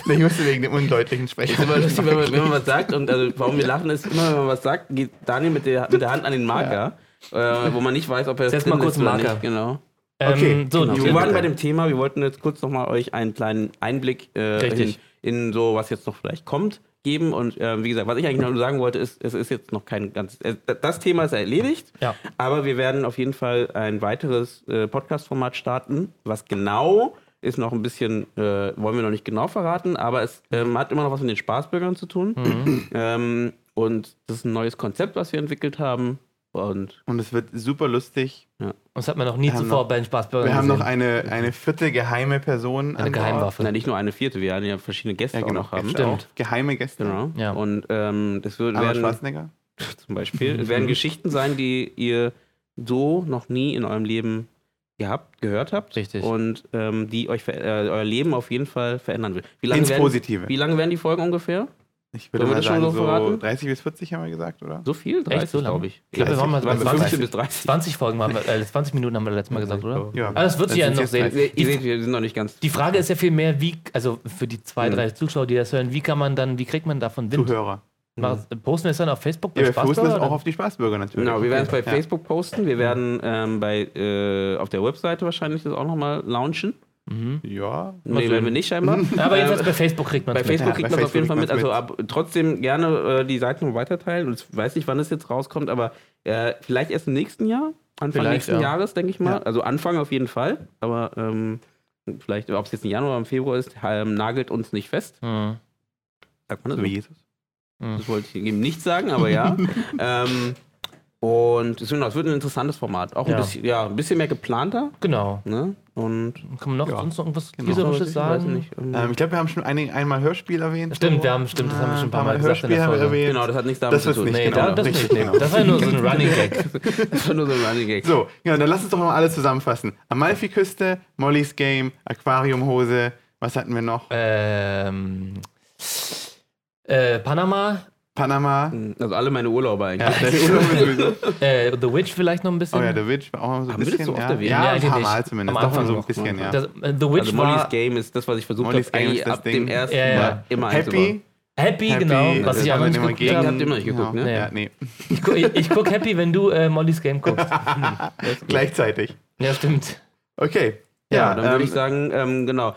Speaker 3: Nee, Ich musste wegen dem undeutlichen
Speaker 2: Ist immer
Speaker 3: sprechen.
Speaker 2: lustig, wenn man, wenn man was sagt und also, warum wir lachen ist, immer wenn man was sagt, geht Daniel mit der, mit der Hand an den Marker, äh, wo man nicht weiß, ob er
Speaker 1: Setz
Speaker 2: drin
Speaker 1: mal kurz
Speaker 2: ist oder
Speaker 1: Marker.
Speaker 2: nicht. Genau.
Speaker 3: Okay,
Speaker 1: ähm, so,
Speaker 3: genau.
Speaker 2: Wir
Speaker 1: genau.
Speaker 2: waren bei dem Thema, wir wollten jetzt kurz nochmal euch einen kleinen Einblick äh, in,
Speaker 1: Richtig.
Speaker 2: in so, was jetzt noch vielleicht kommt, geben. Und äh, wie gesagt, was ich eigentlich nur sagen wollte, ist, es ist jetzt noch kein ganz. Äh, das Thema ist erledigt,
Speaker 1: Ja.
Speaker 2: aber wir werden auf jeden Fall ein weiteres äh, Podcast-Format starten, was genau. Ist noch ein bisschen, äh, wollen wir noch nicht genau verraten, aber es ähm, hat immer noch was mit den Spaßbürgern zu tun.
Speaker 1: Hm. Mhm.
Speaker 2: Ähm, und das ist ein neues Konzept, was wir entwickelt haben. Und
Speaker 3: Und es wird super lustig.
Speaker 1: Uns hat man noch nie
Speaker 3: haben
Speaker 1: zuvor
Speaker 3: noch-
Speaker 1: bei den Spaßbürgern
Speaker 3: Wir haben
Speaker 1: gesehen.
Speaker 3: noch eine, eine vierte geheime Person.
Speaker 1: eine
Speaker 3: an Bord.
Speaker 1: Geheimwaffe.
Speaker 2: na, nicht nur eine vierte, wir werden ja verschiedene Gäste
Speaker 3: Ja,
Speaker 2: auch
Speaker 3: genau.
Speaker 2: noch haben.
Speaker 3: Gäste auch. Geheime Gäste.
Speaker 2: Genau.
Speaker 1: Ja.
Speaker 2: Und ähm, das wird,
Speaker 3: Arnold
Speaker 2: werden
Speaker 3: Schwarzenegger.
Speaker 2: zum Beispiel es werden Geschichten sein, die ihr so noch nie in eurem Leben gehabt, gehört habt.
Speaker 1: Richtig.
Speaker 2: Und ähm, die euch ver- äh, euer Leben auf jeden Fall verändern will. Wie lange,
Speaker 3: Ins
Speaker 2: werden,
Speaker 3: Positive.
Speaker 2: wie lange werden die Folgen ungefähr?
Speaker 3: Ich würde
Speaker 2: Sollen wir
Speaker 3: mal
Speaker 2: das schon
Speaker 3: sagen,
Speaker 2: so
Speaker 3: so
Speaker 2: verraten?
Speaker 3: 30 bis 40 haben wir gesagt, oder?
Speaker 2: So viel? 30,
Speaker 1: so lange?
Speaker 2: glaube ich.
Speaker 1: Ich glaube, wir waren mal bei
Speaker 2: 20, 15
Speaker 1: 20,
Speaker 2: bis 30.
Speaker 1: 20 Folgen, haben wir, äh, 20 Minuten haben wir letztes Mal gesagt, oder?
Speaker 3: Ja.
Speaker 1: Aber das wird sich
Speaker 3: Dann
Speaker 1: ja
Speaker 3: sind
Speaker 1: noch
Speaker 3: jetzt
Speaker 1: sehen.
Speaker 3: 30.
Speaker 2: Nee, ihr seht, wir sind noch nicht ganz.
Speaker 1: Die Frage ist ja viel mehr, wie, also für die zwei,
Speaker 3: Hm.
Speaker 1: drei Zuschauer, die das hören, wie kann man dann, wie kriegt man davon Wind?
Speaker 3: Zuhörer.
Speaker 1: Mach- Posten wir es dann auf Facebook bei
Speaker 3: Ja, wir posten das
Speaker 1: Spaßbürger?
Speaker 3: auch
Speaker 1: oder?
Speaker 3: auf die Spaßbürger natürlich.
Speaker 2: Genau, wir werden es bei
Speaker 3: Ja.
Speaker 2: Facebook posten, wir werden ähm, bei, äh, auf der Webseite wahrscheinlich das auch nochmal launchen.
Speaker 1: Mhm.
Speaker 3: Ja.
Speaker 1: Mal
Speaker 2: Nee,
Speaker 1: sehen.
Speaker 2: werden wir nicht scheinbar.
Speaker 1: Aber
Speaker 2: Ähm,
Speaker 1: jedenfalls bei Facebook kriegt man
Speaker 2: Bei Facebook
Speaker 3: Ja,
Speaker 2: kriegt
Speaker 3: bei
Speaker 2: man es auf jeden Fall
Speaker 3: Facebook
Speaker 2: mit.
Speaker 3: kriegt
Speaker 2: Also
Speaker 3: man's
Speaker 2: ab, trotzdem gerne äh, die Seiten weiterteilen. Und ich weiß nicht, wann es jetzt rauskommt, aber äh, vielleicht erst im nächsten Jahr. Anfang
Speaker 1: Vielleicht,
Speaker 2: nächsten
Speaker 1: ja.
Speaker 2: Jahres, denke ich mal.
Speaker 3: Ja.
Speaker 2: Also Anfang auf jeden Fall. Aber ähm, vielleicht, ob es jetzt im Januar oder im Februar ist, ähm, nagelt uns nicht fest.
Speaker 3: Hm.
Speaker 1: Mhm.
Speaker 2: Sagt man das?
Speaker 3: So wie Jesus.
Speaker 2: Das wollte ich eben nicht sagen, aber ja. ähm, und deswegen, das wird ein interessantes Format. Auch
Speaker 1: Ja.
Speaker 2: ein, bisschen, ja, ein bisschen mehr geplanter.
Speaker 1: Genau.
Speaker 2: Ne? Und
Speaker 1: Kann man noch
Speaker 3: Ja.
Speaker 1: sonst noch irgendwas
Speaker 3: Genau.
Speaker 1: Gießerisches sagen?
Speaker 2: Ich weiß nicht. ähm,
Speaker 3: Ähm, ich glaube, wir haben schon ein, einmal Hörspiel erwähnt. Ah,
Speaker 1: Stimmt, wir haben- stimmt, das haben wir schon ein paar Mal gesagt in
Speaker 3: Hörspiel
Speaker 1: der
Speaker 3: haben wir
Speaker 1: Folge.
Speaker 3: erwähnt.
Speaker 2: genau, das hat nichts damit
Speaker 3: das
Speaker 2: zu
Speaker 3: ist
Speaker 2: tun.
Speaker 3: nicht.
Speaker 1: Nee,
Speaker 3: Genau,
Speaker 1: da, das
Speaker 3: richtig,
Speaker 1: nicht. Nee.
Speaker 3: genau.
Speaker 1: Das war ja nur so ein Running Gag.
Speaker 2: Das war nur so ein Running Gag.
Speaker 3: So, genau, dann lass uns doch noch mal alles zusammenfassen. Amalfi-Küste, Mollys Game, Aquariumhose, was hatten wir noch?
Speaker 1: ähm, äh, Panama,
Speaker 3: Panama.
Speaker 2: Also alle meine Urlaube eigentlich.
Speaker 3: Ja, das ist unbesüßt.
Speaker 1: äh, The Witch vielleicht noch ein bisschen.
Speaker 3: oh ja, The Witch war auch mal so ein
Speaker 2: wir das
Speaker 3: bisschen.
Speaker 2: so oft
Speaker 3: ja,
Speaker 2: erwähnt?
Speaker 1: Nee,
Speaker 3: ja ein
Speaker 1: eigentlich
Speaker 3: paar
Speaker 1: nicht.
Speaker 3: Mal zumindest.
Speaker 1: Am
Speaker 3: Doch mal so ein
Speaker 2: Anfang
Speaker 3: bisschen, ja.
Speaker 1: das, äh, The Witch
Speaker 2: also
Speaker 1: war
Speaker 2: Mollys Game ist das, was ich versucht
Speaker 3: Molly's
Speaker 2: habe,
Speaker 3: Game
Speaker 2: eigentlich
Speaker 3: ist das
Speaker 2: ab
Speaker 3: Ding.
Speaker 2: dem ersten
Speaker 1: Ja, ja.
Speaker 2: Mal immer einzubauen.
Speaker 3: Happy,
Speaker 1: Happy,
Speaker 3: Happy,
Speaker 1: genau, was
Speaker 3: das
Speaker 1: ich aber
Speaker 3: haben
Speaker 1: nicht
Speaker 3: wir nicht mal
Speaker 1: geguckt
Speaker 3: gegeben.
Speaker 1: habe.
Speaker 2: Habt ihr immer noch nicht geguckt,
Speaker 3: Genau.
Speaker 2: ne?
Speaker 3: Ja, nee.
Speaker 1: Ich, gu ich, ich gucke Happy, wenn du äh, Mollys Game guckst.
Speaker 3: Gleichzeitig.
Speaker 1: Ja, stimmt.
Speaker 3: Okay.
Speaker 2: Ja, dann würde
Speaker 3: ähm,
Speaker 2: ich sagen, ähm, genau,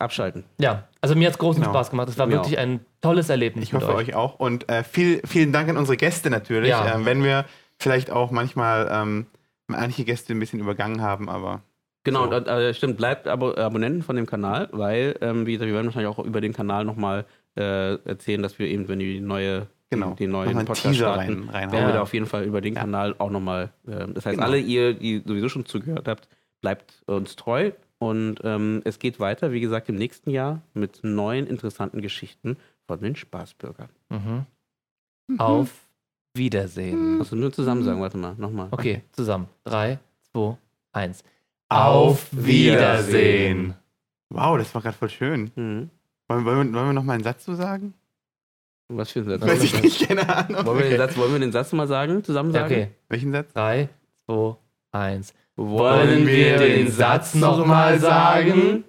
Speaker 2: abschalten.
Speaker 1: Ja, also mir hat es großen
Speaker 3: Genau.
Speaker 1: Spaß gemacht. Es war
Speaker 2: Mir
Speaker 1: wirklich ein tolles Erlebnis.
Speaker 3: Ich hoffe
Speaker 1: mit
Speaker 3: euch. auch. Und äh, viel, vielen Dank an unsere Gäste natürlich.
Speaker 1: Ja.
Speaker 3: Ähm, wenn wir vielleicht auch manchmal ähm, manche Gäste ein bisschen übergangen haben, aber
Speaker 2: Genau,
Speaker 3: So.
Speaker 2: und, äh, stimmt, bleibt Abo Abonnenten von dem Kanal, weil, ähm, wie gesagt, wir werden wahrscheinlich auch über den Kanal nochmal äh, erzählen, dass wir eben, wenn die neue,
Speaker 3: Genau.
Speaker 2: die
Speaker 3: Noch
Speaker 2: neuen
Speaker 3: mal einen
Speaker 2: Podcast
Speaker 3: Teaser
Speaker 2: starten,
Speaker 3: rein- reinhauen.
Speaker 2: werden wir
Speaker 1: Ja.
Speaker 2: da auf jeden Fall über den Kanal auch nochmal, ähm, das heißt,
Speaker 3: Genau.
Speaker 2: alle ihr, die sowieso schon zugehört habt, bleibt uns treu und ähm, es geht weiter, wie gesagt, im nächsten Jahr mit neuen interessanten Geschichten von den Spaßbürgern.
Speaker 1: Mhm. Auf
Speaker 3: Mhm.
Speaker 1: Wiedersehen.
Speaker 2: Musst du nur zusammen sagen, warte mal, nochmal.
Speaker 1: Okay, zusammen. Drei, zwei, eins.
Speaker 3: Auf Wiedersehen. wow, das war gerade voll schön.
Speaker 2: Mhm.
Speaker 3: Wollen, wollen, wir- wollen wir noch mal einen Satz zu sagen?
Speaker 2: Was für ein Satz?
Speaker 3: Weiß ich nicht, keine Ahnung.
Speaker 2: Wollen, wir
Speaker 3: Okay.
Speaker 2: den Satz, wollen wir den Satz mal sagen, zusammen sagen?
Speaker 1: Okay,
Speaker 3: Welchen Satz?
Speaker 1: drei, zwei, eins.
Speaker 2: Wollen wir den Satz nochmal sagen?